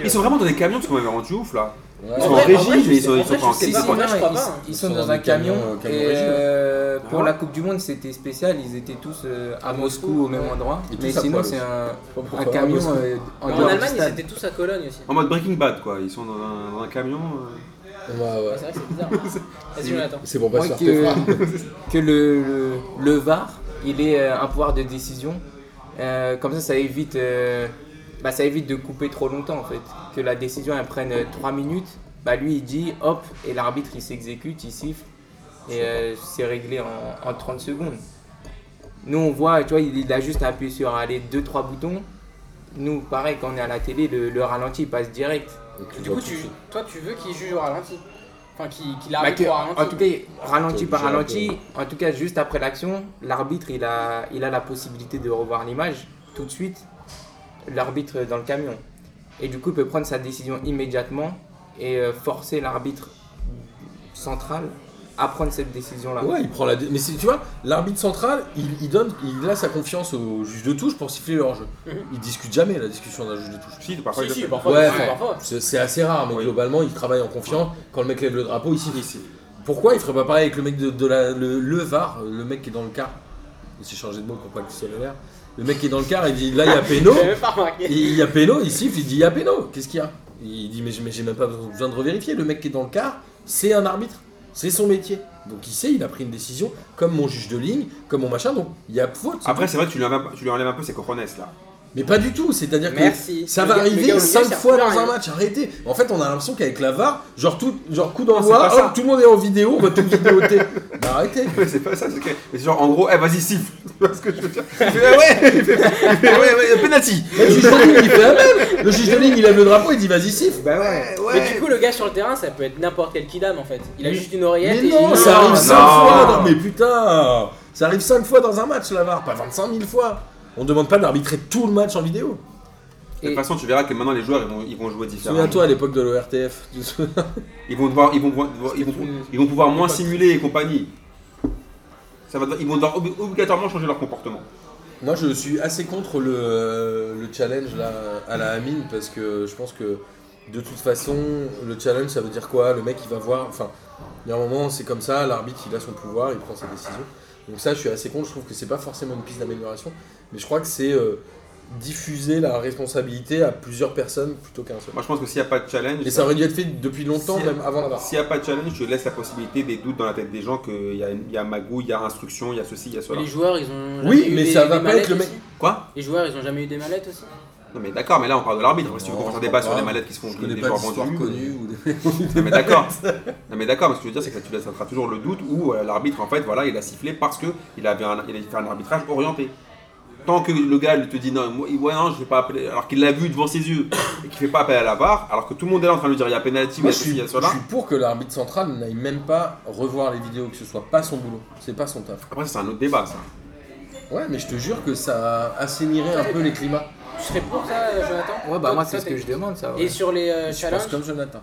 [SPEAKER 3] Ils sont vraiment dans des camions, parce qu'on m'avait rendu ouf là.
[SPEAKER 2] Ouais. Ah,
[SPEAKER 3] Ils sont en
[SPEAKER 1] vrai- en
[SPEAKER 3] régie,
[SPEAKER 1] vrai, je
[SPEAKER 3] mais ils
[SPEAKER 1] sais-
[SPEAKER 3] sont,
[SPEAKER 1] en
[SPEAKER 3] ils sont
[SPEAKER 1] vrai,
[SPEAKER 3] pas en
[SPEAKER 1] je sais
[SPEAKER 3] six,
[SPEAKER 1] pas.
[SPEAKER 3] quoi.
[SPEAKER 1] moi, je
[SPEAKER 4] ils-
[SPEAKER 1] crois pas, hein.
[SPEAKER 4] Ils, sont dans un camion.
[SPEAKER 2] euh, camion
[SPEAKER 4] et
[SPEAKER 2] régime.
[SPEAKER 4] euh,
[SPEAKER 3] Ah
[SPEAKER 4] pour
[SPEAKER 3] ouais.
[SPEAKER 4] la Coupe du Monde, c'était spécial. Ils étaient tous euh, à Moscou, au même endroit.
[SPEAKER 2] Et tous
[SPEAKER 4] Mais
[SPEAKER 2] à
[SPEAKER 4] sinon,
[SPEAKER 2] poil
[SPEAKER 4] c'est
[SPEAKER 2] aussi.
[SPEAKER 4] un,
[SPEAKER 2] pas pourquoi,
[SPEAKER 4] un
[SPEAKER 2] à
[SPEAKER 4] camion
[SPEAKER 2] Moscou.
[SPEAKER 4] euh, en
[SPEAKER 1] En
[SPEAKER 4] dehors du
[SPEAKER 1] Allemagne, ils
[SPEAKER 4] stade.
[SPEAKER 1] étaient tous à Cologne aussi.
[SPEAKER 3] En mode Breaking Bad, quoi. Ils sont dans un, dans un camion. euh.
[SPEAKER 2] Ouais, ouais.
[SPEAKER 1] Ouais, C'est vrai que c'est bizarre. hein. Vas-y, Jonathan.
[SPEAKER 2] C'est pour pas
[SPEAKER 4] Moi,
[SPEAKER 2] se faire tes phrases.
[SPEAKER 4] que, que le, le, le VAR, il est un pouvoir de décision. Euh, comme ça, ça évite, euh, bah, ça évite de couper trop longtemps en fait. Que la décision elle prenne 3 minutes, bah, lui il dit hop, et l'arbitre il s'exécute, il siffle, et euh, c'est réglé en, en 30 secondes. Nous on voit, tu vois, il, il a juste appuyé sur allez, 2-3 boutons. Nous, pareil, quand on est à la télé, le, le ralenti il passe direct.
[SPEAKER 2] Donc, tu
[SPEAKER 1] Du
[SPEAKER 2] vois
[SPEAKER 1] coup,
[SPEAKER 2] tout de
[SPEAKER 1] tu,
[SPEAKER 2] suite.
[SPEAKER 1] toi, tu veux qu'il juge au ralenti. Enfin, qu'il qu'il
[SPEAKER 4] Bah,
[SPEAKER 1] arbitre
[SPEAKER 4] que-
[SPEAKER 1] au
[SPEAKER 4] en tout
[SPEAKER 1] ralenti.
[SPEAKER 4] cas, ralenti par
[SPEAKER 2] T'es obligé
[SPEAKER 4] ralenti, en tout cas, juste après l'action, l'arbitre il a, il a la possibilité de revoir l'image tout de suite, l'arbitre dans le camion. Et du coup, il peut prendre sa décision immédiatement et euh, forcer l'arbitre central à prendre cette décision-là.
[SPEAKER 2] Ah Ouais, il prend la. dé- Mais c'est- tu vois, l'arbitre central, il, il donne, il a sa confiance au juge de touche pour siffler leur jeu.
[SPEAKER 1] Mhm.
[SPEAKER 2] Il discute jamais la discussion d'un juge de touche.
[SPEAKER 3] Si, parfois,
[SPEAKER 1] Si,
[SPEAKER 3] ils
[SPEAKER 1] si,
[SPEAKER 3] le font.
[SPEAKER 1] parfois,
[SPEAKER 2] Ouais,
[SPEAKER 1] parfois,
[SPEAKER 2] ouais.
[SPEAKER 1] parfois.
[SPEAKER 2] C'est c'est assez rare, mais
[SPEAKER 3] Oui.
[SPEAKER 2] globalement, il travaille en confiance. Quand le mec lève le drapeau, il siffle.
[SPEAKER 3] Ici.
[SPEAKER 2] Pourquoi il ferait pas pareil avec le mec de, de la, le, le VAR, le mec qui est dans le car Il s'est changé de mot pour pas que ce soit l'air. Le mec qui est dans le car, il dit là, il y a péno.
[SPEAKER 1] J'avais pas remarqué.
[SPEAKER 2] Il il y a péno, il siffle, il dit il y a péno. Qu'est-ce qu'il y a Il dit mais j'ai- mais j'ai même pas besoin de revérifier. Le mec qui est dans le car, c'est un arbitre. C'est son métier. Donc il sait, il a pris une décision, comme mon juge de ligne, comme mon machin. Donc il y a faute.
[SPEAKER 3] Après, c'est vrai que tu lui enlèves un peu- tu lui enlèves un peu ses cojones là.
[SPEAKER 2] Mais pas du tout, c'est-à-dire que
[SPEAKER 6] Merci.
[SPEAKER 2] ça
[SPEAKER 6] Le
[SPEAKER 2] va
[SPEAKER 6] gars- le gars
[SPEAKER 2] arriver
[SPEAKER 6] au milieu,
[SPEAKER 2] 5
[SPEAKER 6] il
[SPEAKER 2] fois
[SPEAKER 6] sert
[SPEAKER 2] dans
[SPEAKER 6] plus à
[SPEAKER 2] un
[SPEAKER 6] rien.
[SPEAKER 2] match, arrêtez En fait, on a l'impression qu'avec la VAR, genre, tout, genre coup
[SPEAKER 3] Non, Ah, c'est
[SPEAKER 2] d'envoi,
[SPEAKER 3] pas ça.
[SPEAKER 2] hop, tout le monde est en vidéo, on va tout vidéoter. Bah, arrêtez
[SPEAKER 3] Ouais, c'est pas ça, c'est que- mais c'est genre en gros, eh, vas-y, siffle. Tu vois ce que je veux dire Il fait, eh ouais, il fait, il fait, ouais, ouais, penalty.
[SPEAKER 2] Le juge de ligne, il fait la même Le juge de ligne, il lève le drapeau, il dit vas-y, siffle
[SPEAKER 3] Bah ouais,
[SPEAKER 1] Mais du coup, le gars sur le terrain, ça peut être n'importe quel kidam en fait. Il a
[SPEAKER 2] Mais-
[SPEAKER 1] juste une oreillette.
[SPEAKER 2] Mais
[SPEAKER 1] et
[SPEAKER 2] non,
[SPEAKER 1] il-
[SPEAKER 2] ça arrive
[SPEAKER 3] non.
[SPEAKER 2] 5 fois dans- Mais putain Ça arrive 5 fois dans un match, la VAR, pas 25 000 fois On demande pas d'arbitrer tout le match en vidéo.
[SPEAKER 3] De toute façon, tu verras que maintenant les joueurs ils vont, ils vont jouer différemment.
[SPEAKER 2] Souviens-toi à l'époque de l'ORTF.
[SPEAKER 3] Ils vont devoir, ils vont, devoir- ils vont, ils vont pouvoir moins simuler et compagnie. Ça va, devoir- ils vont devoir obli- obligatoirement changer leur comportement.
[SPEAKER 2] Moi, je suis assez contre le, euh, le challenge là, à la Amine parce que je pense que de toute façon, le challenge ça veut dire quoi Le mec il va voir. Enfin, il y a un moment, c'est comme ça, l'arbitre il a son pouvoir, il prend ses décisions. Donc, ça, je suis assez contre. Je trouve que c'est pas forcément une piste d'amélioration, mais je crois que c'est euh, diffuser la responsabilité à plusieurs personnes plutôt qu'à un seul.
[SPEAKER 3] Moi, je pense que s'il n'y a pas de challenge,
[SPEAKER 2] Et ça aurait dû être fait depuis longtemps,
[SPEAKER 3] Si-
[SPEAKER 2] même avant la VAR.
[SPEAKER 3] s'il n'y a pas de challenge, je laisse la possibilité des doutes dans la tête des gens qu'il y a, il y a magouille, il y a instruction, il y a ceci, il y a cela.
[SPEAKER 1] Les joueurs, ils ont.
[SPEAKER 2] Oui,
[SPEAKER 1] jamais eu
[SPEAKER 2] mais
[SPEAKER 1] des-
[SPEAKER 2] ça
[SPEAKER 1] des
[SPEAKER 2] va pas être le
[SPEAKER 1] mallettes
[SPEAKER 2] mec-
[SPEAKER 1] aussi
[SPEAKER 3] Quoi
[SPEAKER 1] Les joueurs, ils ont jamais eu des mallettes aussi.
[SPEAKER 3] Non mais d'accord, mais là on parle de l'arbitre. Si tu veux
[SPEAKER 2] Non,
[SPEAKER 3] qu'on fasse un
[SPEAKER 2] je
[SPEAKER 3] débat
[SPEAKER 2] crois
[SPEAKER 3] sur
[SPEAKER 2] pas.
[SPEAKER 3] les mallettes qui seront
[SPEAKER 2] Je connais
[SPEAKER 3] des
[SPEAKER 2] pas
[SPEAKER 3] joueurs
[SPEAKER 2] d'histoire
[SPEAKER 3] vendus,
[SPEAKER 2] connue ou des.
[SPEAKER 3] Non mais d'accord. Non mais d'accord, mais ce que je veux dire c'est que tu laisseras toujours le doute où euh, l'arbitre en fait voilà il a sifflé parce que il avait un, il a fait un arbitrage orienté. Tant que le gars te dit non, moi, ouais, non, je vais pas appeler, alors qu'il l'a vu devant ses yeux et qu'il fait pas appel à la barre, alors que tout le monde est là en train de lui dire il y a pénalty, il y
[SPEAKER 2] Moi,
[SPEAKER 3] a
[SPEAKER 2] je
[SPEAKER 3] ceci,
[SPEAKER 2] suis,
[SPEAKER 3] il y a
[SPEAKER 2] je
[SPEAKER 3] cela.
[SPEAKER 2] suis pour que l'arbitre central n'aille même pas revoir les vidéos, que ce soit pas son boulot, c'est pas son taf.
[SPEAKER 3] Après ça, c'est un autre débat ça.
[SPEAKER 2] Ouais, mais je te jure que ça assainirait un peu les climats.
[SPEAKER 1] Tu serais pour ça, euh, Jonathan
[SPEAKER 4] Ouais,
[SPEAKER 1] Toi-
[SPEAKER 4] bah moi,
[SPEAKER 1] toi,
[SPEAKER 4] c'est ce
[SPEAKER 1] t'es-
[SPEAKER 4] que je demande, ça. ouais.
[SPEAKER 1] Et sur les euh,
[SPEAKER 2] Je pense
[SPEAKER 1] challenges
[SPEAKER 2] comme Jonathan.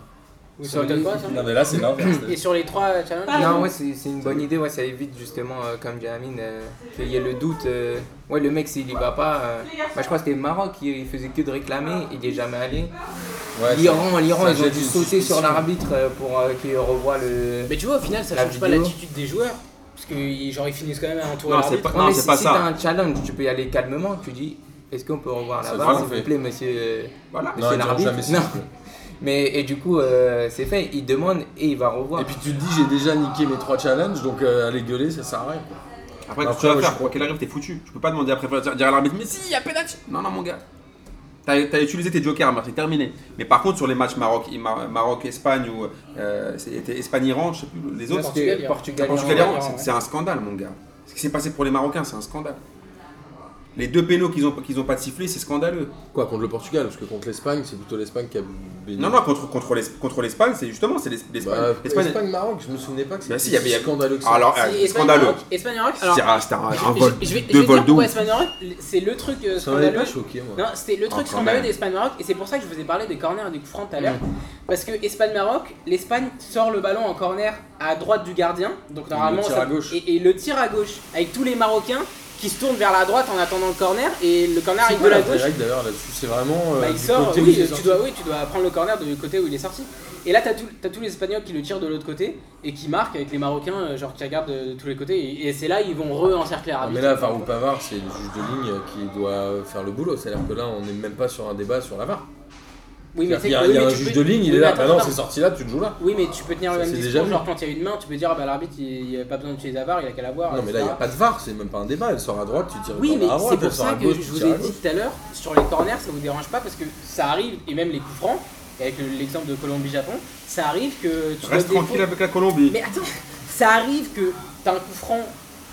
[SPEAKER 1] Ou sur les quoi, ça
[SPEAKER 2] Non, mais là, c'est l'inverse.
[SPEAKER 1] Et sur les trois euh, challenges
[SPEAKER 4] Non, ouais, c'est c'est une bonne idée, ouais, ça évite justement, euh, comme dit Amine, euh, qu'il y ait le doute. euh, ouais, le mec, s'il y va pas. euh, bah, je crois que c'était Maroc, il faisait que de réclamer, il y est jamais allé.
[SPEAKER 2] Ouais,
[SPEAKER 4] L'Iran, l'Iran,
[SPEAKER 2] ça
[SPEAKER 4] ils ont
[SPEAKER 2] jette
[SPEAKER 4] dû
[SPEAKER 2] une
[SPEAKER 4] sauter
[SPEAKER 2] suspicion.
[SPEAKER 4] sur l'arbitre euh, pour euh, qu'il revoie le.
[SPEAKER 1] Mais tu vois, au final, ça
[SPEAKER 4] La
[SPEAKER 1] change pas
[SPEAKER 4] vidéo.
[SPEAKER 1] l'attitude des joueurs. Parce que, genre, ils finissent quand même à entourer
[SPEAKER 3] Non, c'est
[SPEAKER 1] l'arbitre.
[SPEAKER 3] pas- non,
[SPEAKER 4] mais
[SPEAKER 3] c'est
[SPEAKER 4] si,
[SPEAKER 3] pas
[SPEAKER 4] si
[SPEAKER 3] ça.
[SPEAKER 4] t'as un challenge, tu peux y aller calmement, tu dis est-ce qu'on peut revoir
[SPEAKER 2] Ça
[SPEAKER 4] la
[SPEAKER 2] doit
[SPEAKER 4] barre, s'il
[SPEAKER 2] fait.
[SPEAKER 4] vous plaît, monsieur, euh,
[SPEAKER 3] Voilà.
[SPEAKER 2] Non,
[SPEAKER 4] monsieur
[SPEAKER 2] ils diront
[SPEAKER 4] l'arbitre
[SPEAKER 2] jamais s'il
[SPEAKER 4] Non.
[SPEAKER 2] vous plaît.
[SPEAKER 4] Mais et du coup, euh, c'est fait, il demande et il va revoir.
[SPEAKER 2] Et puis tu te dis, j'ai déjà niqué mes trois challenges, donc euh, aller gueuler, ça sert à rien. quoi.
[SPEAKER 3] Après,
[SPEAKER 2] Après,
[SPEAKER 3] qu'est-ce que tu
[SPEAKER 2] moi,
[SPEAKER 3] vas
[SPEAKER 2] je
[SPEAKER 3] faire Quoi qu'il arrive, t'es foutu. Tu peux pas demander après dire à l'arbitre mais si il y a pénalty. Non non mon gars. T'as t'as utilisé tes jokers, Marc, c'est terminé. Mais par contre, sur les matchs Maroc, Mar- Maroc Espagne ou euh, c'était Espagne Iran, je sais plus les autres. hein.
[SPEAKER 4] Parce
[SPEAKER 1] Portugal,
[SPEAKER 4] que Portugal,
[SPEAKER 3] Quand je
[SPEAKER 4] Iran,
[SPEAKER 3] fais les rangs,
[SPEAKER 1] ouais,
[SPEAKER 3] c'est-
[SPEAKER 1] ouais.
[SPEAKER 3] c'est un scandale, mon gars. Ce qui s'est passé pour les Marocains, c'est un scandale. Les deux pénaux qu'ils ont, qu'ils ont pas sifflés, c'est scandaleux.
[SPEAKER 2] Quoi, contre le Portugal Parce que contre l'Espagne, c'est plutôt l'Espagne qui a béni.
[SPEAKER 3] Non, non, contre, contre l'Es- contre l'Espagne, c'est justement, c'est l'Es- l'Espagne.
[SPEAKER 2] Bah,
[SPEAKER 3] L'Espagne-
[SPEAKER 2] Espagne-Maroc, je me souvenais pas que c'était
[SPEAKER 3] Bah si, il y avait- il y avait-
[SPEAKER 2] scandaleux que ça.
[SPEAKER 3] Alors, euh,
[SPEAKER 1] Si, Espagne,
[SPEAKER 3] scandaleux.
[SPEAKER 1] Maroc- Espagne, Maroc, alors.
[SPEAKER 3] C'était un, c'était un- un
[SPEAKER 1] je-
[SPEAKER 3] vol,
[SPEAKER 1] je vais, je
[SPEAKER 3] deux
[SPEAKER 1] vais
[SPEAKER 3] vols
[SPEAKER 1] dire
[SPEAKER 3] de
[SPEAKER 1] pourquoi
[SPEAKER 3] ouf.
[SPEAKER 1] Espagne, Maroc, c'est le truc euh,
[SPEAKER 2] ça m'avait
[SPEAKER 1] scandaleux.
[SPEAKER 2] pas choqué, moi.
[SPEAKER 1] Non, c'était le truc
[SPEAKER 3] Ah, quand
[SPEAKER 1] scandaleux
[SPEAKER 3] même.
[SPEAKER 1] d'Espagne Maroc et c'est pour ça que je vous ai parlé des corners et des coups francs tout
[SPEAKER 2] Mm.
[SPEAKER 1] à l'heure. Parce que Espagne Maroc, l'Espagne sort le ballon en corner à droite du gardien, donc normalement
[SPEAKER 2] tire
[SPEAKER 1] ça-
[SPEAKER 2] à gauche.
[SPEAKER 1] Et, et le tire à gauche avec tous les Marocains qui se tournent vers la droite en attendant le corner et le corner
[SPEAKER 2] C'est
[SPEAKER 1] arrive de
[SPEAKER 2] quoi
[SPEAKER 1] la
[SPEAKER 2] la
[SPEAKER 1] gauche.
[SPEAKER 2] règle d'ailleurs là-dessus C'est vraiment. euh,
[SPEAKER 1] Bah, il
[SPEAKER 2] du
[SPEAKER 1] sort,
[SPEAKER 2] côté où
[SPEAKER 1] oui,
[SPEAKER 2] c'est
[SPEAKER 1] tu
[SPEAKER 2] sorti.
[SPEAKER 1] dois, oui, tu dois prendre le corner du côté où il est sorti. Et là, t'as tout- t'as tous les Espagnols qui le tirent de l'autre côté et qui marquent avec les Marocains, euh, genre qui regardent de, de tous les côtés. Et, et c'est là, ils vont re-encercler
[SPEAKER 2] Ah,
[SPEAKER 1] l'arbitre.
[SPEAKER 2] mais là, VAR ou pas VAR, c'est le juge de ligne qui doit faire le boulot. C'est-à-dire que là, on n'est même pas sur un débat sur la VAR.
[SPEAKER 1] oui,
[SPEAKER 2] Il y
[SPEAKER 1] mais
[SPEAKER 2] a,
[SPEAKER 1] c'est-
[SPEAKER 2] il y a
[SPEAKER 1] oui, mais
[SPEAKER 2] un
[SPEAKER 1] tu
[SPEAKER 2] juge
[SPEAKER 1] peux-
[SPEAKER 2] de ligne, il
[SPEAKER 1] oui,
[SPEAKER 2] est là.
[SPEAKER 1] mais
[SPEAKER 2] Bah
[SPEAKER 1] attends,
[SPEAKER 2] non,
[SPEAKER 1] attends.
[SPEAKER 2] c'est sorti là, tu te joues là.
[SPEAKER 1] Oui, mais tu peux tenir le
[SPEAKER 2] Ça,
[SPEAKER 1] même
[SPEAKER 2] c'est
[SPEAKER 1] discours.
[SPEAKER 2] déjà vu.
[SPEAKER 1] Genre, quand il y a une main, tu peux dire, ah bah l'arbitre, il n'y a pas besoin de tuer Zavar, il a qu'à la voir.
[SPEAKER 2] Non, mais là, il n'y a pas Ah, de VAR, c'est même pas un débat. Elle sort à droite, tu tires le
[SPEAKER 1] Ah, Oui,
[SPEAKER 2] corner
[SPEAKER 1] mais
[SPEAKER 2] à droite,
[SPEAKER 1] c'est
[SPEAKER 2] elle
[SPEAKER 1] pour
[SPEAKER 2] sort
[SPEAKER 1] ça
[SPEAKER 2] à
[SPEAKER 1] que
[SPEAKER 2] gauche, tu
[SPEAKER 1] je vous
[SPEAKER 2] tires
[SPEAKER 1] ai
[SPEAKER 2] à
[SPEAKER 1] dit
[SPEAKER 2] gauche.
[SPEAKER 1] tout à l'heure, sur les corners, ça vous dérange pas parce que ça arrive, et même les coups francs, et avec le- l'exemple de Colombie-Japon, ça arrive que tu
[SPEAKER 3] Reste
[SPEAKER 1] donnes des
[SPEAKER 3] tranquille
[SPEAKER 1] fautes-
[SPEAKER 3] avec la Colombie.
[SPEAKER 1] Mais attends, ça arrive que t'as un coup franc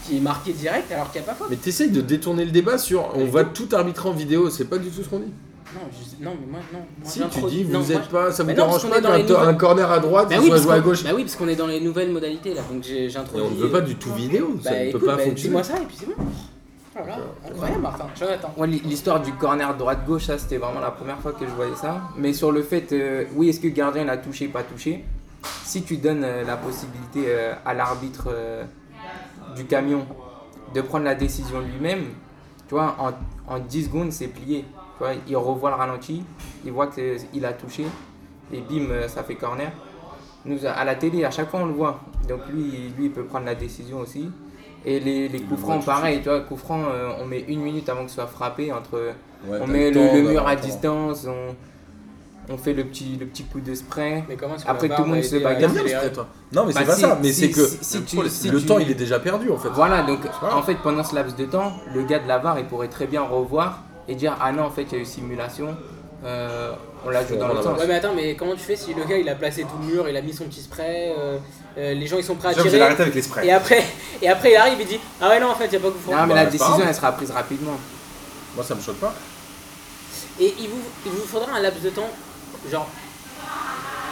[SPEAKER 1] qui est marqué direct alors qu'il n'y a pas faute.
[SPEAKER 2] Mais t'essayes de détourner le débat sur on va tout arbitrer en vidéo, c'est pas du tout ce qu'on dit.
[SPEAKER 1] Non, je sais- non, mais moi, non. moi,
[SPEAKER 2] Si tu
[SPEAKER 1] j'introduis-
[SPEAKER 2] dis,
[SPEAKER 1] non,
[SPEAKER 2] vous
[SPEAKER 1] moi,
[SPEAKER 2] êtes pas, ça vous
[SPEAKER 1] Bah non, parce
[SPEAKER 2] dérange
[SPEAKER 1] qu'on
[SPEAKER 2] pas
[SPEAKER 1] est dans les
[SPEAKER 2] d'un un
[SPEAKER 1] nouvelles-
[SPEAKER 2] corner à droite,
[SPEAKER 1] Bah
[SPEAKER 2] on
[SPEAKER 1] oui,
[SPEAKER 2] va
[SPEAKER 1] parce
[SPEAKER 2] jouer à
[SPEAKER 1] qu'on-
[SPEAKER 2] gauche.
[SPEAKER 1] bah oui, parce qu'on est dans les nouvelles modalités là, donc j'ai
[SPEAKER 2] Et
[SPEAKER 1] j'introduis.
[SPEAKER 2] on ne veut pas du tout vidéo, ça
[SPEAKER 1] Bah
[SPEAKER 2] ne peut
[SPEAKER 1] écoute,
[SPEAKER 2] pas
[SPEAKER 1] bah,
[SPEAKER 2] fonctionner.
[SPEAKER 1] dis-moi ça et puis c'est bon. Oh là là, incroyable Martin, Jonathan.
[SPEAKER 4] Ouais, l'hi- l'histoire du corner droite-gauche, ça c'était vraiment la première fois que je voyais ça. Mais sur le fait, euh, oui, est-ce que le gardien l'a touché, pas touché Si tu donnes euh, la possibilité euh, à l'arbitre euh, du camion de prendre la décision lui-même, tu vois, en, en 10 secondes, c'est plié. Tu vois, il revoit le ralenti, il voit qu'il a touché, et bim, euh, ça fait corner. Nous, à- à la télé, à chaque fois, on le voit. Donc lui, il- lui il peut prendre la décision aussi. Et les, les coups francs, pareil, tu vois, coups francs, euh, on met une minute avant que ce soit frappé entre
[SPEAKER 2] Ouais,
[SPEAKER 4] on
[SPEAKER 2] t'as le
[SPEAKER 4] met le,
[SPEAKER 2] temps bah,
[SPEAKER 4] le
[SPEAKER 2] d'avoir
[SPEAKER 4] mur à
[SPEAKER 2] le temps.
[SPEAKER 4] distance, on, on fait le petit, le petit coup de spray.
[SPEAKER 1] Mais comment est-ce que
[SPEAKER 4] Après,
[SPEAKER 1] la
[SPEAKER 4] tout
[SPEAKER 1] barre
[SPEAKER 4] le monde
[SPEAKER 1] va
[SPEAKER 4] se
[SPEAKER 1] aider
[SPEAKER 5] euh,
[SPEAKER 1] à
[SPEAKER 2] T'aimes
[SPEAKER 4] bagarre.
[SPEAKER 2] bien le
[SPEAKER 1] accélérer
[SPEAKER 2] spray, toi Non, mais
[SPEAKER 4] Bah,
[SPEAKER 2] c'est pas
[SPEAKER 4] si-
[SPEAKER 2] ça, mais
[SPEAKER 4] si-
[SPEAKER 2] c'est que
[SPEAKER 4] si- si tu- si
[SPEAKER 2] le
[SPEAKER 4] tu-
[SPEAKER 2] temps, il est déjà perdu en fait.
[SPEAKER 4] Voilà, donc
[SPEAKER 2] pas grave.
[SPEAKER 4] en fait, pendant ce laps de temps, le gars de la VAR, il pourrait très bien revoir et dire ah non en fait il y a eu simulation, euh, on la joue
[SPEAKER 2] Ouais,
[SPEAKER 4] dans
[SPEAKER 2] on
[SPEAKER 4] le
[SPEAKER 2] la
[SPEAKER 4] sens.
[SPEAKER 5] Ouais, mais attends, mais comment tu fais si le gars il a placé tout le mur, il a mis son petit spray, euh, euh, les gens ils sont prêts à
[SPEAKER 3] Déjà, vous allez
[SPEAKER 5] tirer.
[SPEAKER 3] arrêter avec les sprays.
[SPEAKER 5] Et après, et après il arrive, il dit Ah ouais, non, en fait, il n'y a pas que vous
[SPEAKER 4] Non mais
[SPEAKER 3] Bah,
[SPEAKER 4] la
[SPEAKER 3] c'est
[SPEAKER 4] décision
[SPEAKER 3] pas grave.
[SPEAKER 4] elle sera prise rapidement.
[SPEAKER 3] Moi, ça me choque pas.
[SPEAKER 5] Et il vous, il vous faudra un laps de temps, genre,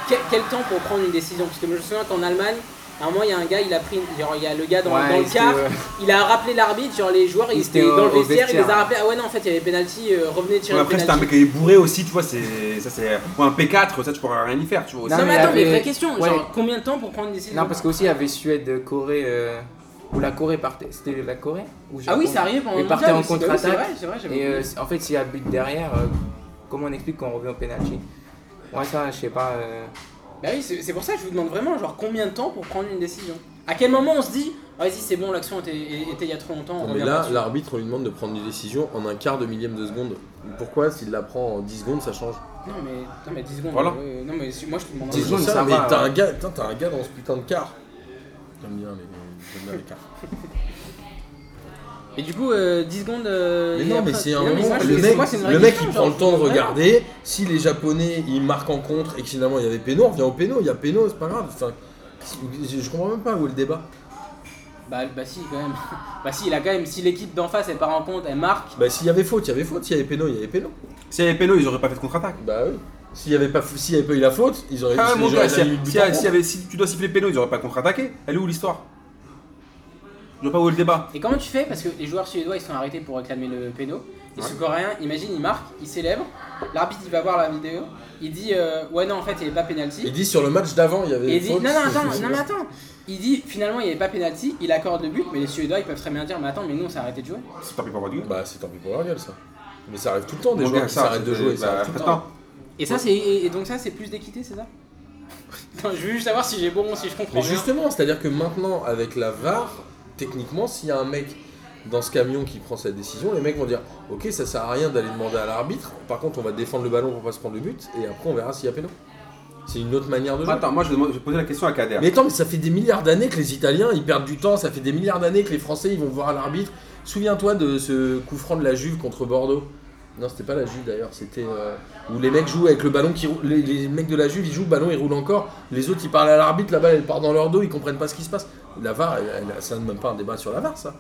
[SPEAKER 5] quel, quel temps pour prendre une décision Parce que je me souviens qu'en Allemagne, à un moment, il y a un gars, il a pris, genre, il y a le gars dans,
[SPEAKER 4] Ouais,
[SPEAKER 5] dans le
[SPEAKER 4] il s'était-
[SPEAKER 5] car, il a rappelé l'arbitre, genre, les joueurs, ils
[SPEAKER 4] Il
[SPEAKER 5] étaient
[SPEAKER 4] était au-
[SPEAKER 5] dans le
[SPEAKER 4] au
[SPEAKER 5] vestiaire, il les a
[SPEAKER 4] vestiaire.
[SPEAKER 5] rappelés, ah ouais, non, en fait, il y avait penalty, euh, revenez tirer
[SPEAKER 3] Ouais,
[SPEAKER 5] le
[SPEAKER 3] après, si t'as un
[SPEAKER 5] penalty.
[SPEAKER 3] mec qui est bourré aussi, tu vois, c'est ça c'est ou un P4, ça tu pourras rien y faire, tu vois. aussi.
[SPEAKER 5] Non,
[SPEAKER 4] Non,
[SPEAKER 5] mais
[SPEAKER 4] mais il
[SPEAKER 5] attends,
[SPEAKER 4] avait-
[SPEAKER 5] mais vraie question,
[SPEAKER 4] Ouais.
[SPEAKER 5] genre, combien de temps pour prendre une décision
[SPEAKER 4] Non parce qu'aussi il y avait Suède, Corée, euh, où la Corée partait, c'était la Corée ou
[SPEAKER 5] Ah oui,
[SPEAKER 4] Japon
[SPEAKER 5] ça arrive en
[SPEAKER 4] Ils partaient en
[SPEAKER 5] C'est
[SPEAKER 4] contre-attaque.
[SPEAKER 5] vrai, c'est vrai, j'avais
[SPEAKER 4] Et
[SPEAKER 5] oublié.
[SPEAKER 4] euh, en fait, s'il y a but derrière, euh, comment on explique qu'on revient au penalty Moi, ça, je sais pas. euh,
[SPEAKER 5] Bah oui, c'est c'est pour ça que je vous demande vraiment, genre, combien de temps pour prendre une décision À quel moment on se dit, Ah, vas-y, c'est bon, l'action était, était il y a trop longtemps, on
[SPEAKER 2] mais
[SPEAKER 5] revient
[SPEAKER 2] là,
[SPEAKER 5] pas dessus.
[SPEAKER 2] l'arbitre, on lui demande de prendre une décision en un quart de millième de seconde. Pourquoi, s'il la prend en 10 secondes, ça change
[SPEAKER 5] Non, mais, non, mais 10 secondes.
[SPEAKER 3] Voilà.
[SPEAKER 5] euh, non, mais si- moi, je te demande.
[SPEAKER 2] 10
[SPEAKER 4] oui,
[SPEAKER 2] secondes,
[SPEAKER 4] ça
[SPEAKER 2] ça,
[SPEAKER 4] va,
[SPEAKER 2] mais t'as un,
[SPEAKER 4] ouais.
[SPEAKER 2] gars, putain, t'as un gars dans ce putain de quart. J'aime bien les, j'aime bien les quarts.
[SPEAKER 5] Et du coup, euh, 10 secondes. euh,
[SPEAKER 2] Mais
[SPEAKER 5] et
[SPEAKER 2] non,
[SPEAKER 5] après-
[SPEAKER 2] mais c'est un
[SPEAKER 5] Non, mais
[SPEAKER 2] moment.
[SPEAKER 5] moi, je-
[SPEAKER 2] Le
[SPEAKER 5] c'est-
[SPEAKER 2] mec,
[SPEAKER 5] moi, c'est une vraie
[SPEAKER 2] le mec,
[SPEAKER 5] question,
[SPEAKER 2] il
[SPEAKER 5] genre,
[SPEAKER 2] prend le temps de
[SPEAKER 5] je-
[SPEAKER 2] regarder. Si les Japonais ils marquent en contre et que finalement il y avait péno, on revient au péno. Il y a péno, c'est pas grave. Enfin, je je comprends même pas où est le débat.
[SPEAKER 5] Bah, bah si, quand même. Bah si, il a quand même. Si l'équipe d'en face, elle part en compte, elle marque.
[SPEAKER 2] Bah, s'il y avait faute, il y avait faute. S'il y avait péno, il y avait péno.
[SPEAKER 3] S'il y avait péno, ils auraient pas fait de contre-attaque.
[SPEAKER 2] Bah oui. S'il y avait pas, s'il y avait pas eu la faute, ils auraient.
[SPEAKER 3] Ah ouais,
[SPEAKER 2] les
[SPEAKER 3] mon
[SPEAKER 2] gens,
[SPEAKER 3] gars,
[SPEAKER 2] ils
[SPEAKER 3] si,
[SPEAKER 2] auraient mis le but
[SPEAKER 3] si-
[SPEAKER 2] en
[SPEAKER 3] si-
[SPEAKER 2] contre.
[SPEAKER 3] y avait- si tu dois siffler péno, ils auraient pas contre-attaqué. Elle est où l'histoire Je vois pas où est le débat.
[SPEAKER 5] Et comment tu fais Parce que les joueurs suédois, ils sont arrêtés pour réclamer le péno. Les
[SPEAKER 3] Ouais.
[SPEAKER 5] sous-coréens, imagine, ils marquent, ils s'élèvent. L'arbitre, il va voir la vidéo. Il dit, euh, ouais, non, en fait, il n'y avait pas pénalty.
[SPEAKER 2] Il dit sur le match d'avant, il y
[SPEAKER 5] Et
[SPEAKER 2] avait
[SPEAKER 5] il dit, non,
[SPEAKER 2] faute.
[SPEAKER 5] non, attends, non, mais attends. Il dit, finalement, il n'y avait pas pénalty. Il accorde le but, mais les Suédois, ils peuvent très bien dire, mais attends, mais nous, on s'est arrêté de jouer.
[SPEAKER 3] C'est pas pris pour avoir du gueule.
[SPEAKER 2] Bah, c'est tant pis pour leur gueule, ça. Mais ça arrive tout le temps, des
[SPEAKER 3] Mon
[SPEAKER 2] joueurs
[SPEAKER 3] gars,
[SPEAKER 2] qui
[SPEAKER 3] ça,
[SPEAKER 2] s'arrêtent de
[SPEAKER 3] c'est-
[SPEAKER 2] jouer. Ça
[SPEAKER 3] bah,
[SPEAKER 2] arrive tout le temps.
[SPEAKER 3] attends.
[SPEAKER 5] Et ça, c'est. Et, et donc, ça, c'est plus d'équité, c'est ça Attends, Je veux juste savoir si j'ai bon, si je comprends
[SPEAKER 2] Mais
[SPEAKER 5] bien.
[SPEAKER 2] justement, c'est-à-dire que maintenant, avec la VAR, techniquement, s'il y a un mec dans ce camion qui prend cette décision, les mecs vont dire Ok, ça sert à rien d'aller demander à l'arbitre, par contre, on va défendre le ballon pour pas se prendre le but, et après, on verra s'il y a péno. C'est une autre manière de jouer.
[SPEAKER 3] Attends, moi je vais demander- je vais poser la question à Kader.
[SPEAKER 2] Mais attends, mais ça fait des milliards d'années que les Italiens ils perdent du temps, ça fait des milliards d'années que les Français ils vont voir à l'arbitre. Souviens-toi de ce coup franc de la Juve contre Bordeaux. Non, c'était pas la Juve d'ailleurs, c'était euh, où les mecs jouent avec le ballon qui roule. Les, les mecs de la Juve ils jouent, le ballon il roule encore. Les autres ils parlent à l'arbitre, la balle elle part dans leur dos, ils comprennent pas ce qui se passe. La VAR, elle- elle- ça n'est même pas un débat sur la VAR ça.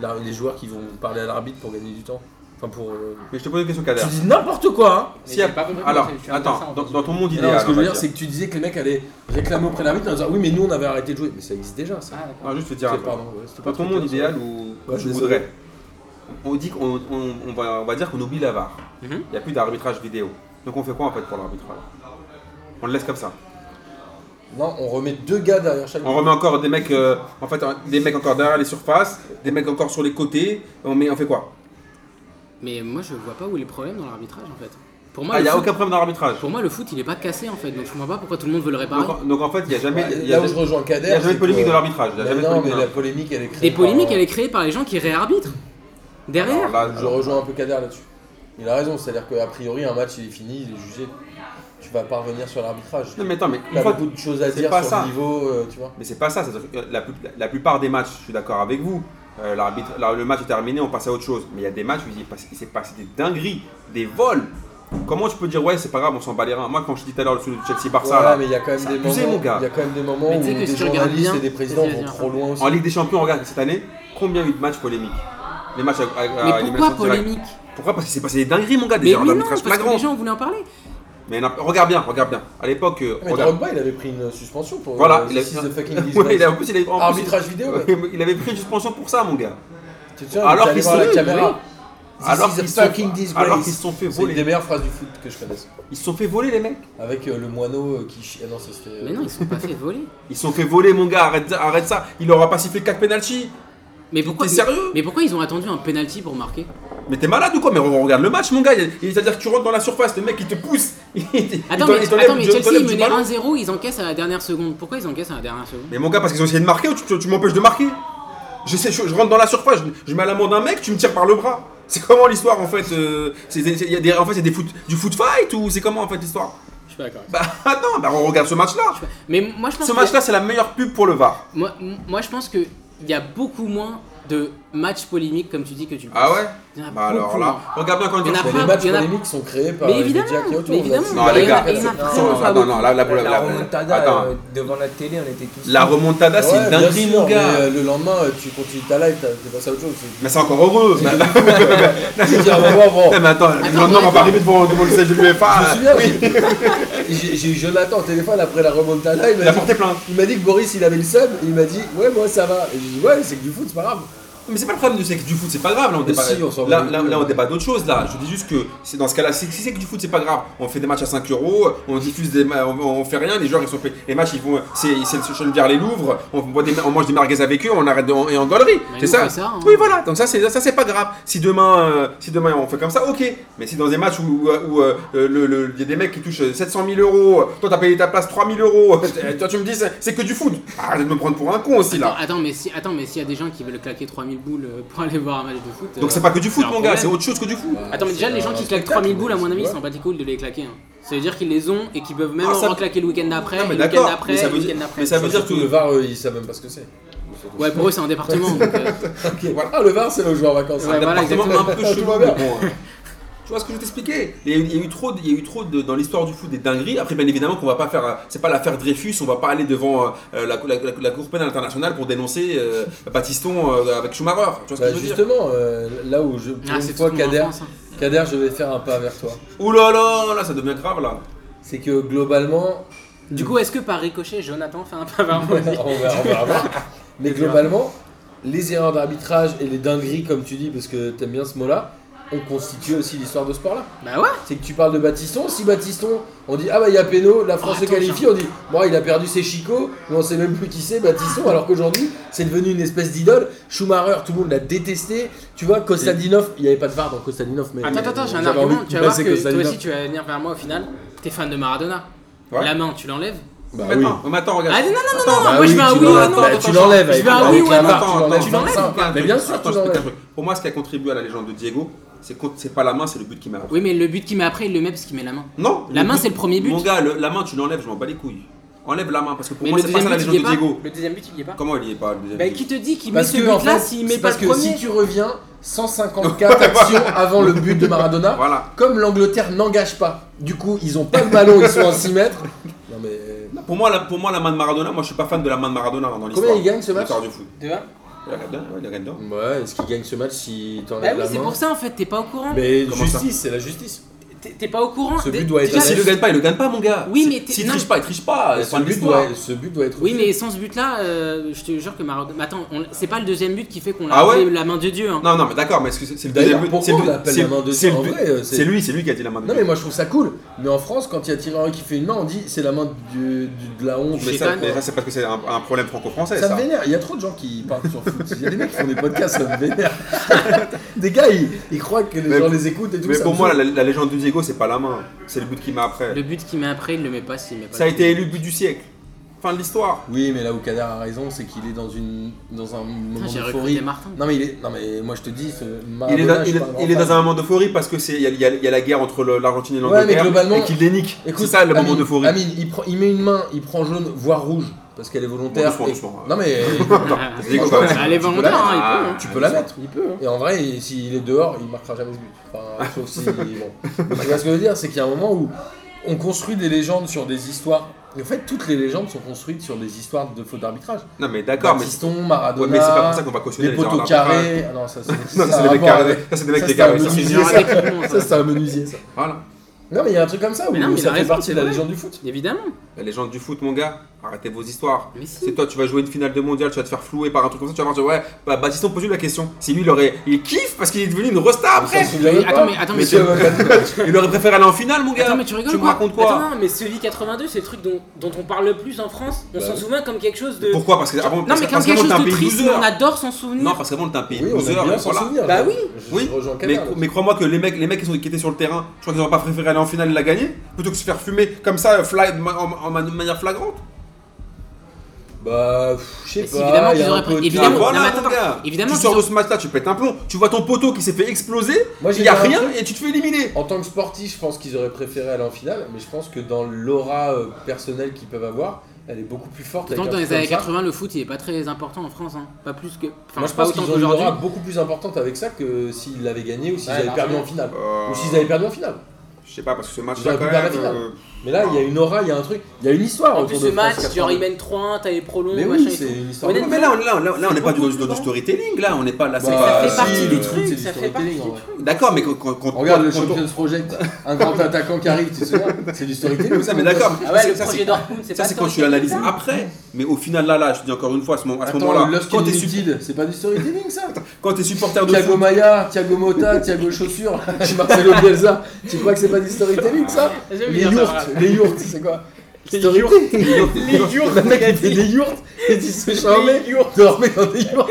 [SPEAKER 2] Là, les joueurs qui vont parler à l'arbitre pour gagner du temps. Enfin pour. euh,
[SPEAKER 3] Mais je te pose une question Kader.
[SPEAKER 2] Tu dis n'importe quoi hein
[SPEAKER 5] Mais
[SPEAKER 3] S'il y a-
[SPEAKER 5] j'ai pas compris
[SPEAKER 3] Alors,
[SPEAKER 5] comment tu- tu as dit ça,
[SPEAKER 3] attends,
[SPEAKER 5] en
[SPEAKER 3] dans,
[SPEAKER 5] fait.
[SPEAKER 3] dans ton monde
[SPEAKER 2] Et non,
[SPEAKER 3] idéal.
[SPEAKER 2] ce que
[SPEAKER 3] on
[SPEAKER 2] je
[SPEAKER 3] va
[SPEAKER 2] veux dire,
[SPEAKER 3] dire.
[SPEAKER 2] c'est que tu disais que les mecs allaient réclamer auprès de l'arbitre en disant oui, mais nous on avait arrêté de jouer. Mais ça existe déjà ça.
[SPEAKER 5] Ah, d'accord.
[SPEAKER 3] Non, juste te dire un
[SPEAKER 2] C'est-
[SPEAKER 3] truc.
[SPEAKER 2] pardon, ouais, c'était
[SPEAKER 3] Dans ton
[SPEAKER 2] très clair,
[SPEAKER 3] monde
[SPEAKER 2] ça.
[SPEAKER 3] idéal où
[SPEAKER 2] Ouais,
[SPEAKER 3] je
[SPEAKER 2] désolé.
[SPEAKER 3] voudrais, on dit qu'on on, on va, on va dire qu'on oublie la VAR. Il
[SPEAKER 5] Mhm.
[SPEAKER 3] n'y a plus d'arbitrage vidéo. Donc on fait quoi en fait pour l'arbitrage On le laisse comme ça.
[SPEAKER 2] Non, on remet deux gars derrière chaque.
[SPEAKER 3] On remet encore des mecs, euh, en fait, un- des mecs encore derrière les surfaces, des mecs encore sur les côtés. On, met, on fait quoi
[SPEAKER 1] Mais moi, je vois pas où est le problème dans l'arbitrage en fait. Pour moi,
[SPEAKER 3] Ah, il
[SPEAKER 1] le
[SPEAKER 3] n'y a
[SPEAKER 1] foot-
[SPEAKER 3] aucun problème d'arbitrage.
[SPEAKER 1] pour moi, le foot, il est pas cassé en fait. Donc, je comprends pas pourquoi tout le monde veut le réparer.
[SPEAKER 3] Donc, donc, en fait, il n'y a jamais, il y a
[SPEAKER 2] Là où je
[SPEAKER 3] jamais-
[SPEAKER 2] rejoins Kader.
[SPEAKER 3] il y a jamais
[SPEAKER 2] c'est
[SPEAKER 3] de polémique
[SPEAKER 2] que-
[SPEAKER 3] de l'arbitrage. Il y a
[SPEAKER 2] Mais
[SPEAKER 3] jamais de
[SPEAKER 2] Non, mais
[SPEAKER 3] polémique de
[SPEAKER 2] la polémique elle est créée.
[SPEAKER 1] Des polémiques,
[SPEAKER 2] par-
[SPEAKER 1] elle est créée par les gens qui réarbitrent. Derrière.
[SPEAKER 3] l'arbitrage. Alors
[SPEAKER 2] euh, Je
[SPEAKER 3] là,
[SPEAKER 2] rejoins un peu Kader là-dessus. Il a raison, c'est-à-dire qu'a priori un match il est fini, il est jugé. Tu vas pas revenir sur l'arbitrage.
[SPEAKER 3] non, mais attends, mais
[SPEAKER 2] Il y
[SPEAKER 3] une
[SPEAKER 2] a
[SPEAKER 3] fois,
[SPEAKER 2] beaucoup de choses à
[SPEAKER 3] c'est
[SPEAKER 2] dire
[SPEAKER 3] pas
[SPEAKER 2] sur
[SPEAKER 3] ça.
[SPEAKER 2] le niveau, euh, tu vois.
[SPEAKER 3] Mais c'est pas ça, c'est-à-dire que la, plus- la plupart des matchs, je suis d'accord avec vous, euh, l'arbitre, la- le match est terminé, on passe à autre chose. Mais il y a des matchs où il, est passé- il s'est passé des dingueries, des vols. Comment tu peux dire, ouais, c'est pas grave, on s'en bat les reins Moi, quand je dis tout à l'heure celui du Chelsea-Barça,
[SPEAKER 2] Voilà,
[SPEAKER 3] là,
[SPEAKER 2] mais il y a quand même
[SPEAKER 3] c'est
[SPEAKER 2] des
[SPEAKER 3] abusé,
[SPEAKER 2] moments,
[SPEAKER 3] mon gars.
[SPEAKER 2] il y a quand même des moments
[SPEAKER 1] Mais
[SPEAKER 2] où
[SPEAKER 1] tu sais que
[SPEAKER 2] des
[SPEAKER 1] si tu regardes
[SPEAKER 2] journalistes
[SPEAKER 1] bien-
[SPEAKER 2] et des présidents
[SPEAKER 1] Vas-y,
[SPEAKER 2] vont
[SPEAKER 1] vas-y,
[SPEAKER 2] trop loin aussi.
[SPEAKER 3] en Ligue des Champions, regarde cette année, combien il y a eu de matchs polémiques Les matchs à, à- à
[SPEAKER 1] Mais pourquoi
[SPEAKER 3] élimination directe.
[SPEAKER 1] polémique
[SPEAKER 3] Pourquoi Parce qu'il s'est passé des dingueries, mon gars, des
[SPEAKER 1] Mais
[SPEAKER 3] erreurs
[SPEAKER 1] oui, non, parce
[SPEAKER 3] d'arbitrage
[SPEAKER 1] que
[SPEAKER 3] flagrants.
[SPEAKER 1] les gens voulaient en parler.
[SPEAKER 3] Mais n'a- regarde bien, regarde bien. À l'époque, euh,
[SPEAKER 2] Mais
[SPEAKER 3] regarde.
[SPEAKER 2] Drogba, il avait pris une suspension pour.
[SPEAKER 3] Voilà,
[SPEAKER 2] euh,
[SPEAKER 3] il a-
[SPEAKER 2] this is the fucking
[SPEAKER 3] Ouais, il a-
[SPEAKER 2] disgrace.
[SPEAKER 3] en plus, il a- en plus,
[SPEAKER 2] Arbitrage vidéo. ouais.
[SPEAKER 3] il avait pris une suspension pour ça, mon gars.
[SPEAKER 2] Tu te souviens,
[SPEAKER 3] Alors
[SPEAKER 2] il était allé
[SPEAKER 3] qu'ils
[SPEAKER 2] voir la
[SPEAKER 3] sont-
[SPEAKER 2] caméra. This
[SPEAKER 3] Alors
[SPEAKER 2] is
[SPEAKER 3] qu'ils
[SPEAKER 2] a
[SPEAKER 3] se sont-
[SPEAKER 2] fucking disgrace.
[SPEAKER 3] alors qu'ils se sont fait
[SPEAKER 2] C'est une des
[SPEAKER 3] voler.
[SPEAKER 2] meilleures phrases du foot que je connaisse.
[SPEAKER 3] Ils se sont fait voler, les mecs.
[SPEAKER 2] Avec euh, le moineau euh, qui chie. Ah non, ça, c'était. euh,
[SPEAKER 1] Mais non, ils sont pas fait voler.
[SPEAKER 3] Ils se sont fait voler, mon gars, arrête, arrête ça. Il aura pas sifflé 4 penalty.
[SPEAKER 1] Mais pourquoi
[SPEAKER 3] T'es
[SPEAKER 1] mais-
[SPEAKER 3] sérieux
[SPEAKER 1] Mais pourquoi ils ont attendu un penalty pour marquer
[SPEAKER 3] Mais t'es malade ou quoi Mais on regarde le match, mon gars. Il- il- C'est-à-dire que tu rentres dans la surface, le mec il te pousse. Il te- il
[SPEAKER 1] Attends,
[SPEAKER 3] t'en-
[SPEAKER 1] mais,
[SPEAKER 3] il t'enlève
[SPEAKER 1] attends, mais
[SPEAKER 3] du-
[SPEAKER 1] Chelsea,
[SPEAKER 3] t'enlève
[SPEAKER 1] ils
[SPEAKER 3] du
[SPEAKER 1] menaient
[SPEAKER 3] ballon.
[SPEAKER 1] 1-0, ils encaissent à la dernière seconde. Pourquoi ils encaissent à la dernière seconde
[SPEAKER 3] Mais mon gars, parce qu'ils ont essayé de marquer ou tu, tu- tu m'empêches de marquer J'essaie- je, je rentre dans la surface, je, je mets à la main d'un mec, tu me tires par le bras. C'est comment l'histoire en fait euh, c'est- c'est- il y a des, En fait, c'est des foot, du foot fight ou c'est comment en fait l'histoire
[SPEAKER 1] Je suis pas d'accord. avec
[SPEAKER 3] Bah attends, bah, on regarde ce match-là.
[SPEAKER 1] ça. Mais moi, je pense
[SPEAKER 3] Ce
[SPEAKER 1] que-
[SPEAKER 3] match-là, c'est la meilleure pub pour le VAR.
[SPEAKER 1] Moi, moi, je pense que il y a beaucoup moins de matchs polémiques comme tu dis que tu le
[SPEAKER 3] Ah
[SPEAKER 1] penses.
[SPEAKER 3] ouais
[SPEAKER 1] Il y en a
[SPEAKER 3] Bah alors
[SPEAKER 1] beaucoup,
[SPEAKER 3] là,
[SPEAKER 1] hein.
[SPEAKER 3] regarde bien quand
[SPEAKER 1] Il y en a
[SPEAKER 2] Mais
[SPEAKER 1] Ah,
[SPEAKER 2] euh, les matchs
[SPEAKER 1] il y en a-
[SPEAKER 2] polémiques sont créés par euh,
[SPEAKER 1] Mais
[SPEAKER 2] les
[SPEAKER 1] évidemment,
[SPEAKER 2] médias qui autour.
[SPEAKER 1] mais évidemment.
[SPEAKER 3] Non, les
[SPEAKER 1] Il y en a- il y en
[SPEAKER 3] gars,
[SPEAKER 1] a
[SPEAKER 3] attends,
[SPEAKER 1] vraiment pas
[SPEAKER 3] attends, non, là, là, pour la,
[SPEAKER 4] La
[SPEAKER 3] la-
[SPEAKER 4] remontada
[SPEAKER 3] attends.
[SPEAKER 4] euh, devant la télé, on était tous.
[SPEAKER 3] La remontada, Ah, c'est une
[SPEAKER 2] Ouais, bien
[SPEAKER 3] dinguerie,
[SPEAKER 2] sûr,
[SPEAKER 3] mon
[SPEAKER 2] mais
[SPEAKER 3] gars.
[SPEAKER 2] euh, le lendemain, euh, tu continues ta live, t'as- t'es passé à autre chose.
[SPEAKER 3] Mais c'est encore heureux. Mais, non,
[SPEAKER 2] Tu te dis, ah, bon, bon, bon.
[SPEAKER 3] mais attends, le lendemain, on va pas arriver devant, devant le siège de
[SPEAKER 2] Je
[SPEAKER 3] l'UEFA.
[SPEAKER 2] me souviens, j'ai- j'ai- j'ai eu Jonathan au téléphone après la remontada, il
[SPEAKER 3] Il
[SPEAKER 2] m'a
[SPEAKER 3] a
[SPEAKER 2] dit,
[SPEAKER 3] porté plainte.
[SPEAKER 2] il m'a dit que Boris il avait le seum, et il m'a dit ouais moi ça va. Et j'ai dit ouais c'est que du foot, c'est pas grave.
[SPEAKER 3] Mais c'est pas le problème du sexe du foot, c'est pas grave. Là, on
[SPEAKER 2] Mais
[SPEAKER 3] débat,
[SPEAKER 2] si, on s'en
[SPEAKER 3] là,
[SPEAKER 2] bat les
[SPEAKER 3] là-
[SPEAKER 2] couilles.
[SPEAKER 3] là, on débat d'autres choses. Là, je dis juste que c'est dans ce cas-là, si si c'est que du foot, c'est pas grave. On fait des matchs à 5 euros, on diffuse des, ma- on, on fait rien. Les joueurs, ils sont payés. Les matchs, ils vont, c'est c'est le social vers les Louvres. On, boit des- on mange des marguez avec eux, on arrête de- et en galerie.
[SPEAKER 1] Mais
[SPEAKER 3] C'est
[SPEAKER 1] nous, on
[SPEAKER 3] ça.
[SPEAKER 1] fait ça, hein.
[SPEAKER 3] Oui, voilà. Donc ça, c'est ça, c'est pas grave. Si demain, euh, si demain on fait comme ça, ok. Mais si dans des matchs où où, où, euh, le- le- il y a des mecs qui touchent euh, 700 000 euros, toi t'as payé ta place 3 000 euros, toi tu me dis c'est- c'est que du foot. Arrête de me prendre pour un con aussi
[SPEAKER 1] Attends,
[SPEAKER 3] là.
[SPEAKER 1] attends, mais si, attends, mais s'il y a des gens qui veulent claquer 3000 boules euh, pour aller voir un match de foot.
[SPEAKER 3] Donc
[SPEAKER 1] euh,
[SPEAKER 3] c'est pas que du foot,
[SPEAKER 1] c'est un
[SPEAKER 3] mon gars.
[SPEAKER 1] problème.
[SPEAKER 3] C'est autre chose que du foot.
[SPEAKER 1] Attends, mais déjà, les gens qui claquent 3000 boules, à mon avis, ils sont pas des cool de les claquer. hein. Ça veut dire qu'ils les ont et qu'ils peuvent même
[SPEAKER 3] Ah, ça-
[SPEAKER 1] en reclaquer le week-end d'après,
[SPEAKER 3] Non, mais
[SPEAKER 1] le week-end
[SPEAKER 3] d'accord,
[SPEAKER 1] d'après,
[SPEAKER 3] mais ça
[SPEAKER 1] le
[SPEAKER 3] veut dire-
[SPEAKER 1] week-end d'après.
[SPEAKER 3] mais ça veut dire
[SPEAKER 2] Surtout le VAR eux, ils savent même pas ce que c'est.
[SPEAKER 1] Ouais, pour eux, c'est un département. donc, euh,
[SPEAKER 3] Voilà.
[SPEAKER 2] Ah le VAR c'est le joueur en vacances.
[SPEAKER 1] Ouais, voilà,
[SPEAKER 3] Appartement
[SPEAKER 1] exactement.
[SPEAKER 3] un peu
[SPEAKER 2] Tout
[SPEAKER 3] chelou,
[SPEAKER 2] va
[SPEAKER 3] mais
[SPEAKER 2] bien.
[SPEAKER 3] bon, hein. Tu vois ce que je t'expliquais il, y a eu- il y a eu trop, de- il y a eu trop de, dans l'histoire du foot des dingueries. Après, bien évidemment, qu'on va pas faire, euh, c'est pas l'affaire Dreyfus, on va pas aller devant euh, la, la- la- la Cour pénale internationale pour dénoncer euh, Batiston euh, avec Schumacher. Tu vois ce que
[SPEAKER 2] Bah,
[SPEAKER 3] je veux dire
[SPEAKER 2] justement euh, là où je pour
[SPEAKER 1] Ah,
[SPEAKER 2] une
[SPEAKER 1] c'est
[SPEAKER 2] fois
[SPEAKER 1] tout le monde en
[SPEAKER 2] Kader,
[SPEAKER 1] France, hein.
[SPEAKER 2] Kader je vais faire un pas vers toi.
[SPEAKER 3] Ouh là là, là, ça devient grave là.
[SPEAKER 2] C'est que globalement
[SPEAKER 1] Du coup, est-ce que par ricochet, Jonathan fait un pas vers
[SPEAKER 2] on
[SPEAKER 1] moi
[SPEAKER 2] verra, on verra voir. Mais globalement, les erreurs d'arbitrage et les dingueries, comme tu dis, parce que t'aimes bien ce mot-là, ont constitué aussi l'histoire de ce sport-là.
[SPEAKER 1] Bah ouais
[SPEAKER 2] C'est que tu parles de Batiston. Si Batiston, on dit ah bah il y a Péno, la France
[SPEAKER 1] Oh,
[SPEAKER 2] se
[SPEAKER 1] attends,
[SPEAKER 2] qualifie, on dit moi il a perdu ses chicots, mais on sait même plus qui c'est Batiston, alors qu'aujourd'hui c'est devenu une espèce d'idole. Schumacher, tout le monde l'a détesté. Tu vois, Kostadinov, il n'y avait pas de VAR dans Kostadinov, mais.
[SPEAKER 1] Attends, attends, j'ai un
[SPEAKER 2] j'avais
[SPEAKER 1] argument.
[SPEAKER 2] envie de
[SPEAKER 1] Tu vas voir
[SPEAKER 2] placer
[SPEAKER 1] que toi
[SPEAKER 2] Kostadinov.
[SPEAKER 1] aussi, tu vas venir vers moi au final. T'es fan de Maradona.
[SPEAKER 3] Ouais.
[SPEAKER 1] La main, tu l'enlèves
[SPEAKER 2] Bah
[SPEAKER 3] Mais
[SPEAKER 2] oui.
[SPEAKER 3] attends, mais attends, regarde.
[SPEAKER 1] Ah non, non, non,
[SPEAKER 3] Attends,
[SPEAKER 1] non,
[SPEAKER 2] Bah
[SPEAKER 1] moi je
[SPEAKER 2] oui,
[SPEAKER 1] mets un
[SPEAKER 2] tu
[SPEAKER 1] oui,
[SPEAKER 2] l'enlèves,
[SPEAKER 1] non,
[SPEAKER 2] bah,
[SPEAKER 1] non,
[SPEAKER 2] tu l'enlèves
[SPEAKER 1] Je
[SPEAKER 2] avec,
[SPEAKER 1] vais un
[SPEAKER 2] avec
[SPEAKER 1] oui,
[SPEAKER 2] la
[SPEAKER 1] ouais,
[SPEAKER 2] barre,
[SPEAKER 1] non.
[SPEAKER 2] tu l'enlèves.
[SPEAKER 1] Tu l'enlèves.
[SPEAKER 2] Attends, Mais bien sûr,
[SPEAKER 3] Attends,
[SPEAKER 2] tu
[SPEAKER 3] je t'explique un
[SPEAKER 2] l'enlèves.
[SPEAKER 3] truc. Pour moi, ce qui a contribué à la légende de Diego, c'est quand c'est pas la main, c'est le but qui m'a.
[SPEAKER 1] Oui, mais le but qu'il met après, il le met parce qu'il met la main.
[SPEAKER 3] Non
[SPEAKER 1] La
[SPEAKER 3] le
[SPEAKER 1] main,
[SPEAKER 3] but-
[SPEAKER 1] c'est le premier but.
[SPEAKER 3] Mon gars, le- la main, tu l'enlèves, je m'en bats les couilles. Enlève la main, parce que pour
[SPEAKER 1] Mais
[SPEAKER 3] moi,
[SPEAKER 1] le
[SPEAKER 3] c'est pas ça
[SPEAKER 1] deuxième
[SPEAKER 3] la
[SPEAKER 1] but, il y
[SPEAKER 3] légende
[SPEAKER 1] est
[SPEAKER 3] de
[SPEAKER 1] pas.
[SPEAKER 3] Diego.
[SPEAKER 1] Le deuxième but, il y est pas.
[SPEAKER 3] Comment il y est pas le deuxième
[SPEAKER 1] Bah,
[SPEAKER 3] but
[SPEAKER 1] qui te dit qu'il met
[SPEAKER 2] Parce
[SPEAKER 1] ce
[SPEAKER 2] que, en
[SPEAKER 1] but-là
[SPEAKER 2] fait,
[SPEAKER 1] s'il met
[SPEAKER 2] c'est
[SPEAKER 1] pas
[SPEAKER 2] parce
[SPEAKER 1] le
[SPEAKER 2] que si
[SPEAKER 1] premier
[SPEAKER 2] tu reviens 154 actions avant le but de Maradona,
[SPEAKER 3] Voilà.
[SPEAKER 2] comme l'Angleterre n'engage pas, du coup ils ont pas le ballon, ils sont à 6 mètres. Non mais
[SPEAKER 3] Pour moi, la, pour moi, la main de Maradona, moi je suis pas fan de la main de Maradona hein, dans l'histoire.
[SPEAKER 2] il gagne, ce match
[SPEAKER 3] L'histoire du foot.
[SPEAKER 1] De un
[SPEAKER 3] Il gagne bien, ouais, il gagne bien.
[SPEAKER 2] Ouais, est-ce qu'il gagne ce match si
[SPEAKER 1] Bah
[SPEAKER 2] t'enlèves
[SPEAKER 1] oui,
[SPEAKER 2] la
[SPEAKER 1] c'est
[SPEAKER 2] main
[SPEAKER 1] pour ça en fait, t'es pas au courant.
[SPEAKER 2] Mais
[SPEAKER 3] Comment
[SPEAKER 2] justice, c'est la justice.
[SPEAKER 1] T'es- T'es pas au courant.
[SPEAKER 2] Ce but
[SPEAKER 1] Dé-
[SPEAKER 2] doit être
[SPEAKER 1] déjà-
[SPEAKER 3] S'il le gagne pas, il le gagne pas, mon gars.
[SPEAKER 1] Oui,
[SPEAKER 3] Si-
[SPEAKER 1] mais t'es-
[SPEAKER 3] S'il
[SPEAKER 1] non.
[SPEAKER 3] triche pas, il triche pas.
[SPEAKER 2] ce,
[SPEAKER 3] Fin de
[SPEAKER 2] but
[SPEAKER 3] l'histoire.
[SPEAKER 2] doit, ce but doit être.
[SPEAKER 1] Oui, mais sans ce but-là, euh, je te jure que Maradona. mais Attends, on- c'est pas le deuxième but qui fait qu'on l'a
[SPEAKER 3] Ah ouais
[SPEAKER 1] appelé la main de Dieu. hein.
[SPEAKER 3] Non, non, mais d'accord, mais est-ce que c'est c'est le
[SPEAKER 2] D'ailleurs,
[SPEAKER 3] deuxième but
[SPEAKER 2] pourquoi
[SPEAKER 3] c'est le-
[SPEAKER 2] on l'appelle
[SPEAKER 3] c'est-
[SPEAKER 2] la main de
[SPEAKER 3] c'est
[SPEAKER 2] Dieu
[SPEAKER 3] le
[SPEAKER 2] En
[SPEAKER 3] but-
[SPEAKER 2] vrai, euh, c'est-
[SPEAKER 3] C'est lui, c'est lui qui a dit la main de
[SPEAKER 2] Non mais
[SPEAKER 3] Dieu.
[SPEAKER 2] moi je trouve ça cool. Mais en France, quand il y a Thierry Henry qui fait une main, on dit c'est la main du- du- de la honte.
[SPEAKER 3] Mais
[SPEAKER 1] J'ai
[SPEAKER 3] ça,
[SPEAKER 1] pas-
[SPEAKER 3] mais ça, c'est parce que c'est un, un problème franco-français,
[SPEAKER 2] Ça
[SPEAKER 3] ça.
[SPEAKER 2] me vénère, il y a trop de gens qui parlent sur foot. Il y a des mecs qui font des podcasts, ça me vénère. des gars, ils, ils croient que les
[SPEAKER 3] Mais-
[SPEAKER 2] gens les écoutent et tout.
[SPEAKER 3] Mais
[SPEAKER 2] ça
[SPEAKER 3] pour
[SPEAKER 2] me
[SPEAKER 3] moi,
[SPEAKER 2] saoule.
[SPEAKER 3] la, la légende de Diego, c'est pas la main. C'est le but qui met après.
[SPEAKER 1] Le but qu'il met après, il le met pas s'il met pas.
[SPEAKER 3] Ça a
[SPEAKER 1] le
[SPEAKER 3] été élu but du siècle. Fin de l'histoire.
[SPEAKER 2] Oui, mais là où Kader a raison, c'est qu'il est dans une dans un moment
[SPEAKER 1] Ah, j'ai
[SPEAKER 2] d'euphorie.
[SPEAKER 1] recruté Martin.
[SPEAKER 2] Non mais il est non mais moi je te dis ce
[SPEAKER 3] Il est,
[SPEAKER 2] Maradona,
[SPEAKER 3] dans,
[SPEAKER 2] Ah, bah je
[SPEAKER 3] il,
[SPEAKER 2] suis
[SPEAKER 3] est-
[SPEAKER 2] pas grand
[SPEAKER 3] il est
[SPEAKER 2] fan.
[SPEAKER 3] dans un moment d'euphorie parce que c'est il y, a- il y a- il y a la guerre entre le- l'Argentine et
[SPEAKER 2] Ouais,
[SPEAKER 3] l'Angleterre
[SPEAKER 2] mais globalement-
[SPEAKER 3] et qu'il les nique.
[SPEAKER 2] Écoute,
[SPEAKER 3] C'est ça le moment
[SPEAKER 2] Amine,
[SPEAKER 3] d'euphorie.
[SPEAKER 2] Amine, il, prend- il met une main, il prend jaune voire rouge parce qu'elle est volontaire.
[SPEAKER 3] Bon, doucement,
[SPEAKER 2] et-
[SPEAKER 3] doucement.
[SPEAKER 2] Non mais
[SPEAKER 1] Ah,
[SPEAKER 3] Diego, quand même.
[SPEAKER 1] Elle est volontaire, hein, il peut.
[SPEAKER 3] Ah,
[SPEAKER 1] hein.
[SPEAKER 2] tu peux la mettre. Il peut. Et en vrai, il- s'il est dehors, il marquera jamais ce but.
[SPEAKER 3] Ah.
[SPEAKER 2] Enfin, sauf si bon. Mais tu vois ce que je veux dire, c'est qu'il y a un moment où on construit des légendes sur des histoires. Et en fait, toutes les légendes sont construites sur des histoires de fautes d'arbitrage.
[SPEAKER 3] Non mais d'accord, mais
[SPEAKER 2] Batiston,
[SPEAKER 3] Ouais,
[SPEAKER 2] Maradona.
[SPEAKER 3] mais c'est pas pour ça qu'on va cautionner
[SPEAKER 2] Les
[SPEAKER 3] les erreurs
[SPEAKER 2] poteaux
[SPEAKER 3] d'arbitrage.
[SPEAKER 2] carrés. Ah non, ça c'est ça
[SPEAKER 3] Non,
[SPEAKER 2] a
[SPEAKER 3] c'est
[SPEAKER 2] un
[SPEAKER 3] des mecs
[SPEAKER 2] rapport
[SPEAKER 3] carrés.
[SPEAKER 2] avec-
[SPEAKER 3] Ça, c'est des mecs
[SPEAKER 2] ça,
[SPEAKER 3] des
[SPEAKER 2] c'est un
[SPEAKER 3] carrés. ça.
[SPEAKER 1] C'est
[SPEAKER 2] menuisier,
[SPEAKER 1] général
[SPEAKER 2] ça.
[SPEAKER 1] des poumons,
[SPEAKER 2] Ça
[SPEAKER 1] ça.
[SPEAKER 2] c'est un menuisier ça.
[SPEAKER 3] Voilà.
[SPEAKER 2] Non mais il y a un truc comme ça où
[SPEAKER 1] Mais non, mais il
[SPEAKER 2] ça
[SPEAKER 1] a
[SPEAKER 2] fait
[SPEAKER 1] raison,
[SPEAKER 2] partie de la
[SPEAKER 1] c'est vrai.
[SPEAKER 2] légende du foot.
[SPEAKER 1] Évidemment.
[SPEAKER 3] La légende du foot, mon gars. Arrêtez vos histoires.
[SPEAKER 1] Mais
[SPEAKER 3] C'est
[SPEAKER 1] si.
[SPEAKER 3] toi, tu vas jouer une finale de mondial, tu vas te faire flouer par un truc comme ça, tu vas voir, ouais, bah, Baptiste, on pose la question. Si lui, il aurait, il kiffe parce qu'il est devenu une rosta après.
[SPEAKER 1] Mais attends, mais- attends, mais-
[SPEAKER 3] Il aurait préféré aller en finale, mon gars.
[SPEAKER 1] Attends, mais tu rigoles
[SPEAKER 3] Tu me
[SPEAKER 1] quoi
[SPEAKER 3] racontes quoi
[SPEAKER 5] Attends, non, mais ce vie 82, c'est le truc dont, dont on parle le plus en France. On
[SPEAKER 2] Bah
[SPEAKER 5] s'en
[SPEAKER 2] oui.
[SPEAKER 5] souvient comme quelque chose de.
[SPEAKER 3] Pourquoi Parce que avant,
[SPEAKER 1] Non,
[SPEAKER 3] parce
[SPEAKER 1] mais
[SPEAKER 3] que-
[SPEAKER 1] comme
[SPEAKER 3] parce qu'avant,
[SPEAKER 1] quelque
[SPEAKER 3] t'es un
[SPEAKER 1] chose de
[SPEAKER 3] pays
[SPEAKER 1] triste,
[SPEAKER 3] loser.
[SPEAKER 1] on adore s'en souvenir.
[SPEAKER 3] Non, parce qu'avant, t'es un pays
[SPEAKER 2] Oui, on
[SPEAKER 3] loser.
[SPEAKER 2] aime bien s'en
[SPEAKER 3] voilà.
[SPEAKER 2] souvenir.
[SPEAKER 5] Bah
[SPEAKER 2] je-
[SPEAKER 5] oui.
[SPEAKER 2] je
[SPEAKER 3] Oui,
[SPEAKER 2] rejoins Kader,
[SPEAKER 3] mais,
[SPEAKER 2] là-dessus.
[SPEAKER 3] mais crois-moi que les mecs, les mecs qui, sont, qui étaient sur le terrain, je crois qu'ils n'auraient pas préféré aller en finale et la gagner plutôt que se faire fumer comme ça euh, fly- en, en- en manière flagrante.
[SPEAKER 2] Bah, pff, je sais
[SPEAKER 1] Mais si,
[SPEAKER 2] pas.
[SPEAKER 1] évidemment
[SPEAKER 2] il y a
[SPEAKER 1] qu'ils
[SPEAKER 2] un
[SPEAKER 1] auraient
[SPEAKER 2] peu
[SPEAKER 1] pris-
[SPEAKER 2] de-
[SPEAKER 1] évidemment.
[SPEAKER 3] Ah, voilà,
[SPEAKER 1] non, mais attends,
[SPEAKER 3] mon gars.
[SPEAKER 1] attends. Évidemment
[SPEAKER 3] tu
[SPEAKER 1] qu'ils
[SPEAKER 3] sors de
[SPEAKER 1] ont-
[SPEAKER 3] ce match-là, tu pètes un plomb. Tu vois ton poteau qui s'est fait exploser.
[SPEAKER 2] Moi, j'ai
[SPEAKER 3] Il n'y a
[SPEAKER 2] pas-
[SPEAKER 3] rien et tu te fais éliminer.
[SPEAKER 2] En tant que sportif, je pense qu'ils auraient préféré aller en finale, mais je pense que dans l'aura euh, personnelle qu'ils peuvent avoir, elle est beaucoup plus forte.
[SPEAKER 1] Pourtant,
[SPEAKER 2] avec
[SPEAKER 1] dans
[SPEAKER 2] un
[SPEAKER 1] les
[SPEAKER 2] truc
[SPEAKER 1] années
[SPEAKER 2] comme ça.
[SPEAKER 1] 80, le foot, il est pas très important en France. Hein. Pas plus que. Enfin,
[SPEAKER 2] Moi, je
[SPEAKER 1] pas
[SPEAKER 2] pense
[SPEAKER 1] autant
[SPEAKER 2] qu'ils ont une
[SPEAKER 1] qu'aujourd'hui.
[SPEAKER 2] aura beaucoup plus importante avec ça que s'ils l'avaient gagné ou s'ils
[SPEAKER 1] Ouais,
[SPEAKER 2] avaient perdu
[SPEAKER 1] largement.
[SPEAKER 2] en finale.
[SPEAKER 3] Euh,
[SPEAKER 2] Ou s'ils avaient perdu en finale.
[SPEAKER 3] Je sais pas, parce que ce match
[SPEAKER 2] Ils auraient
[SPEAKER 3] là,
[SPEAKER 2] pu
[SPEAKER 3] quand
[SPEAKER 2] perdre la
[SPEAKER 3] même.
[SPEAKER 2] finale.
[SPEAKER 3] euh,
[SPEAKER 2] Mais là, il y a une aura, il y a un truc, il y a une histoire.
[SPEAKER 5] En
[SPEAKER 2] autour
[SPEAKER 5] plus,
[SPEAKER 2] de
[SPEAKER 5] ce
[SPEAKER 2] France
[SPEAKER 5] match, genre,
[SPEAKER 2] 80.
[SPEAKER 5] ils mènent 3-1, t'as les prolongs,
[SPEAKER 2] Mais
[SPEAKER 5] machin
[SPEAKER 2] oui,
[SPEAKER 5] et
[SPEAKER 2] c'est
[SPEAKER 5] tout.
[SPEAKER 2] une histoire.
[SPEAKER 5] Honnêtement,
[SPEAKER 3] Mais là, on, là, on- là, on n'est pas dans,
[SPEAKER 2] beaucoup
[SPEAKER 3] dans du
[SPEAKER 2] plus
[SPEAKER 3] storytelling, là, on n'est pas là.
[SPEAKER 2] Bah,
[SPEAKER 5] Ça fait
[SPEAKER 2] si,
[SPEAKER 5] partie
[SPEAKER 2] le
[SPEAKER 5] du
[SPEAKER 2] truc, c'est
[SPEAKER 5] truc,
[SPEAKER 2] du
[SPEAKER 5] ça fait partie
[SPEAKER 2] storytelling, en
[SPEAKER 5] du
[SPEAKER 2] vrai.
[SPEAKER 5] truc.
[SPEAKER 3] D'accord, mais quand, quand, quand-
[SPEAKER 2] Regarde le
[SPEAKER 3] quand-
[SPEAKER 2] Champions Project, un grand attaquant qui arrive, tu te souviens C'est du storytelling.
[SPEAKER 3] Ça, mais d'accord.
[SPEAKER 5] Ah ouais,
[SPEAKER 3] Ça,
[SPEAKER 5] le
[SPEAKER 3] ça,
[SPEAKER 5] projet
[SPEAKER 3] c'est-
[SPEAKER 5] Dortmund, c'est
[SPEAKER 3] Ça,
[SPEAKER 5] pas
[SPEAKER 3] c'est
[SPEAKER 5] ça,
[SPEAKER 3] quand tu l'analyses après. Mais au final, là, là, je te dis encore une fois, à ce moment- à ce moment-là, quand t'es sup-
[SPEAKER 2] c'est pas du storytelling ça
[SPEAKER 3] quand t'es supporter de
[SPEAKER 2] Thiago
[SPEAKER 3] foot,
[SPEAKER 2] Maya, Thiago Motta, Thiago Chaussure, Marcelo Bielsa, tu crois que c'est pas du storytelling ça
[SPEAKER 1] J'aime
[SPEAKER 2] Ah, Les
[SPEAKER 1] bien ça,
[SPEAKER 2] yourtes,
[SPEAKER 1] voilà.
[SPEAKER 2] les yourtes, c'est quoi
[SPEAKER 1] Les
[SPEAKER 2] Storytelling
[SPEAKER 1] Les yourtes,
[SPEAKER 2] Le mec
[SPEAKER 1] il a
[SPEAKER 2] il fait
[SPEAKER 1] dit.
[SPEAKER 2] des yourtes et il se charmait,
[SPEAKER 1] Les yourtes,
[SPEAKER 2] dormait dans des yourtes.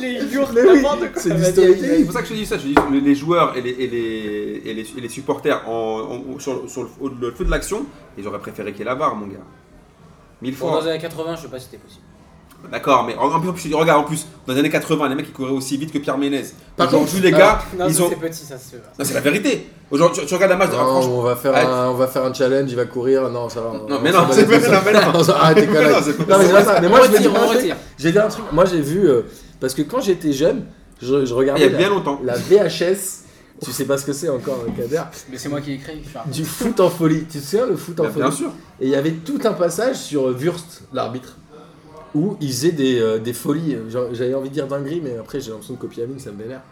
[SPEAKER 1] les yourtes,
[SPEAKER 2] Mais oui,
[SPEAKER 1] n'importe quoi.
[SPEAKER 2] c'est du
[SPEAKER 1] Vas-y,
[SPEAKER 3] c'est
[SPEAKER 2] storytelling.
[SPEAKER 3] pour ça que je te dis ça, je te dis les- les joueurs et les, et les, et les, et les supporters en, en- sur, sur le, au- le feu de l'action, et j'aurais préféré qu'il y ait la VAR, mon gars. Mille
[SPEAKER 5] Bon,
[SPEAKER 3] fois.
[SPEAKER 5] Dans les années 80, je sais pas si c'était possible.
[SPEAKER 3] D'accord, mais en, en plus, regarde, en plus, dans les années 80, les mecs ils couraient aussi vite que Pierre Ménez.
[SPEAKER 2] Par contre,
[SPEAKER 3] Aujourd'hui, les
[SPEAKER 2] alors,
[SPEAKER 3] gars,
[SPEAKER 5] Non,
[SPEAKER 3] ils
[SPEAKER 5] ça,
[SPEAKER 3] ont.
[SPEAKER 5] c'est petit, ça se
[SPEAKER 3] Non, c'est la vérité. Aujourd'hui, tu, tu regardes la
[SPEAKER 2] Ah,
[SPEAKER 3] match. alors, franchement-
[SPEAKER 2] on va faire
[SPEAKER 3] Arrête.
[SPEAKER 2] un, on va faire un challenge, il va courir, non ça va.
[SPEAKER 3] Non, mais non, c'est pas non, mais non.
[SPEAKER 2] Arrêtez,
[SPEAKER 3] Ah, Mais non, c'est pas-
[SPEAKER 2] Non mais c'est pas ça. Mais moi
[SPEAKER 1] on
[SPEAKER 2] je vais dire
[SPEAKER 1] retire,
[SPEAKER 2] un
[SPEAKER 1] on
[SPEAKER 2] truc.
[SPEAKER 1] retire.
[SPEAKER 2] J'ai dit un truc, moi j'ai vu, euh, parce que quand j'étais jeune, je, je
[SPEAKER 3] Il y
[SPEAKER 2] regardais
[SPEAKER 3] a
[SPEAKER 2] la,
[SPEAKER 3] bien longtemps.
[SPEAKER 2] la VHS, tu sais pas ce que c'est encore, euh, Kader,
[SPEAKER 1] Mais c'est moi qui ai écrit. je suis un-
[SPEAKER 2] du foot en folie. Tu te souviens le foot en
[SPEAKER 3] Bah,
[SPEAKER 2] folie
[SPEAKER 3] Bien, bien sûr.
[SPEAKER 2] Et il y avait tout un passage sur euh, Wurst, l'arbitre, où il faisait des, euh, des folies, euh, genre, j'avais envie de dire dinguerie, mais après j'ai l'impression de copier Amine, ça me vénère.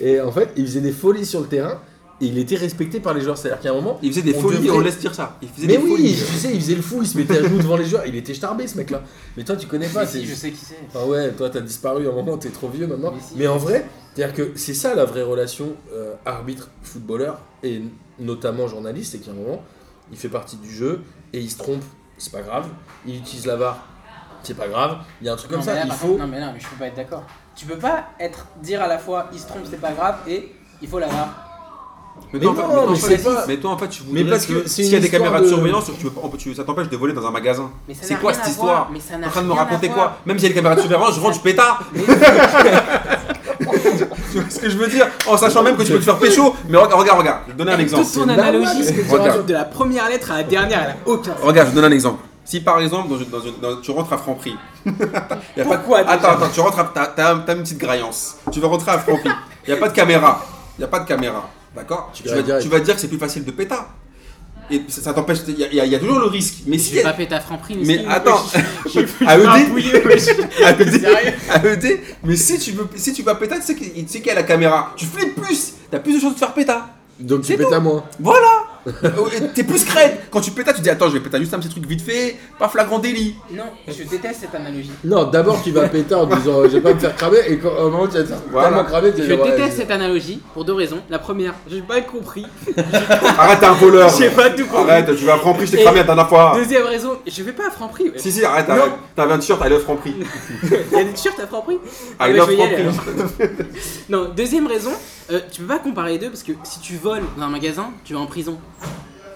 [SPEAKER 2] Et en fait, il faisait des folies sur le terrain, et il était respecté par les joueurs, c'est-à-dire qu'à un moment...
[SPEAKER 3] Il faisait des
[SPEAKER 2] On
[SPEAKER 3] folies et
[SPEAKER 2] devrait-
[SPEAKER 3] on laisse dire ça. Il faisait
[SPEAKER 2] Mais
[SPEAKER 3] des
[SPEAKER 2] oui,
[SPEAKER 3] folies.
[SPEAKER 2] tu sais, il faisait le fou, il se mettait à genoux devant les joueurs, il était starbé ce mec-là. Mais toi, tu connais pas. c'est-
[SPEAKER 1] Si, je sais qui c'est.
[SPEAKER 2] ah ouais, toi t'as disparu à un moment, t'es trop vieux maintenant.
[SPEAKER 1] Mais si.
[SPEAKER 2] Mais en vrai, c'est-à-dire que c'est ça la vraie relation euh, arbitre-footballeur et n- notamment journaliste, c'est qu'à un moment, il fait partie du jeu et il se trompe, c'est pas grave. Il utilise la VAR, c'est pas grave. Il y a un truc comme
[SPEAKER 1] Non, mais
[SPEAKER 2] ça,
[SPEAKER 1] là,
[SPEAKER 2] il
[SPEAKER 1] par
[SPEAKER 2] faut.
[SPEAKER 1] contre, Non, mais non, mais je peux pas être d'accord. Tu peux pas être dire à la fois il se trompe, c'est pas grave et il faut la voir.
[SPEAKER 3] Mais
[SPEAKER 2] Mais
[SPEAKER 3] toi, en fait-
[SPEAKER 2] non,
[SPEAKER 3] mais toi, en
[SPEAKER 2] mais
[SPEAKER 3] fait-
[SPEAKER 2] c'est pas-
[SPEAKER 3] mais toi, en fait, tu
[SPEAKER 2] Mais
[SPEAKER 3] voudrais
[SPEAKER 2] parce que
[SPEAKER 3] que
[SPEAKER 2] c'est
[SPEAKER 3] s'il y a
[SPEAKER 2] une
[SPEAKER 3] des caméras de
[SPEAKER 2] histoire de-
[SPEAKER 3] surveillance, tu peux- tu- ça t'empêche de voler dans un magasin.
[SPEAKER 1] Mais ça
[SPEAKER 3] C'est
[SPEAKER 1] n'a
[SPEAKER 3] quoi
[SPEAKER 1] rien à
[SPEAKER 3] cette
[SPEAKER 1] voir,
[SPEAKER 3] histoire
[SPEAKER 1] Mais ça
[SPEAKER 3] T'es
[SPEAKER 1] n'a
[SPEAKER 3] en train de me
[SPEAKER 1] rien à
[SPEAKER 3] raconter
[SPEAKER 1] voir.
[SPEAKER 3] quoi Même s'il y a des caméras de surveillance, je rentre, je pétard Tu vois ce que je veux dire En sachant même que tu peux te faire pécho, mais regarde, regarde, regarde, je vais te donner un exemple.
[SPEAKER 1] Toute ton
[SPEAKER 2] normal.
[SPEAKER 1] analogie, ce que tu
[SPEAKER 3] Regarde.
[SPEAKER 1] rajoutes de la première lettre à la dernière, elle a aucun sens.
[SPEAKER 3] Regarde, je te donne un exemple. Si par exemple, dans une- dans une- dans- tu rentres à Franprix, y a pas de-
[SPEAKER 1] Pourquoi, déjà
[SPEAKER 3] Attends, attends, tu rentres, à- t'as, t'as un- t'as une petite graillance. Tu veux rentrer à Franprix, il n'y a pas de caméra, il n'y a pas de caméra, d'accord tu,
[SPEAKER 2] vas
[SPEAKER 3] vas,
[SPEAKER 2] direct.
[SPEAKER 3] tu vas dire que c'est plus facile de péta. Et ça, ça t'empêche, il y, a- y a- y a toujours le risque. Mais si,
[SPEAKER 1] J'ai pas fait ta franprix,
[SPEAKER 3] mais
[SPEAKER 1] si,
[SPEAKER 3] attends, à ED, à ED, à ED, mais si tu, veux, si tu vas péta, tu sais qu'il tu sais qu'il y a la caméra, tu flippes plus, t'as plus de chances de te faire péta.
[SPEAKER 2] Donc tu
[SPEAKER 3] C'est
[SPEAKER 2] pètes
[SPEAKER 3] tout.
[SPEAKER 2] à moi.
[SPEAKER 3] Voilà Euh, T'es plus crête Quand tu pétas, tu dis attends, je vais péter juste un petit truc vite fait, pas flagrant délit.
[SPEAKER 1] Non, je déteste cette analogie.
[SPEAKER 2] Non, d'abord tu vas péter en disant je vais pas me faire cramer et quand, au moment où tu vas te faire
[SPEAKER 3] Voilà.
[SPEAKER 2] tellement cramer, tu vas
[SPEAKER 1] Je
[SPEAKER 2] dire, ouais,
[SPEAKER 1] déteste
[SPEAKER 2] vas-y.
[SPEAKER 1] cette analogie pour deux raisons. La première, j'ai pas compris.
[SPEAKER 3] Arrête, t'es un voleur
[SPEAKER 1] J'ai pas tout compris.
[SPEAKER 3] Arrête, tu vas à Franprix, je t'ai
[SPEAKER 1] Et-
[SPEAKER 3] cramé la dernière fois
[SPEAKER 1] Deuxième raison, je vais pas à Franprix.
[SPEAKER 3] Si, si, arrête, arrête T'avais un t-shirt, I love Franprix
[SPEAKER 1] Il y a des t-shirts à Franprix Ah
[SPEAKER 3] I
[SPEAKER 1] bah, je
[SPEAKER 3] love
[SPEAKER 1] vais y aller, alors.
[SPEAKER 3] Franprix
[SPEAKER 1] Non, deuxième raison, euh, tu peux pas comparer les deux parce que si tu voles dans un magasin, tu vas en prison.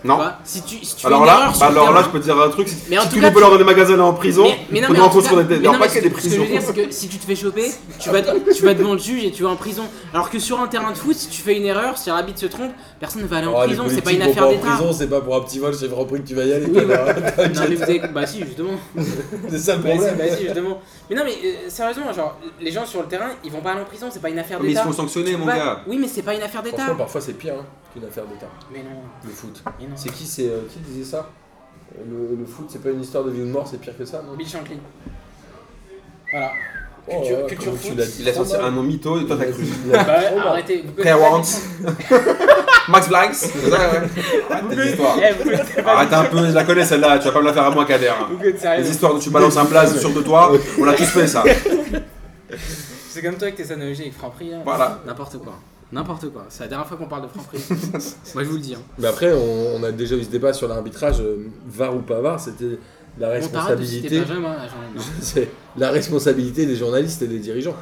[SPEAKER 1] Tu
[SPEAKER 3] Non
[SPEAKER 1] vois si tu, si tu fais
[SPEAKER 3] alors
[SPEAKER 1] une
[SPEAKER 3] là, bah
[SPEAKER 1] erreur sur le
[SPEAKER 3] alors là,
[SPEAKER 1] terrain-
[SPEAKER 3] je peux te dire un truc. Si,
[SPEAKER 1] Mais en
[SPEAKER 3] si
[SPEAKER 1] tout
[SPEAKER 3] tous
[SPEAKER 1] cas,
[SPEAKER 3] les voleurs dans les magasins là en prison,
[SPEAKER 1] mais
[SPEAKER 3] on
[SPEAKER 1] mais
[SPEAKER 3] en
[SPEAKER 1] tout
[SPEAKER 3] cause
[SPEAKER 1] cas-
[SPEAKER 3] qu'on est
[SPEAKER 1] mais non,
[SPEAKER 3] dans
[SPEAKER 1] mais
[SPEAKER 3] pas qu'il y
[SPEAKER 1] ce
[SPEAKER 3] a des
[SPEAKER 1] que- Ce que je
[SPEAKER 3] prisons.
[SPEAKER 1] veux dire, c'est que si tu te fais choper, tu vas, tu vas devant le juge et tu vas en prison. Alors que sur un terrain de foot, si tu fais une erreur, si l'arbitre se trompe, personne ne va aller en
[SPEAKER 2] Oh, les
[SPEAKER 1] prison. C'est pas
[SPEAKER 2] politiques
[SPEAKER 1] une
[SPEAKER 2] vont
[SPEAKER 1] affaire
[SPEAKER 2] en
[SPEAKER 1] d'État.
[SPEAKER 2] prison, c'est pas pour un petit vol chez Franprix que tu vas y aller.
[SPEAKER 1] Oui,
[SPEAKER 2] t'inquiète.
[SPEAKER 1] Non, mais vous avez... Bah si, justement.
[SPEAKER 2] C'est ça le
[SPEAKER 1] Bah si,
[SPEAKER 2] problème.
[SPEAKER 1] bah si, justement. Mais non, mais euh, sérieusement, genre, les gens sur le terrain, ils vont pas aller en prison. C'est pas une affaire
[SPEAKER 3] Mais ils se
[SPEAKER 1] d'État.
[SPEAKER 3] font sanctionner,
[SPEAKER 1] Tu
[SPEAKER 3] mon
[SPEAKER 1] vas-
[SPEAKER 3] gars.
[SPEAKER 1] Oui, mais c'est pas une affaire d'État.
[SPEAKER 2] Franchement, parfois c'est pire hein, qu'une affaire d'État.
[SPEAKER 1] Mais non,
[SPEAKER 2] Le foot.
[SPEAKER 1] mais non.
[SPEAKER 2] C'est qui c'est euh, qui disait ça le, le foot, c'est pas une histoire de vie ou de mort, c'est pire que ça, non
[SPEAKER 1] Bill Shankly. Voilà.
[SPEAKER 2] Oh,
[SPEAKER 1] culture-
[SPEAKER 2] ouais,
[SPEAKER 1] culture
[SPEAKER 2] comme tu
[SPEAKER 1] foot.
[SPEAKER 2] l'as dit
[SPEAKER 3] Il a sorti
[SPEAKER 2] trop mal.
[SPEAKER 3] un nom mytho et toi t'as cru.
[SPEAKER 2] Il a-
[SPEAKER 1] Bah ouais,
[SPEAKER 2] trop mal.
[SPEAKER 1] arrêtez. Vous connaissez
[SPEAKER 3] Claire
[SPEAKER 1] pas
[SPEAKER 3] Warrant.
[SPEAKER 1] Bill Shankly
[SPEAKER 3] Max Blags c'est ça, ouais. Arrête tes histoires.
[SPEAKER 1] Eh, vous connaissez pas
[SPEAKER 3] Arrête un peu, je la connais celle-là, tu vas pas me la faire à moi, Kader.
[SPEAKER 1] Bill- Vous connaissez-
[SPEAKER 3] Les
[SPEAKER 1] sérieux.
[SPEAKER 3] histoires dont tu balances un blaze sur de toi, on l'a tous fait ça.
[SPEAKER 1] C'est comme toi avec tes analogies avec Franprix. là.
[SPEAKER 3] Voilà.
[SPEAKER 1] N'importe quoi. N'importe quoi. C'est la dernière fois qu'on parle de Franprix. Moi je vous le dis. hein.
[SPEAKER 2] Mais après, on, on a déjà eu ce débat sur l'arbitrage, euh, VAR ou pas VAR, c'était la
[SPEAKER 1] On t'arrête de citer
[SPEAKER 2] responsabilité.
[SPEAKER 1] Benjamin. hein, là, j'en ai marre.
[SPEAKER 2] c'est la responsabilité des journalistes et des dirigeants.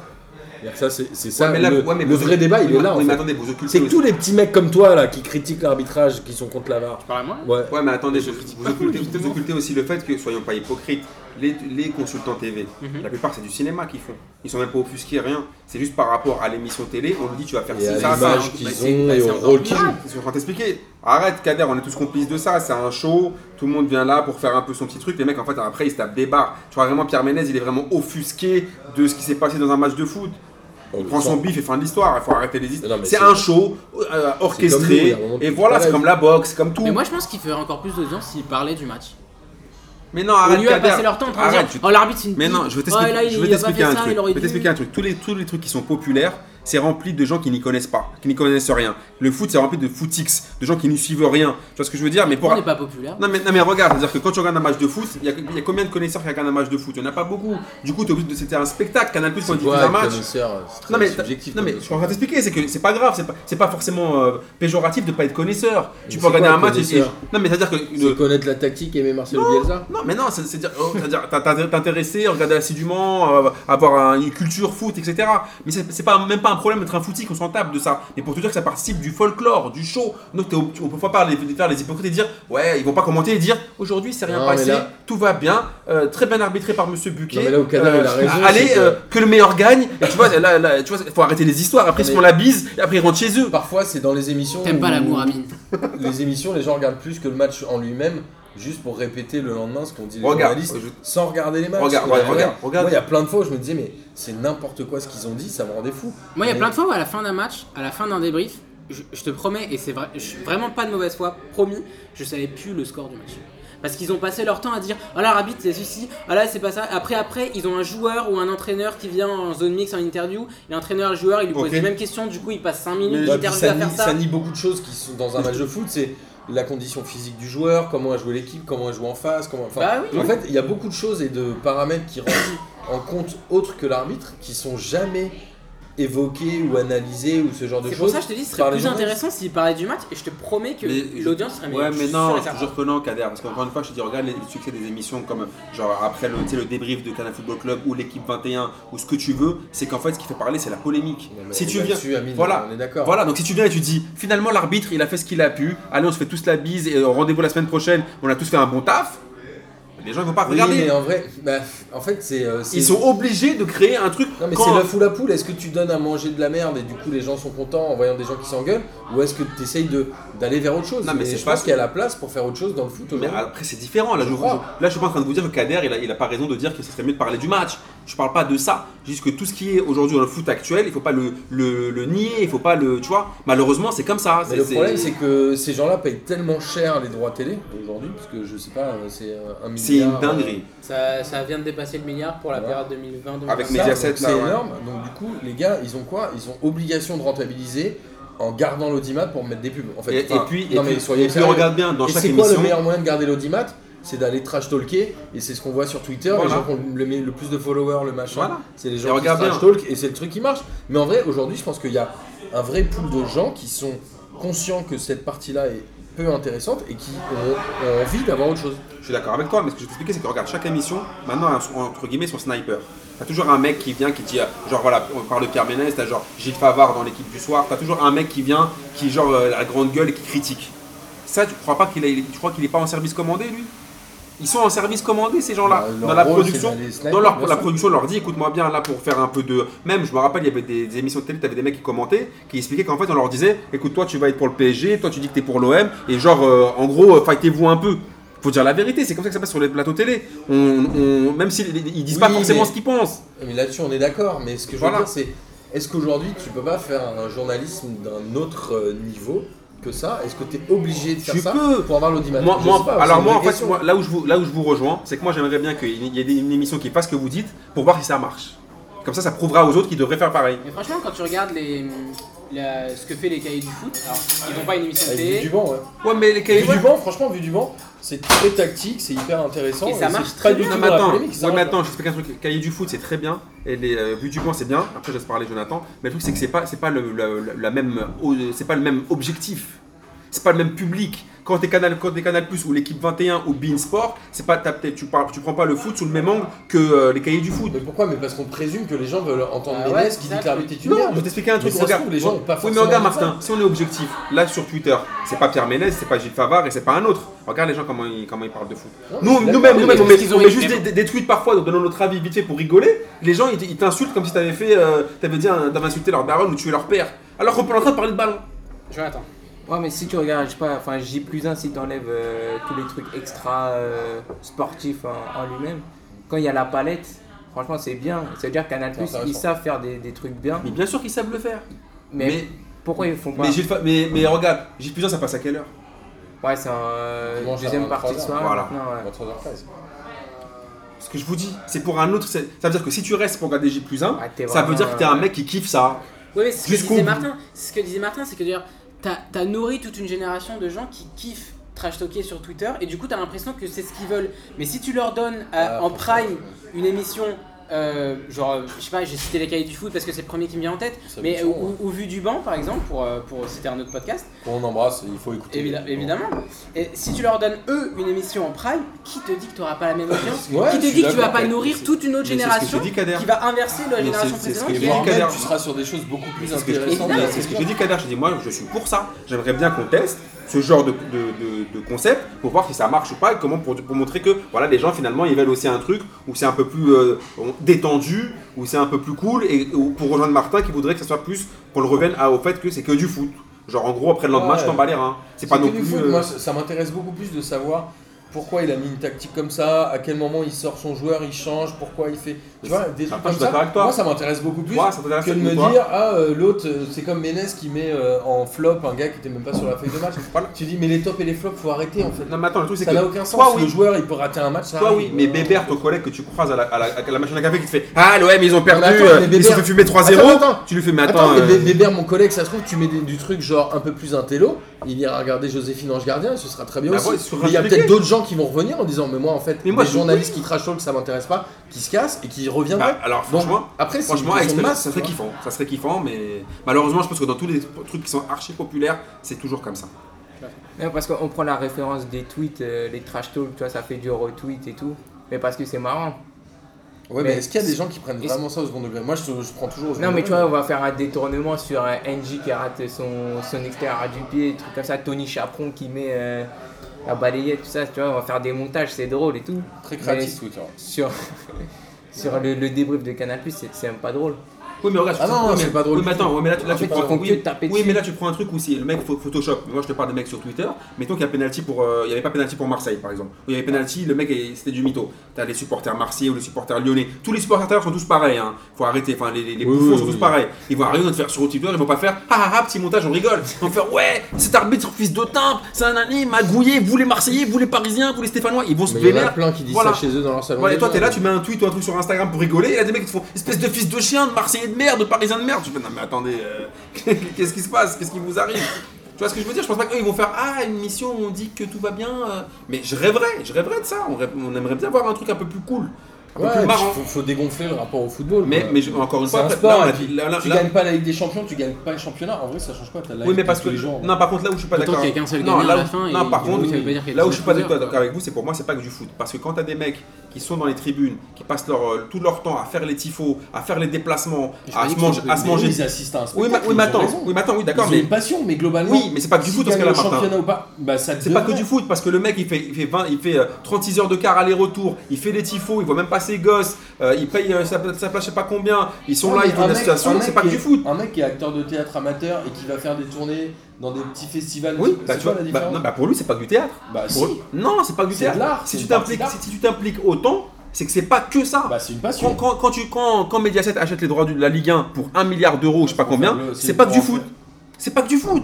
[SPEAKER 2] C'est-à-dire que Ça, c'est c'est ça.
[SPEAKER 3] Ouais, mais là,
[SPEAKER 2] le
[SPEAKER 3] ouais, mais
[SPEAKER 2] le
[SPEAKER 3] vous-
[SPEAKER 2] vrai débat, il
[SPEAKER 3] oui,
[SPEAKER 2] est là.
[SPEAKER 3] oui,
[SPEAKER 2] en
[SPEAKER 3] mais
[SPEAKER 2] fait.
[SPEAKER 3] attendez, vous occultez
[SPEAKER 2] C'est que
[SPEAKER 3] aussi-
[SPEAKER 2] tous les petits mecs comme toi là qui critiquent l'arbitrage, qui sont contre la VAR.
[SPEAKER 1] Tu parles à moi là
[SPEAKER 2] Ouais.
[SPEAKER 3] Ouais, mais attendez, je- vous, occultez, vous occultez aussi le fait que, soyons pas hypocrites, les, les consultants TV,
[SPEAKER 1] Mhm.
[SPEAKER 3] la plupart c'est du cinéma qu'ils font. Ils sont même pas offusqués, rien. C'est juste par rapport à l'émission télé, on te dit tu vas faire
[SPEAKER 2] Et
[SPEAKER 3] ci,
[SPEAKER 2] à
[SPEAKER 3] Ah, ça, hein. ça. Bah,
[SPEAKER 2] l'image qu'ils ont et au rôle qu'ils jouent.
[SPEAKER 3] C'est ce que je suis en train de t'expliquer. Arrête, Kader, on est tous complices de ça. C'est un show, tout le monde vient là pour faire un peu son petit truc. Les mecs, en fait, après, ils se tapent des barres. Tu vois, vraiment, Pierre Ménez, il est vraiment offusqué de ce qui s'est passé dans un match de foot. Il prend son bif et fin de l'histoire. Il faut arrêter les
[SPEAKER 2] Non,
[SPEAKER 3] histoires.
[SPEAKER 2] mais
[SPEAKER 3] C'est
[SPEAKER 2] c'est-
[SPEAKER 3] un show
[SPEAKER 2] comme
[SPEAKER 3] euh,
[SPEAKER 2] nous, il y
[SPEAKER 3] orchestré.
[SPEAKER 2] a un moment,
[SPEAKER 3] et
[SPEAKER 2] c'est
[SPEAKER 3] voilà,
[SPEAKER 2] pareil.
[SPEAKER 3] c'est comme la boxe, c'est comme tout.
[SPEAKER 1] Mais moi je pense qu'il ferait encore plus d'audience s'il parlait du match.
[SPEAKER 3] Mais non,
[SPEAKER 1] Au
[SPEAKER 3] arrête,
[SPEAKER 1] lieu de
[SPEAKER 3] Kader.
[SPEAKER 1] passer leur temps en train de
[SPEAKER 3] Arrête,
[SPEAKER 1] dire
[SPEAKER 3] tu-
[SPEAKER 1] Oh l'arbitre c'est une
[SPEAKER 3] Mais
[SPEAKER 1] pute.
[SPEAKER 3] non, je vais
[SPEAKER 1] Oh, là,
[SPEAKER 3] t'expliquer
[SPEAKER 1] il-
[SPEAKER 3] je vais
[SPEAKER 1] il a pas
[SPEAKER 3] t'expliquer
[SPEAKER 1] fait
[SPEAKER 3] un
[SPEAKER 1] ça,
[SPEAKER 3] truc.
[SPEAKER 1] il aurait
[SPEAKER 3] Je vais
[SPEAKER 1] dû-
[SPEAKER 3] t'expliquer un truc. Tous les, tous les trucs qui sont populaires, c'est rempli de gens qui n'y connaissent pas, qui n'y connaissent rien. Le foot, c'est rempli de footix, de gens qui n'y suivent rien. Tu vois ce que je veux dire Mais pour
[SPEAKER 1] On n'est pas populaire.
[SPEAKER 3] non mais, non mais regarde, c'est-à-dire que quand tu regardes un match de foot, il y, a- il y a combien de connaisseurs qui regardent un match de foot Il n'y en a pas beaucoup. Du coup, t'es obligé de- c'était un spectacle, Canal Plus, quand
[SPEAKER 2] C'est
[SPEAKER 3] ils diffusent
[SPEAKER 2] quoi
[SPEAKER 3] un
[SPEAKER 2] un
[SPEAKER 3] match.
[SPEAKER 2] connaisseur C'est très
[SPEAKER 3] Non mais,
[SPEAKER 2] subjectif.
[SPEAKER 3] non mais je
[SPEAKER 2] comme
[SPEAKER 3] suis en train de t'expliquer, c'est que c'est pas grave, c'est pas, c'est pas forcément euh, péjoratif de pas être connaisseur. Tu
[SPEAKER 2] Mais c'est
[SPEAKER 3] peux regarder
[SPEAKER 2] quoi,
[SPEAKER 3] un match et, et-
[SPEAKER 2] connaisseur
[SPEAKER 3] Non mais c'est-à-dire que...
[SPEAKER 2] C'est connaître la tactique aimer Marcelo Bielsa
[SPEAKER 3] Non mais non, c'est- c'est-à-dire oh, c'est-à-dire t'as- t'as- t'intéresser, regarder assidûment, euh, avoir un- une culture foot, etc. Mais c'est c'est pas, même pas un problème d'être un footique, on s'en tape de ça. Mais pour te dire que ça participe du folklore, du show. Donc t'es ob- on peut pas parler, faire les hypocrites et dire ouais, ils vont pas commenter et dire aujourd'hui c'est rien
[SPEAKER 2] Non,
[SPEAKER 3] passé,
[SPEAKER 2] mais là-
[SPEAKER 3] tout va bien, euh, très bien arbitré par Monsieur Buquet.
[SPEAKER 2] Non, mais là où Kader, il a raison,
[SPEAKER 3] allez,
[SPEAKER 2] c'est que-
[SPEAKER 3] euh, que le meilleur gagne. Et tu vois, là, là, tu vois, faut arrêter les histoires. Après ils se
[SPEAKER 2] Mais-
[SPEAKER 3] font la bise et après ils rentrent chez eux.
[SPEAKER 2] Parfois, c'est dans les émissions.
[SPEAKER 1] T'aimes pas
[SPEAKER 2] où-
[SPEAKER 1] l'amour Amine.
[SPEAKER 2] Les émissions, les gens regardent plus que le match en lui-même, juste pour répéter le lendemain ce qu'on dit les
[SPEAKER 3] Regarde, euh,
[SPEAKER 2] journalistes,
[SPEAKER 3] je-
[SPEAKER 2] sans regarder les matchs.
[SPEAKER 3] Regarde,
[SPEAKER 2] Et la
[SPEAKER 3] regarde,
[SPEAKER 2] vraie-
[SPEAKER 3] regarde, regarde.
[SPEAKER 2] Moi, il y a plein de fois où je me disais, mais c'est n'importe quoi ce qu'ils ont dit, ça me rendait fou.
[SPEAKER 1] Moi, il y a
[SPEAKER 2] Mais-
[SPEAKER 1] plein de fois où à la fin d'un match, à la fin d'un débrief, je, je te promets, et c'est vrai, je suis vraiment pas de mauvaise foi, promis, je savais plus le score du match. Parce qu'ils ont passé leur temps à dire Ah là, l'arbitre, c'est ceci, ah là, c'est pas ça. Après, après, ils ont un joueur ou un entraîneur qui vient en zone mix, en interview. L'entraîneur, le joueur, il lui pose
[SPEAKER 3] Ok.
[SPEAKER 1] les mêmes questions, du coup, il passe 5 minutes
[SPEAKER 2] Ouais, puis
[SPEAKER 1] d'interview
[SPEAKER 2] ça,
[SPEAKER 1] à
[SPEAKER 2] nie,
[SPEAKER 1] faire ça.
[SPEAKER 2] ça nie beaucoup de choses qui sont dans un match de foot. C'est la condition physique du joueur, comment a joué l'équipe, comment a joué en face, comment. enfin,
[SPEAKER 1] Bah oui.
[SPEAKER 2] En fait, il y a beaucoup de choses et de paramètres qui rentrent en compte autres que l'arbitre, qui sont jamais évoqués ou analysés ou ce genre de
[SPEAKER 1] C'est pour
[SPEAKER 2] choses.
[SPEAKER 1] ça que je te dis, ce
[SPEAKER 2] par
[SPEAKER 1] serait
[SPEAKER 2] les
[SPEAKER 1] plus
[SPEAKER 2] journalistes.
[SPEAKER 1] intéressant s'il parlait du match, et je te promets que
[SPEAKER 3] Mais-
[SPEAKER 1] l'audience serait
[SPEAKER 3] Ouais,
[SPEAKER 1] meilleure.
[SPEAKER 3] mais
[SPEAKER 1] Je suis
[SPEAKER 3] non,
[SPEAKER 1] sûr et
[SPEAKER 3] je suis
[SPEAKER 1] certain.
[SPEAKER 3] toujours que non, Kader. Parce qu'encore une fois, je te dis, regarde les, le succès des émissions comme, genre, après le, tu sais, le débrief de Canal Football Club ou l'équipe 21 ou ce que tu veux, c'est qu'en fait, ce qui fait parler, c'est la polémique.
[SPEAKER 2] Non, mais
[SPEAKER 3] Si tu viens.
[SPEAKER 2] là-dessus, Amine,
[SPEAKER 3] Voilà.
[SPEAKER 2] on est d'accord.
[SPEAKER 3] Voilà, donc si tu viens et tu dis, finalement, l'arbitre, il a fait ce qu'il a pu, allez, on se fait tous la bise et euh, rendez-vous la semaine prochaine, on a tous fait un bon taf, les gens ils vont pas
[SPEAKER 2] Oui,
[SPEAKER 3] regarder.
[SPEAKER 2] mais en vrai, bah, en fait, c'est. euh, c'est-
[SPEAKER 3] Ils sont obligés de créer un truc.
[SPEAKER 2] Non mais
[SPEAKER 3] quand-
[SPEAKER 2] c'est la foule à poule, est-ce que tu donnes à manger de la merde et du coup les gens sont contents en voyant des gens qui s'engueulent ou est-ce que tu essayes d'aller vers autre chose
[SPEAKER 3] Non, mais
[SPEAKER 2] Et
[SPEAKER 3] c'est
[SPEAKER 2] je
[SPEAKER 3] pas-
[SPEAKER 2] pense qu'il y a la place pour faire autre chose dans le foot
[SPEAKER 3] Mais
[SPEAKER 2] aujourd'hui.
[SPEAKER 3] après, c'est différent. Là je,
[SPEAKER 2] crois.
[SPEAKER 3] je- là, je suis pas en train de vous dire que Kader, il a, il a pas raison de dire que ce serait mieux de parler du match. Je parle pas de ça. Je dis que tout ce qui est aujourd'hui dans le foot actuel, il faut pas le, le, le nier, il faut pas le. Tu vois, malheureusement, c'est comme ça.
[SPEAKER 2] Mais le problème, c'est que ces gens-là payent tellement cher les droits télé aujourd'hui, parce que je sais pas, euh, c'est euh, un milliard.
[SPEAKER 3] c'est une dinguerie.
[SPEAKER 5] Ça, ça vient de dépasser le milliard pour la
[SPEAKER 2] Voilà.
[SPEAKER 5] période 2020
[SPEAKER 2] euh,
[SPEAKER 3] Avec
[SPEAKER 2] ça,
[SPEAKER 3] Mediaset,
[SPEAKER 2] donc
[SPEAKER 3] là,
[SPEAKER 2] C'est
[SPEAKER 3] ouais.
[SPEAKER 2] énorme. Donc du coup, les gars, ils ont quoi Ils ont obligation de rentabiliser en gardant l'audimat pour mettre des pubs. En fait,
[SPEAKER 3] Et, et
[SPEAKER 2] Enfin,
[SPEAKER 3] puis, et
[SPEAKER 2] non,
[SPEAKER 3] puis-
[SPEAKER 2] mais soyez
[SPEAKER 3] et puis
[SPEAKER 2] sérieux.
[SPEAKER 3] regarde bien, dans
[SPEAKER 2] et
[SPEAKER 3] chaque
[SPEAKER 2] c'est quoi le
[SPEAKER 3] émission.
[SPEAKER 2] meilleur moyen de garder l'audimat C'est d'aller trash talker et c'est ce qu'on voit sur Twitter,
[SPEAKER 3] Voilà.
[SPEAKER 2] les gens qui ont le, le plus de followers, le machin.
[SPEAKER 3] Voilà.
[SPEAKER 2] C'est les
[SPEAKER 3] Et
[SPEAKER 2] gens
[SPEAKER 3] hein.
[SPEAKER 2] qui
[SPEAKER 3] regarde
[SPEAKER 2] trash
[SPEAKER 3] bien.
[SPEAKER 2] talk et c'est le truc qui marche. Mais en vrai, aujourd'hui, je pense qu'il y a un vrai pool de gens qui sont conscients que cette partie-là est peu intéressante et qui ont, ont envie d'avoir autre chose.
[SPEAKER 3] Je suis d'accord avec toi, mais ce que je t'expliquais, c'est que regarde, chaque émission, maintenant, a son- entre guillemets, son sniper. T'as toujours un mec qui vient, qui dit, euh, genre voilà, on parle de Pierre Ménès, t'as genre Gilles Favard dans l'équipe du soir, t'as toujours un mec qui vient, qui genre euh, la grande gueule et qui critique. Ça, tu crois pas qu'il est, tu crois qu'il est pas en service commandé, lui Ils sont en service commandé, ces gens-là.
[SPEAKER 2] Bah, leur
[SPEAKER 3] dans la
[SPEAKER 2] rôle,
[SPEAKER 3] production,
[SPEAKER 2] c'est d'aller sniper,
[SPEAKER 3] dans leur,
[SPEAKER 2] bien
[SPEAKER 3] la
[SPEAKER 2] sûr.
[SPEAKER 3] production leur dit, écoute-moi bien, là, pour faire un peu de. Même, je me rappelle, il y avait des, des émissions de télé, t'avais des mecs qui commentaient, qui expliquaient qu'en fait, on leur disait, écoute, toi, tu vas être pour le PSG, toi, tu dis que t'es pour l'OM, et genre, euh, en gros, euh, fightez-vous un peu. Faut dire la vérité, c'est comme ça que ça passe sur les plateaux télé. On, on- même s'ils ils disent pas
[SPEAKER 2] Oui,
[SPEAKER 3] forcément
[SPEAKER 2] mais-
[SPEAKER 3] ce qu'ils pensent.
[SPEAKER 2] Mais là-dessus, on est d'accord. Mais ce que je
[SPEAKER 3] Voilà.
[SPEAKER 2] veux dire, c'est est-ce qu'aujourd'hui, tu peux pas faire un journalisme d'un autre euh, niveau que ça Est-ce que tu es obligé de faire
[SPEAKER 3] Tu
[SPEAKER 2] ça
[SPEAKER 3] peux.
[SPEAKER 2] pour avoir l'audimat
[SPEAKER 3] Moi,
[SPEAKER 2] bah, Je
[SPEAKER 3] moi,
[SPEAKER 2] sais pas, c'est
[SPEAKER 3] alors
[SPEAKER 2] une
[SPEAKER 3] moi, en
[SPEAKER 2] vraie
[SPEAKER 3] fait,
[SPEAKER 2] question.
[SPEAKER 3] moi, là où je vous, là où je vous rejoins, c'est que moi, j'aimerais bien qu'il y ait des- une émission qui fasse ce que vous dites pour voir si ça marche. Comme ça, ça prouvera aux autres qu'ils devraient faire pareil.
[SPEAKER 5] Mais franchement, quand tu regardes les, la- ce que fait les cahiers du foot, alors ils n'ont pas une émission de
[SPEAKER 2] Avec du- du
[SPEAKER 5] télé,
[SPEAKER 2] banc, ouais.
[SPEAKER 3] Ouais, mais les
[SPEAKER 2] Vu du banc, franchement, vu du banc, c'est très tactique, c'est hyper intéressant.
[SPEAKER 5] Et ça
[SPEAKER 2] c'est
[SPEAKER 5] marche
[SPEAKER 2] pas
[SPEAKER 5] très
[SPEAKER 2] du
[SPEAKER 5] bien.
[SPEAKER 2] tout
[SPEAKER 3] Non,
[SPEAKER 2] dans
[SPEAKER 3] mais
[SPEAKER 2] la
[SPEAKER 3] attends,
[SPEAKER 2] polémique, ça
[SPEAKER 3] ouais, mais
[SPEAKER 2] marche.
[SPEAKER 3] attends, je t'explique un truc. Cahier du foot, c'est très bien. Et les euh, vues du coin, c'est bien. Après, je laisse parler Jonathan. Mais le truc, c'est que c'est pas, c'est pas le, la- la- la même, euh, c'est pas le même objectif. C'est pas le même public. quand t'es Canal, quand t'es Canal Plus ou l'équipe 21 ou Bein Sport, c'est pas, t'as peut-être- tu, parles- tu prends pas le foot sous le même angle que euh, les cahiers du foot.
[SPEAKER 2] Mais pourquoi Mais parce qu'on présume que les gens veulent entendre
[SPEAKER 1] Ah ouais,
[SPEAKER 2] Ménès qui
[SPEAKER 1] ça,
[SPEAKER 2] dit que l'arbitre est
[SPEAKER 3] Non,
[SPEAKER 2] titulaire.
[SPEAKER 3] je vais t'expliquer un
[SPEAKER 2] Mais
[SPEAKER 3] truc.
[SPEAKER 2] ça se
[SPEAKER 3] Regarde,
[SPEAKER 2] trouve, les gens ont pas
[SPEAKER 3] oui, mais
[SPEAKER 2] forcément
[SPEAKER 3] regarde,
[SPEAKER 2] raison.
[SPEAKER 3] Martin, si on est objectif, là sur Twitter, c'est pas Pierre Ménès, c'est pas Gilles Favard et c'est pas un autre. Regarde les gens comment ils, comment ils parlent de foot.
[SPEAKER 2] Non, mais
[SPEAKER 3] Nous,
[SPEAKER 2] je suis
[SPEAKER 3] nous-mêmes,
[SPEAKER 2] d'accord.
[SPEAKER 3] nous-mêmes, on
[SPEAKER 5] parce
[SPEAKER 3] met,
[SPEAKER 5] qu'ils
[SPEAKER 3] on
[SPEAKER 5] ont
[SPEAKER 3] met
[SPEAKER 5] une-
[SPEAKER 3] juste des, des- des tweets parfois, donc donnant notre avis vite fait pour rigoler. Les gens, ils, t- ils t'insultent comme si t'avais fait, euh, t'avais dit, un- t'avais insulté leur baronne ou tué leur père. Alors qu'on est en train de parler de ballon.
[SPEAKER 5] Jonathan.
[SPEAKER 4] Ouais, mais si tu regardes, je sais pas, enfin, J plus 1, si t'enlèves euh, tous les trucs extra euh, sportifs en, en lui-même, quand il y a la palette, franchement, c'est bien. C'est-à-dire Canal Plus,
[SPEAKER 2] C'est
[SPEAKER 4] ils
[SPEAKER 2] intéressant.
[SPEAKER 4] savent faire des, des trucs bien,
[SPEAKER 3] Mais bien sûr qu'ils savent le faire.
[SPEAKER 4] mais,
[SPEAKER 3] mais-
[SPEAKER 4] pourquoi ils font pas
[SPEAKER 3] Mais, Gilles Fa- mais, mais regarde, Gilles Puzin, ça passe à quelle heure
[SPEAKER 4] Ouais, c'est en euh,
[SPEAKER 2] Dimanche à
[SPEAKER 4] deuxième partie de
[SPEAKER 2] 23h,
[SPEAKER 4] soirée.
[SPEAKER 3] voilà.
[SPEAKER 4] maintenant, ouais.
[SPEAKER 2] 23h13.
[SPEAKER 3] Ce que je vous dis, c'est pour un autre. c'est- Ça veut dire que si tu restes pour regarder Gilles Puzin,
[SPEAKER 4] Ah, t'es
[SPEAKER 3] ça veut
[SPEAKER 4] vraiment,
[SPEAKER 3] dire que t'es un
[SPEAKER 4] euh,
[SPEAKER 3] mec qui kiffe ça.
[SPEAKER 5] Oui, mais c'est ce que
[SPEAKER 3] Jusqu'au
[SPEAKER 5] disait
[SPEAKER 3] bout.
[SPEAKER 5] Martin. C'est ce que disait Martin, c'est que d'ailleurs, t'as t'as nourri toute une génération de gens qui kiffent trash talker sur Twitter et du coup, t'as l'impression que c'est ce qu'ils veulent. Mais si tu leur donnes à-
[SPEAKER 2] Ah,
[SPEAKER 5] en
[SPEAKER 2] franchement,
[SPEAKER 5] prime une émission. euh, genre, euh, je sais pas, j'ai cité les cahiers du foot parce que c'est le premier qui me vient en tête,
[SPEAKER 2] C'est
[SPEAKER 5] mais
[SPEAKER 2] bon,
[SPEAKER 5] au,
[SPEAKER 2] ouais.
[SPEAKER 5] au- au vu du banc par exemple, pour, euh, pour citer un autre podcast,
[SPEAKER 2] Qu'on embrasse, il faut écouter.
[SPEAKER 5] Évidem- évidemment. Et si tu leur donnes eux une émission en prime, qui te dit que tu n'auras pas la même audience
[SPEAKER 2] Ouais,
[SPEAKER 5] Qui
[SPEAKER 2] je
[SPEAKER 5] te
[SPEAKER 2] suis
[SPEAKER 5] dit que tu vas
[SPEAKER 2] d'accord,
[SPEAKER 5] pas
[SPEAKER 2] mais
[SPEAKER 5] nourrir
[SPEAKER 2] c'est-
[SPEAKER 5] toute une autre
[SPEAKER 3] mais c'est ce que
[SPEAKER 5] génération
[SPEAKER 3] je dis, Kader. Ah,
[SPEAKER 5] qui va inverser la
[SPEAKER 3] Mais
[SPEAKER 5] génération
[SPEAKER 3] c'est- c'est ce
[SPEAKER 5] précédente
[SPEAKER 3] que
[SPEAKER 5] qui
[SPEAKER 3] je
[SPEAKER 5] est-
[SPEAKER 3] dis.
[SPEAKER 2] Voire même,
[SPEAKER 3] Cadre.
[SPEAKER 2] tu seras sur des choses beaucoup plus
[SPEAKER 3] C'est ce que je dis,
[SPEAKER 2] intéressantes.
[SPEAKER 5] Évidemment.
[SPEAKER 2] à
[SPEAKER 3] c'est ce que je
[SPEAKER 2] écouter.
[SPEAKER 3] dis, Kader. Je dis, moi, je suis pour ça. J'aimerais bien qu'on teste ce genre de, de- de- de concept pour voir si ça marche ou pas et comment pour, pour montrer que voilà, les gens, finalement, ils veulent aussi un truc où c'est un peu plus euh, détendu, où c'est un peu plus cool et ou pour rejoindre Martin qui voudrait que ça soit plus qu'on le revienne à- au fait que c'est que du foot. Genre, en gros, après le lendemain,
[SPEAKER 2] Ouais.
[SPEAKER 3] je t'en bats les reins. C'est
[SPEAKER 2] C'est
[SPEAKER 3] pas non
[SPEAKER 2] que du
[SPEAKER 3] plus.
[SPEAKER 2] foot,
[SPEAKER 3] euh,
[SPEAKER 2] Moi, ça ça m'intéresse beaucoup plus de savoir pourquoi il a mis une tactique comme ça, à quel moment il sort son joueur, il change, pourquoi il fait. Tu vois, des
[SPEAKER 3] Après,
[SPEAKER 2] trucs
[SPEAKER 3] je
[SPEAKER 2] comme
[SPEAKER 3] suis d'accord
[SPEAKER 2] ça.
[SPEAKER 3] avec toi.
[SPEAKER 2] Moi, ça m'intéresse beaucoup plus
[SPEAKER 3] Toi, ça t'intéresse
[SPEAKER 2] que de me
[SPEAKER 3] toi
[SPEAKER 2] dire ah euh, l'autre euh, c'est comme Ménès qui met euh, en flop un gars qui était même pas sur la feuille de match.
[SPEAKER 3] Voilà.
[SPEAKER 2] Tu dis mais les tops et les flops faut arrêter en fait.
[SPEAKER 3] Non, mais attends, le truc, c'est
[SPEAKER 2] Ça
[SPEAKER 3] que.
[SPEAKER 2] n'a aucun sens.
[SPEAKER 3] Toi, oui.
[SPEAKER 2] Le joueur il peut rater un match. ça
[SPEAKER 3] Toi oui,
[SPEAKER 2] arrive.
[SPEAKER 3] mais
[SPEAKER 2] Euh,
[SPEAKER 3] Bébert, ton collègue que tu croises à la, à la- à la machine à café qui te fait Ah l'OM ils ont perdu,
[SPEAKER 2] attends,
[SPEAKER 3] euh,
[SPEAKER 2] mais
[SPEAKER 3] ils se
[SPEAKER 2] Bébert-
[SPEAKER 3] fait fumer 3-0,
[SPEAKER 2] Attends, attends.
[SPEAKER 3] tu lui fais mais attends,
[SPEAKER 2] Attends, mais
[SPEAKER 3] euh,
[SPEAKER 2] Bé- Bébert, mon collègue, ça se trouve, tu mets des- du truc genre un peu plus intello, il ira regarder Joséphine Ange Gardien et ce sera très bien
[SPEAKER 3] Bah
[SPEAKER 2] aussi.
[SPEAKER 3] ouais, ce sera
[SPEAKER 2] mais il y a
[SPEAKER 3] expliqué.
[SPEAKER 2] peut-être d'autres gens qui vont revenir en disant, mais moi en fait,
[SPEAKER 3] Mais moi,
[SPEAKER 2] les
[SPEAKER 3] je-
[SPEAKER 2] journalistes qui trash talk, ça m'intéresse pas, qui se cassent et qui reviendraient.
[SPEAKER 3] bah, alors
[SPEAKER 2] Donc,
[SPEAKER 3] franchement,
[SPEAKER 2] après, c'est
[SPEAKER 3] franchement
[SPEAKER 2] une
[SPEAKER 3] avec
[SPEAKER 2] question de
[SPEAKER 3] ce-
[SPEAKER 2] masse,
[SPEAKER 3] ça serait
[SPEAKER 2] tu vois.
[SPEAKER 3] kiffant, ça serait kiffant, mais malheureusement je pense que dans tous les trucs qui sont archi populaires, c'est toujours comme ça.
[SPEAKER 4] Ouais, parce qu'on prend la référence des tweets, euh, les trash talk, tu vois, ça fait du retweet et tout. Mais parce que c'est marrant.
[SPEAKER 2] Ouais, mais,
[SPEAKER 4] mais
[SPEAKER 2] est-ce qu'il y a des gens qui prennent
[SPEAKER 4] est-ce-
[SPEAKER 2] vraiment ça au second degré Moi, je, je prends toujours au second
[SPEAKER 4] Non, mais
[SPEAKER 2] degré.
[SPEAKER 4] tu vois, on va faire un détournement sur euh, NJ qui rate son, son extérieur à du pied, des trucs comme ça. Tony Chaperon qui met euh, la balayette, tout ça. Tu vois, on va faire des montages, c'est drôle et tout.
[SPEAKER 2] très
[SPEAKER 4] Mais
[SPEAKER 2] créatif Twitter.
[SPEAKER 4] Sur, sur le, le débrief de Canal, c'est c'est même pas drôle.
[SPEAKER 3] Oui mais regarde,
[SPEAKER 2] Ah
[SPEAKER 3] tu-
[SPEAKER 2] non,
[SPEAKER 3] oui,
[SPEAKER 2] c'est
[SPEAKER 3] mais-
[SPEAKER 2] pas drôle
[SPEAKER 3] oui, mais attends, ouais, mais là, tu- là,
[SPEAKER 4] En
[SPEAKER 3] tu
[SPEAKER 4] fait,
[SPEAKER 3] prends
[SPEAKER 4] ils font que
[SPEAKER 3] oui,
[SPEAKER 4] te taper
[SPEAKER 3] oui,
[SPEAKER 4] dessus.
[SPEAKER 3] mais là tu prends un truc où si le mec pho- Photoshop, moi je te parle des mecs sur Twitter, mettons qu'il y a penalty pour euh, il y avait pas penalty pour Marseille par exemple. Où il y avait penalty, le mec est- c'était du mytho. T'as les supporters marseillais ou les supporters lyonnais, tous les supporters sont tous pareils hein. Faut arrêter, enfin les, les, les
[SPEAKER 2] Oui,
[SPEAKER 3] bouffons
[SPEAKER 2] oui,
[SPEAKER 3] sont
[SPEAKER 2] oui.
[SPEAKER 3] tous pareils. Ils vont arriver, ils vont te faire sur Twitter, ils vont pas faire ah ah ah petit montage, on rigole. Ils vont faire ouais, cet arbitre fils de timbre, c'est un année, m'a grouillé, vous les marseillais, vous les parisiens, vous les stéphanois, ils vont se
[SPEAKER 2] Mais il y en a
[SPEAKER 3] vénérer.
[SPEAKER 2] plein qui disent
[SPEAKER 3] Voilà.
[SPEAKER 2] ça chez eux dans leur salon.
[SPEAKER 3] Voilà, et
[SPEAKER 2] des
[SPEAKER 3] toi
[SPEAKER 2] gens.
[SPEAKER 3] t'es là, tu mets un tweet ou un truc sur Instagram pour rigoler, et là des mecs qui te font espèce de fils de chien, de Marseillais de merde, de Parisien de merde. Tu fais non mais attendez, euh, qu'est-ce qui se passe Qu'est-ce qui vous arrive Tu vois ce que je veux dire Je pense pas qu'eux ils vont faire ah une mission où on dit que tout va bien. euh. Mais je rêverais, je rêverais de ça. On, rêve- on aimerait bien voir un truc un peu plus cool, un
[SPEAKER 2] Ouais,
[SPEAKER 3] peu plus
[SPEAKER 2] puis
[SPEAKER 3] marrant.
[SPEAKER 2] faut, faut dégonfler le rapport au football.
[SPEAKER 3] Mais,
[SPEAKER 2] quoi.
[SPEAKER 3] mais je- encore une
[SPEAKER 2] c'est
[SPEAKER 3] fois,
[SPEAKER 2] un
[SPEAKER 3] après,
[SPEAKER 2] sport.
[SPEAKER 3] là, on a
[SPEAKER 2] et puis
[SPEAKER 3] dit- là, là-
[SPEAKER 2] tu
[SPEAKER 3] là-
[SPEAKER 2] gagnes pas la Ligue des Champions, tu gagnes pas le championnat. En vrai, ça change pas. t'as la
[SPEAKER 3] Oui,
[SPEAKER 2] Ligue
[SPEAKER 3] mais
[SPEAKER 2] de
[SPEAKER 3] parce
[SPEAKER 2] tous
[SPEAKER 3] que.
[SPEAKER 2] les jours.
[SPEAKER 3] Non, par contre, là où je suis pas
[SPEAKER 1] D'autant
[SPEAKER 3] d'accord.
[SPEAKER 1] qu'il y a qu'un seul
[SPEAKER 3] Non,
[SPEAKER 1] gagnant
[SPEAKER 3] là
[SPEAKER 1] à la
[SPEAKER 3] où-
[SPEAKER 1] fin et
[SPEAKER 3] Non, par
[SPEAKER 1] du coup,
[SPEAKER 3] contre,
[SPEAKER 1] ça veut pas dire qu'il y a
[SPEAKER 3] là où
[SPEAKER 1] tous
[SPEAKER 3] je suis
[SPEAKER 1] les
[SPEAKER 3] pas
[SPEAKER 1] plusieurs,
[SPEAKER 3] d'accord
[SPEAKER 1] quoi.
[SPEAKER 3] avec vous, c'est pour moi, c'est pas que du foot. Parce que quand t'as des mecs qui sont dans les tribunes, qui passent leur, euh, tout leur temps à faire les tifos, à faire les déplacements,
[SPEAKER 1] Je
[SPEAKER 3] à
[SPEAKER 1] parie
[SPEAKER 3] se
[SPEAKER 1] que
[SPEAKER 3] manger.
[SPEAKER 1] tu peux
[SPEAKER 3] À se
[SPEAKER 2] Mais
[SPEAKER 3] manger...
[SPEAKER 2] Ils assistent à un
[SPEAKER 3] Oui,
[SPEAKER 2] spectacle.
[SPEAKER 3] mais, oui,
[SPEAKER 2] ils
[SPEAKER 3] mais
[SPEAKER 2] ont
[SPEAKER 3] attends,
[SPEAKER 2] raison.
[SPEAKER 3] oui, mais attends, oui, d'accord,
[SPEAKER 2] Ils ont
[SPEAKER 3] mais
[SPEAKER 2] une passion, mais globalement.
[SPEAKER 3] Oui, mais c'est pas que du
[SPEAKER 2] s'ils
[SPEAKER 3] foot dans ce
[SPEAKER 2] gagnent
[SPEAKER 3] cas-là,
[SPEAKER 2] le
[SPEAKER 3] Martin.
[SPEAKER 2] championnat ou pas, bah ça
[SPEAKER 3] c'est pas que
[SPEAKER 2] devrait.
[SPEAKER 3] du foot parce que le mec il fait, il fait, 20, il fait euh, 36 heures de car aller-retour, il fait les tifos, il voit même pas ses gosses, euh, il paye euh, sa, sa place je sais pas combien, ils sont
[SPEAKER 2] Ouais,
[SPEAKER 3] là,
[SPEAKER 2] mais
[SPEAKER 3] ils font
[SPEAKER 2] un
[SPEAKER 3] de la
[SPEAKER 2] mec-
[SPEAKER 3] situation,
[SPEAKER 2] un
[SPEAKER 3] c'est
[SPEAKER 2] mec
[SPEAKER 3] pas que
[SPEAKER 2] qui
[SPEAKER 3] du
[SPEAKER 2] est-
[SPEAKER 3] foot.
[SPEAKER 2] Un mec qui est acteur de théâtre amateur et qui va faire des tournées dans des petits festivals.
[SPEAKER 3] Oui,
[SPEAKER 2] c'est
[SPEAKER 3] bah,
[SPEAKER 2] quoi
[SPEAKER 3] tu vois,
[SPEAKER 2] la
[SPEAKER 3] bah,
[SPEAKER 2] différence
[SPEAKER 3] non, bah, pour lui c'est pas que du théâtre.
[SPEAKER 2] Bah,
[SPEAKER 3] Pour
[SPEAKER 2] si.
[SPEAKER 3] lui- Non, c'est pas que du
[SPEAKER 2] C'est de
[SPEAKER 3] théâtre.
[SPEAKER 2] l'art,
[SPEAKER 3] si,
[SPEAKER 2] c'est
[SPEAKER 3] tu
[SPEAKER 2] une partie
[SPEAKER 3] t'impliques,
[SPEAKER 2] d'art.
[SPEAKER 3] si tu t'impliques autant, c'est que c'est pas que ça.
[SPEAKER 2] Bah, c'est une
[SPEAKER 3] quand,
[SPEAKER 2] passion.
[SPEAKER 3] quand, quand tu, quand, quand Mediaset achète les droits de la Ligue 1 pour 1 milliard d'euros, je sais pas combien,
[SPEAKER 2] Faites-le aussi
[SPEAKER 3] c'est pas que du
[SPEAKER 2] pour en
[SPEAKER 3] foot. C'est pas que du foot.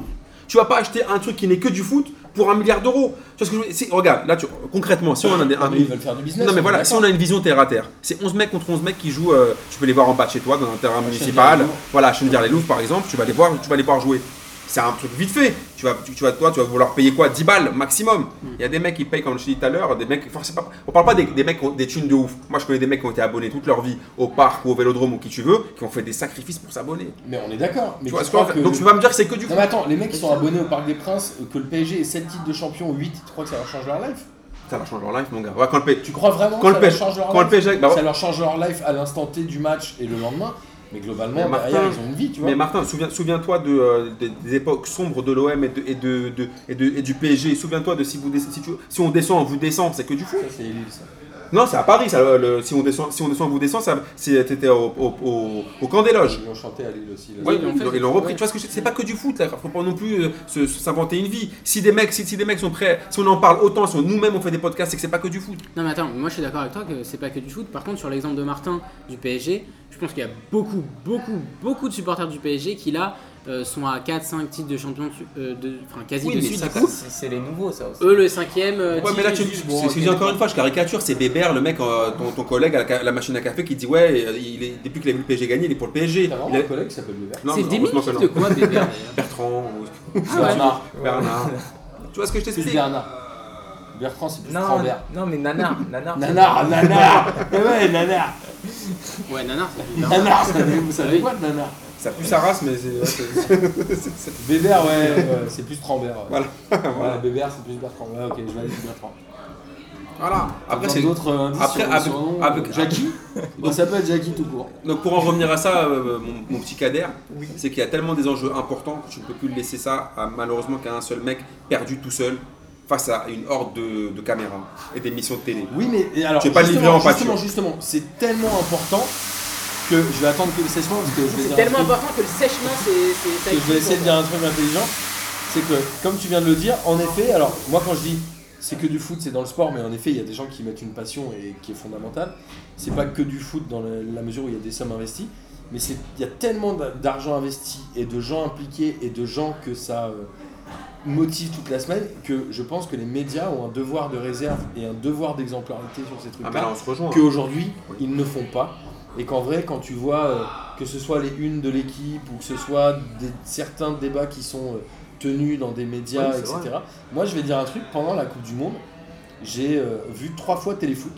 [SPEAKER 3] Tu vas pas acheter un truc qui n'est que du foot pour 1 milliard d'euros. Tu vois ce que je veux dire C'est- Regarde, là, tu, concrètement, si on en a des,
[SPEAKER 2] Ah,
[SPEAKER 3] un,
[SPEAKER 2] mais Ils veulent faire du business.
[SPEAKER 3] non mais
[SPEAKER 2] on est
[SPEAKER 3] voilà, si on a une vision terre à terre, c'est 11 mecs contre 11 mecs qui jouent, euh, tu peux les voir en bas de chez toi dans un terrain municipal,
[SPEAKER 2] Chenevière-les-Loups.
[SPEAKER 3] voilà, Chenevière les Louvres par exemple, tu vas les voir, tu vas les voir jouer. c'est un truc vite fait. Tu vas, tu, tu vas, toi, tu vas vouloir payer quoi 10 balles maximum.
[SPEAKER 2] Hmm.
[SPEAKER 3] Il y a des mecs qui payent, comme je te dis tout à l'heure, des mecs. enfin, c'est pas, on parle pas des, des mecs qui ont des thunes de ouf. Moi, je connais des mecs qui ont été abonnés toute leur vie au parc ou au vélodrome ou qui tu veux, qui ont fait des sacrifices pour s'abonner.
[SPEAKER 2] Mais on est d'accord. Mais
[SPEAKER 3] Tu vois
[SPEAKER 2] tu
[SPEAKER 3] ce que je veux
[SPEAKER 2] crois
[SPEAKER 3] dire
[SPEAKER 2] que-
[SPEAKER 3] Donc, tu vas me dire que c'est que du
[SPEAKER 2] Non mais attends, les mecs qui sont abonnés au Parc des Princes, euh, que le PSG ait 7 titres de champion, 8, tu crois que ça leur change leur life
[SPEAKER 3] Ça va changer leur life, mon gars. Ouais, quand le P-
[SPEAKER 2] Tu crois vraiment
[SPEAKER 3] Quand
[SPEAKER 2] que ça leur
[SPEAKER 3] le PSG
[SPEAKER 2] change leur
[SPEAKER 3] quand le
[SPEAKER 2] life
[SPEAKER 3] PSG bah,
[SPEAKER 2] Ça leur change leur life à l'instant T du match et le lendemain, mais globalement,
[SPEAKER 3] Mais Martin-
[SPEAKER 2] derrière, ils ont une vie, tu vois.
[SPEAKER 3] Mais Martin, souviens- souviens-toi de, euh, des- des époques sombres de l'OM et, de, et, de, de- et, de- et du PSG. Souviens-toi de si, vous, dé- si, tu- si on descend, on vous descend, c'est que du foot.
[SPEAKER 2] Ça, c'est Lille, ça.
[SPEAKER 3] Non, c'est à Paris. Ça, le- le- si on descend, si on descend, on vous descend. ça- c'est- T'étais au, au, au, au camp des loges.
[SPEAKER 2] Ils l'ont chanté à Lille aussi. là.
[SPEAKER 3] Ouais,
[SPEAKER 1] ils l'ont
[SPEAKER 3] ils
[SPEAKER 1] fait,
[SPEAKER 3] l'ont- ils l'ont repris.
[SPEAKER 1] ouais.
[SPEAKER 3] Tu vois ce que je- c'est pas que du foot là. Faut pas non plus euh, se- se- s'inventer une vie. Si des mecs, si, si des mecs sont prêts, si on en parle autant, si on- nous-mêmes on fait des podcasts, c'est que c'est pas que du foot.
[SPEAKER 1] Non mais attends, moi je suis d'accord avec toi que c'est pas que du foot. Par contre, sur l'exemple de Martin du PSG, je pense qu'il y a beaucoup, beaucoup, beaucoup de supporters du PSG qui là euh, sont à 4-5 titres de champion, de- euh, de- enfin quasi
[SPEAKER 3] Oui,
[SPEAKER 1] de
[SPEAKER 3] mais
[SPEAKER 1] suite.
[SPEAKER 3] ça,
[SPEAKER 1] du coup.
[SPEAKER 4] C'est c'est les nouveaux, ça aussi.
[SPEAKER 1] Eux le cinquième. euh,
[SPEAKER 3] Ouais, mais là, tu
[SPEAKER 1] titre,
[SPEAKER 3] je-
[SPEAKER 1] bon,
[SPEAKER 3] je- je
[SPEAKER 1] ok,
[SPEAKER 3] dis encore une fois, je caricature, c'est Bébert, le mec, euh, ton, ton collègue à la, à la machine à café qui dit Ouais, euh, il est, depuis qu'il a vu le PSG gagner, il est pour le PSG.
[SPEAKER 2] T'as
[SPEAKER 3] Il
[SPEAKER 2] vraiment
[SPEAKER 3] a-
[SPEAKER 2] un collègue qui s'appelle Levert.
[SPEAKER 3] Non,
[SPEAKER 1] C'est
[SPEAKER 3] non,
[SPEAKER 1] diminutif
[SPEAKER 3] heureusement que
[SPEAKER 1] de
[SPEAKER 3] non.
[SPEAKER 1] quoi Bébert
[SPEAKER 3] Bertrand ou
[SPEAKER 2] Ah, Bernard.
[SPEAKER 3] Bernard. tu vois ce que je
[SPEAKER 2] Plus
[SPEAKER 3] t'explique
[SPEAKER 2] Bernard. Bertrand, c'est plus
[SPEAKER 4] Non,
[SPEAKER 2] Trambert.
[SPEAKER 4] non, mais Nanar, Nanar. c'est-
[SPEAKER 2] Nanar, nanar Mais ouais, nanar
[SPEAKER 1] Ouais, nanar, c'est bizarre.
[SPEAKER 2] Nanar, ça veut- vous savez quoi de nanar
[SPEAKER 3] Ça pue sa race, mais c'est. c'est- c'est- c'est-
[SPEAKER 2] Bébert, ouais, ouais, c'est plus Trambert. ouais.
[SPEAKER 3] Voilà.
[SPEAKER 2] Voilà, Bébert, c'est plus Bertrand. Ouais, ok, je vais aller sur Bertrand.
[SPEAKER 3] Voilà. Après,
[SPEAKER 2] Dans
[SPEAKER 3] c'est.
[SPEAKER 2] d'autres euh, indices
[SPEAKER 3] après,
[SPEAKER 2] sur-
[SPEAKER 3] avec-
[SPEAKER 2] sur nom,
[SPEAKER 3] avec-
[SPEAKER 2] euh, Jackie On s'appelle Jackie tout court.
[SPEAKER 3] Donc, pour en revenir à ça, euh, mon, mon petit cadère, c'est qu'il y a tellement des enjeux importants que tu ne peux plus laisser ça, à, malheureusement, qu'à un seul mec perdu tout seul face à une horde de, de caméras et d'émissions de télé.
[SPEAKER 2] Oui, mais et alors.
[SPEAKER 3] Tu es pas
[SPEAKER 2] justement,
[SPEAKER 3] livré en
[SPEAKER 2] Justement,
[SPEAKER 3] pâture.
[SPEAKER 2] justement, c'est tellement important que je vais attendre que le sèchement parce que je vais
[SPEAKER 7] C'est
[SPEAKER 2] dire
[SPEAKER 7] tellement
[SPEAKER 2] un truc-
[SPEAKER 7] important que le sèchement, c'est. c'est- ça
[SPEAKER 2] que je
[SPEAKER 7] existe,
[SPEAKER 2] vais essayer de
[SPEAKER 7] quoi.
[SPEAKER 2] dire un truc intelligent. C'est que, comme tu viens de le dire, en effet, alors moi quand je dis c'est que du foot, c'est dans le sport, mais en effet, il y a des gens qui mettent une passion et qui est fondamentale. C'est pas que du foot dans le- la mesure où il y a des sommes investies, mais c'est il y a tellement d'a- d'argent investi et de gens impliqués et de gens que ça euh, motive toute la semaine que je pense que les médias ont un devoir de réserve et un devoir d'exemplarité sur ces
[SPEAKER 3] Ah,
[SPEAKER 2] trucs-là
[SPEAKER 3] mais là, on se rejoint.
[SPEAKER 2] qu'aujourd'hui, ils ne font pas. Et qu'en vrai, quand tu vois euh, que ce soit les unes de l'équipe ou que ce soit des- certains débats qui sont euh, tenus dans des médias,
[SPEAKER 4] Oui, c'est
[SPEAKER 2] etc. Moi, je vais dire un truc. Pendant la Coupe du Monde, j'ai euh, vu trois fois Téléfoot.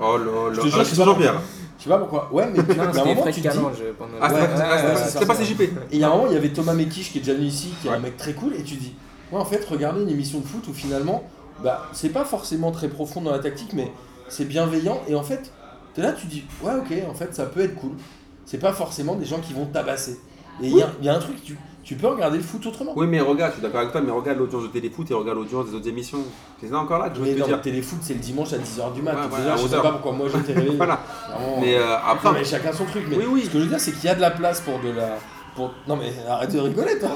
[SPEAKER 3] Oh là là.
[SPEAKER 2] Je te jure
[SPEAKER 3] Ah,
[SPEAKER 2] que-
[SPEAKER 3] c'est Jean-Pierre.
[SPEAKER 2] Je sais pas pourquoi. Ouais, mais tu- il y a
[SPEAKER 4] Non,
[SPEAKER 2] un
[SPEAKER 4] c'était
[SPEAKER 2] moment,
[SPEAKER 4] Fred
[SPEAKER 2] tu te dis-
[SPEAKER 4] Calange pendant
[SPEAKER 3] Ah,
[SPEAKER 4] le-
[SPEAKER 3] c'est
[SPEAKER 2] Ouais,
[SPEAKER 3] pas-
[SPEAKER 2] ouais,
[SPEAKER 3] ah,
[SPEAKER 2] ouais,
[SPEAKER 3] c'est-
[SPEAKER 2] ouais,
[SPEAKER 3] c'était
[SPEAKER 2] ouais,
[SPEAKER 3] pas
[SPEAKER 2] ouais.
[SPEAKER 3] CJP.
[SPEAKER 2] Et il y a un moment, il y avait Thomas Mekich qui est déjà venu ici, qui est un
[SPEAKER 3] Ouais.
[SPEAKER 2] mec très cool, et tu dis, ouais, en fait, regarder une émission de foot où finalement, bah, c'est pas forcément très profond dans la tactique, mais c'est bienveillant, et en fait, t'es là, tu dis, ouais, ok, en fait, ça peut être cool. C'est pas forcément des gens qui vont tabasser. Et il y, a- il y a un truc, tu, tu peux regarder le foot autrement.
[SPEAKER 3] Oui, mais regarde, je suis d'accord avec toi, mais regarde l'audience de téléfoot et regarde l'audience des autres émissions. C'est ça encore là que je
[SPEAKER 2] Mais
[SPEAKER 3] veux te
[SPEAKER 2] non,
[SPEAKER 3] dire.
[SPEAKER 2] le téléfoot, c'est le dimanche à 10h du mat.
[SPEAKER 3] Ouais,
[SPEAKER 2] Donc,
[SPEAKER 3] voilà,
[SPEAKER 2] déjà,
[SPEAKER 3] à
[SPEAKER 2] je sais
[SPEAKER 3] 11h.
[SPEAKER 2] pas pourquoi moi j'étais réveillé.
[SPEAKER 3] Voilà.
[SPEAKER 2] Vraiment,
[SPEAKER 3] Mais euh,
[SPEAKER 2] Oh.
[SPEAKER 3] après,
[SPEAKER 2] Non, mais chacun son truc. Mais
[SPEAKER 3] Oui, oui.
[SPEAKER 2] ce que je veux dire, c'est qu'il y a de la place pour de la. Pour... Non, mais arrête de rigoler, toi.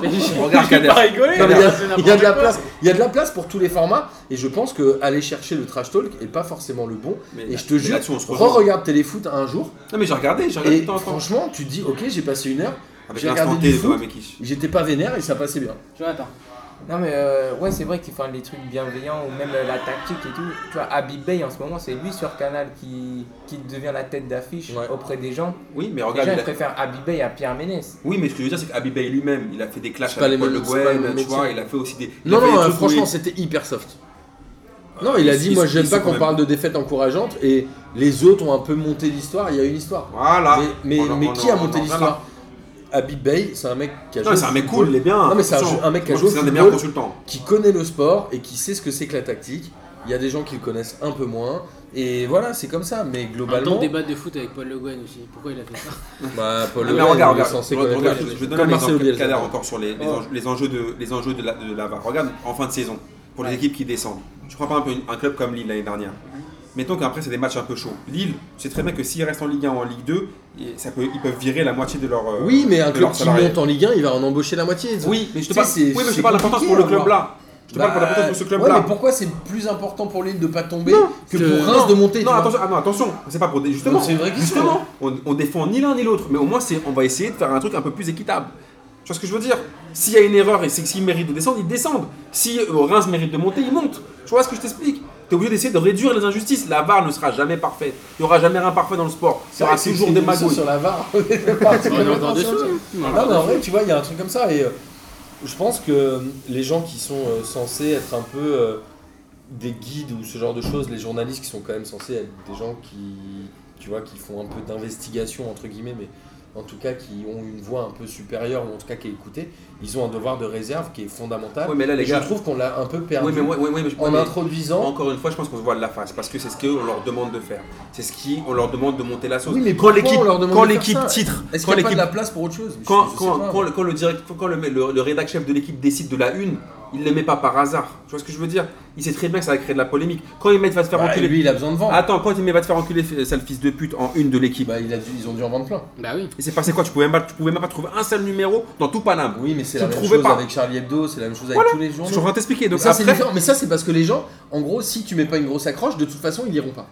[SPEAKER 3] regarde Kader.
[SPEAKER 7] rigoler
[SPEAKER 2] Non, mais il y a-
[SPEAKER 7] c'est
[SPEAKER 2] il y a
[SPEAKER 7] n'importe
[SPEAKER 2] de la
[SPEAKER 7] quoi.
[SPEAKER 2] place, il y a de la place pour tous les formats et je pense que aller chercher le trash talk est pas forcément le bon.
[SPEAKER 3] Mais
[SPEAKER 2] Et
[SPEAKER 3] là-
[SPEAKER 2] je te
[SPEAKER 3] mais
[SPEAKER 2] jure,
[SPEAKER 3] là-dessus, on se rejoint.
[SPEAKER 2] re-regarde Téléfoot un jour
[SPEAKER 3] Non, mais j'ai regardé, j'ai regardé
[SPEAKER 2] et
[SPEAKER 3] de temps en temps.
[SPEAKER 2] franchement, tu te dis ok, j'ai passé une heure,
[SPEAKER 3] Avec
[SPEAKER 2] j'ai regardé
[SPEAKER 3] l'instant
[SPEAKER 2] du
[SPEAKER 3] T de Thomas
[SPEAKER 2] foot,
[SPEAKER 3] Mekich.
[SPEAKER 2] j'étais pas vénère et ça passait bien.
[SPEAKER 7] Jonathan.
[SPEAKER 4] Non, mais euh, ouais, c'est vrai qu'ils font les trucs bienveillants ou même euh, la tactique et tout. Tu vois, Habib Bey en ce moment, c'est lui sur Canal qui, qui devient la tête d'affiche
[SPEAKER 8] Ouais.
[SPEAKER 4] auprès des gens.
[SPEAKER 3] Oui, mais
[SPEAKER 4] Les
[SPEAKER 3] regarde.
[SPEAKER 4] gens,
[SPEAKER 3] il
[SPEAKER 4] ils
[SPEAKER 3] a-
[SPEAKER 4] préfèrent Habib Bey à Pierre Ménès.
[SPEAKER 3] Oui, mais ce que je veux dire, c'est qu'Abibay lui-même, il a fait des clashs
[SPEAKER 8] C'est pas
[SPEAKER 3] avec
[SPEAKER 8] les
[SPEAKER 3] Paul Le
[SPEAKER 8] mêmes- c'est pas les
[SPEAKER 3] Gouin,
[SPEAKER 8] mêmes
[SPEAKER 3] tu vois,
[SPEAKER 8] métiers.
[SPEAKER 3] il a fait aussi des. il a
[SPEAKER 8] Non,
[SPEAKER 3] fait des
[SPEAKER 8] non, euh,
[SPEAKER 3] trucs où
[SPEAKER 8] franchement,
[SPEAKER 3] il- Ah,
[SPEAKER 8] c'était hyper soft.
[SPEAKER 2] Non, il a
[SPEAKER 3] ils-
[SPEAKER 2] dit
[SPEAKER 3] ils-
[SPEAKER 2] moi
[SPEAKER 3] ils
[SPEAKER 2] j'aime
[SPEAKER 3] sont
[SPEAKER 2] pas
[SPEAKER 3] quand
[SPEAKER 2] qu'on
[SPEAKER 3] même-
[SPEAKER 2] parle de défaites encourageantes et les autres ont un peu monté l'histoire. Il y a une histoire.
[SPEAKER 3] Voilà.
[SPEAKER 2] mais mais-
[SPEAKER 3] Ah, On en-
[SPEAKER 2] mais
[SPEAKER 3] on
[SPEAKER 2] qui a
[SPEAKER 3] en-
[SPEAKER 2] monté
[SPEAKER 3] on en-
[SPEAKER 2] l'histoire Habib Bey, c'est un mec qui a
[SPEAKER 3] Non,
[SPEAKER 2] joué
[SPEAKER 3] c'est
[SPEAKER 2] au
[SPEAKER 3] un mec
[SPEAKER 2] football,
[SPEAKER 3] cool, il est bien.
[SPEAKER 2] Non, mais c'est un
[SPEAKER 3] attention.
[SPEAKER 2] jeu- un mec qui a
[SPEAKER 3] Moi,
[SPEAKER 2] joué au
[SPEAKER 3] C'est un des
[SPEAKER 2] football.
[SPEAKER 3] meilleurs consultants.
[SPEAKER 2] qui connaît le sport et qui sait ce que c'est que la tactique. Il y a des gens qui le connaissent un peu moins. Et voilà, c'est comme ça. Mais
[SPEAKER 1] Un temps
[SPEAKER 2] globalement.
[SPEAKER 1] de débat de foot avec Paul Le Guen aussi. Pourquoi il a fait ça
[SPEAKER 8] Bah, Paul
[SPEAKER 3] Non,
[SPEAKER 8] Le
[SPEAKER 3] Ah, mais
[SPEAKER 8] Guen,
[SPEAKER 3] regarde,
[SPEAKER 8] il est
[SPEAKER 3] regarde,
[SPEAKER 8] censé
[SPEAKER 3] regarde,
[SPEAKER 8] connaître
[SPEAKER 3] regarde,
[SPEAKER 8] la-
[SPEAKER 3] je, je donne
[SPEAKER 8] Comme
[SPEAKER 3] un
[SPEAKER 8] Marcelo
[SPEAKER 3] exemple
[SPEAKER 8] Bielsa,
[SPEAKER 3] cadre
[SPEAKER 8] pardon.
[SPEAKER 3] encore sur les, les
[SPEAKER 2] Oh.
[SPEAKER 3] enjeux, les enjeux de, les enjeux de, la, de la VAR. Regarde en fin de saison, pour les équipes qui descendent. Je crois par exemple un club comme Lille l'année dernière. Mettons qu'après c'est des matchs un peu chauds. Lille, tu sais très bien que s'ils restent en Ligue 1 ou en Ligue 2, ils- ça peut, ils peuvent virer la moitié de leur. euh,
[SPEAKER 2] Oui, mais un
[SPEAKER 3] de
[SPEAKER 2] club
[SPEAKER 3] leurs
[SPEAKER 2] qui
[SPEAKER 3] salariés.
[SPEAKER 2] monte en Ligue 1, il va en embaucher la moitié.
[SPEAKER 3] Oui, mais je
[SPEAKER 2] Tu sais,
[SPEAKER 3] te parle.
[SPEAKER 2] c'est-
[SPEAKER 3] Oui, mais je
[SPEAKER 2] c'est
[SPEAKER 3] te parle de l'importance
[SPEAKER 2] compliqué
[SPEAKER 3] pour le
[SPEAKER 2] à
[SPEAKER 3] club
[SPEAKER 2] voir.
[SPEAKER 3] là. Je te parle pour l'importance pour ce club
[SPEAKER 2] Ouais,
[SPEAKER 3] là.
[SPEAKER 2] mais pourquoi c'est plus important pour l'île de pas tomber
[SPEAKER 3] Non,
[SPEAKER 2] que
[SPEAKER 1] que-
[SPEAKER 2] pour Reims de monter tu
[SPEAKER 3] Non,
[SPEAKER 2] vois
[SPEAKER 3] attention, ah non, attention, c'est pas pour des. Justement,
[SPEAKER 2] Non, c'est une vraie question. hein.
[SPEAKER 3] justement on, on défend ni l'un ni l'autre, mais au moins c'est, on va essayer de faire un truc un peu plus équitable. Tu vois ce que je veux dire S'il y a une erreur et c'est que s'ils méritent de descendre, ils descendent. Si euh, Reims mérite de monter, ils montent. Tu vois ce que je t'explique T'es obligé d'essayer de réduire les injustices. La VAR ne sera jamais parfaite. Il n'y aura jamais rien parfait dans le sport. Il y
[SPEAKER 2] C'est vrai
[SPEAKER 3] aura
[SPEAKER 2] que c'est-
[SPEAKER 3] toujours
[SPEAKER 2] c'est
[SPEAKER 3] des
[SPEAKER 2] une émission
[SPEAKER 3] magouilles.
[SPEAKER 2] sur la VAR.
[SPEAKER 1] On est encore dessus.
[SPEAKER 2] Non, mais en vrai, tu vois, il y a un truc comme ça. Et euh, Je pense que euh, les gens qui sont euh, censés être un peu euh, des guides ou ce genre de choses, les journalistes qui sont quand même censés être des gens qui, tu vois, qui font un peu d'investigation entre guillemets, mais en tout cas qui ont une voix un peu supérieure ou en tout cas qui est écoutée, ils ont un devoir de réserve qui est fondamental.
[SPEAKER 3] Ouais, mais là, les
[SPEAKER 2] Et
[SPEAKER 3] gars-
[SPEAKER 2] je trouve qu'on l'a un peu perdu
[SPEAKER 3] Oui, mais, ouais, ouais, ouais, mais je-
[SPEAKER 2] en
[SPEAKER 3] mais-
[SPEAKER 2] introduisant.
[SPEAKER 3] Encore une fois, je pense qu'on se voit de la face parce que c'est ce qu'on leur demande de faire. C'est ce qu'on leur demande de monter la sauce.
[SPEAKER 2] Oui, mais
[SPEAKER 3] quand
[SPEAKER 2] pourquoi
[SPEAKER 3] l'équipe,
[SPEAKER 2] on leur demande
[SPEAKER 3] quand
[SPEAKER 2] de faire
[SPEAKER 3] l'équipe
[SPEAKER 2] ça
[SPEAKER 3] titre,
[SPEAKER 9] Est-ce
[SPEAKER 3] quand
[SPEAKER 9] qu'il n'y a pas de
[SPEAKER 3] l'équipe,
[SPEAKER 9] la place pour autre chose Je-
[SPEAKER 3] quand,
[SPEAKER 2] je sais
[SPEAKER 3] quand,
[SPEAKER 2] pas.
[SPEAKER 3] quand le- quand le direct, quand le, le, le rédac chef de l'équipe décide de la une, il les met pas par hasard. Tu vois ce que je veux dire Il sait très bien que ça va créer de la polémique. Quand ils mettent va te faire
[SPEAKER 2] Bah,
[SPEAKER 3] enculer.
[SPEAKER 2] lui, il a besoin de vendre.
[SPEAKER 3] Attends, quand il met va te faire enculer, f- sale fils de pute en une de l'équipe.
[SPEAKER 2] Bah, il a dû- ils ont dû en vendre plein.
[SPEAKER 1] Bah oui.
[SPEAKER 3] Et c'est passé quoi Tu pouvais même pas, tu pouvais même pas trouver un seul numéro dans tout Paname.
[SPEAKER 2] Oui, mais c'est
[SPEAKER 3] Tu
[SPEAKER 2] la
[SPEAKER 3] le
[SPEAKER 2] même
[SPEAKER 3] trouvais
[SPEAKER 2] chose
[SPEAKER 3] pas.
[SPEAKER 2] avec Charlie Hebdo, c'est la même chose avec
[SPEAKER 3] Voilà.
[SPEAKER 2] tous les
[SPEAKER 3] Je
[SPEAKER 2] journaux.
[SPEAKER 3] suis en train de t'expliquer.
[SPEAKER 2] Mais
[SPEAKER 3] Donc
[SPEAKER 2] ça, c'est
[SPEAKER 3] après,
[SPEAKER 2] différent. Mais ça, c'est parce que les gens, en gros, si tu mets pas une grosse accroche, de toute façon, ils n'iront pas.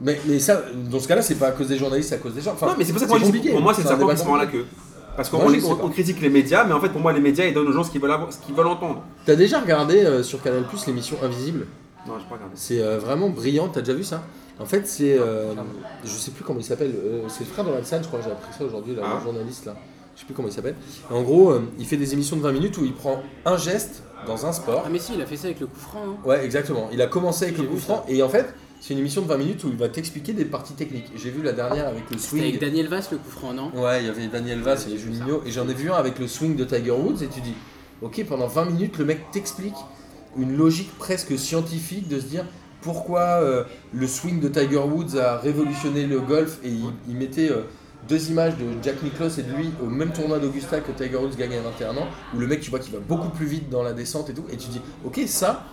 [SPEAKER 2] Mais, mais ça, dans ce cas-là, c'est pas à cause des journalistes, c'est à cause des gens. Enfin,
[SPEAKER 3] non, mais c'est pour ça que moi, je-
[SPEAKER 2] compliqué.
[SPEAKER 3] pour moi, c'est de
[SPEAKER 2] un
[SPEAKER 3] savoir
[SPEAKER 2] débat
[SPEAKER 3] qui se prend la
[SPEAKER 2] compliqué.
[SPEAKER 3] queue. Parce qu'on
[SPEAKER 2] Moi, je sais
[SPEAKER 3] on-
[SPEAKER 2] pas.
[SPEAKER 3] on critique les médias, mais en fait, pour moi, les médias, ils donnent aux gens ce qu'ils veulent, avoir- ce qu'ils veulent entendre.
[SPEAKER 2] T'as déjà regardé euh, sur Canal Plus l'émission Invisible
[SPEAKER 3] Non, j'ai pas regardé.
[SPEAKER 2] C'est euh, vraiment brillant, t'as déjà vu ça En fait, c'est. euh, je sais plus comment il s'appelle, euh, c'est le frère de San, je crois, j'ai appris ça aujourd'hui, là,
[SPEAKER 3] Ah.
[SPEAKER 2] le journaliste là. Je sais plus comment il s'appelle. Et En gros, euh, il fait des émissions de 20 minutes où il prend un geste dans un sport.
[SPEAKER 1] Ah mais si, il a fait ça avec le coup franc. hein.
[SPEAKER 2] Ouais, exactement. Il a commencé avec
[SPEAKER 1] J'ai
[SPEAKER 2] le coup
[SPEAKER 1] vu
[SPEAKER 2] franc et en fait, c'est une émission de 20 minutes où il va t'expliquer des parties techniques. J'ai vu la dernière avec le
[SPEAKER 1] C'était avec
[SPEAKER 2] swing.
[SPEAKER 1] Daniel Vasse le coup franc, non
[SPEAKER 2] Ouais, il y avait Daniel Vass et Juninho et j'en ai vu un avec le swing de Tiger Woods et tu dis OK, pendant 20 minutes, le mec t'explique une logique presque scientifique de se dire pourquoi euh, le swing de Tiger Woods a révolutionné le golf et il, il mettait euh, deux images de Jack Nicklaus et de lui au même tournoi d'Augusta que Tiger Woods gagne à 21 ans où le mec tu vois qui va beaucoup plus vite dans la descente et tout et tu dis OK, ça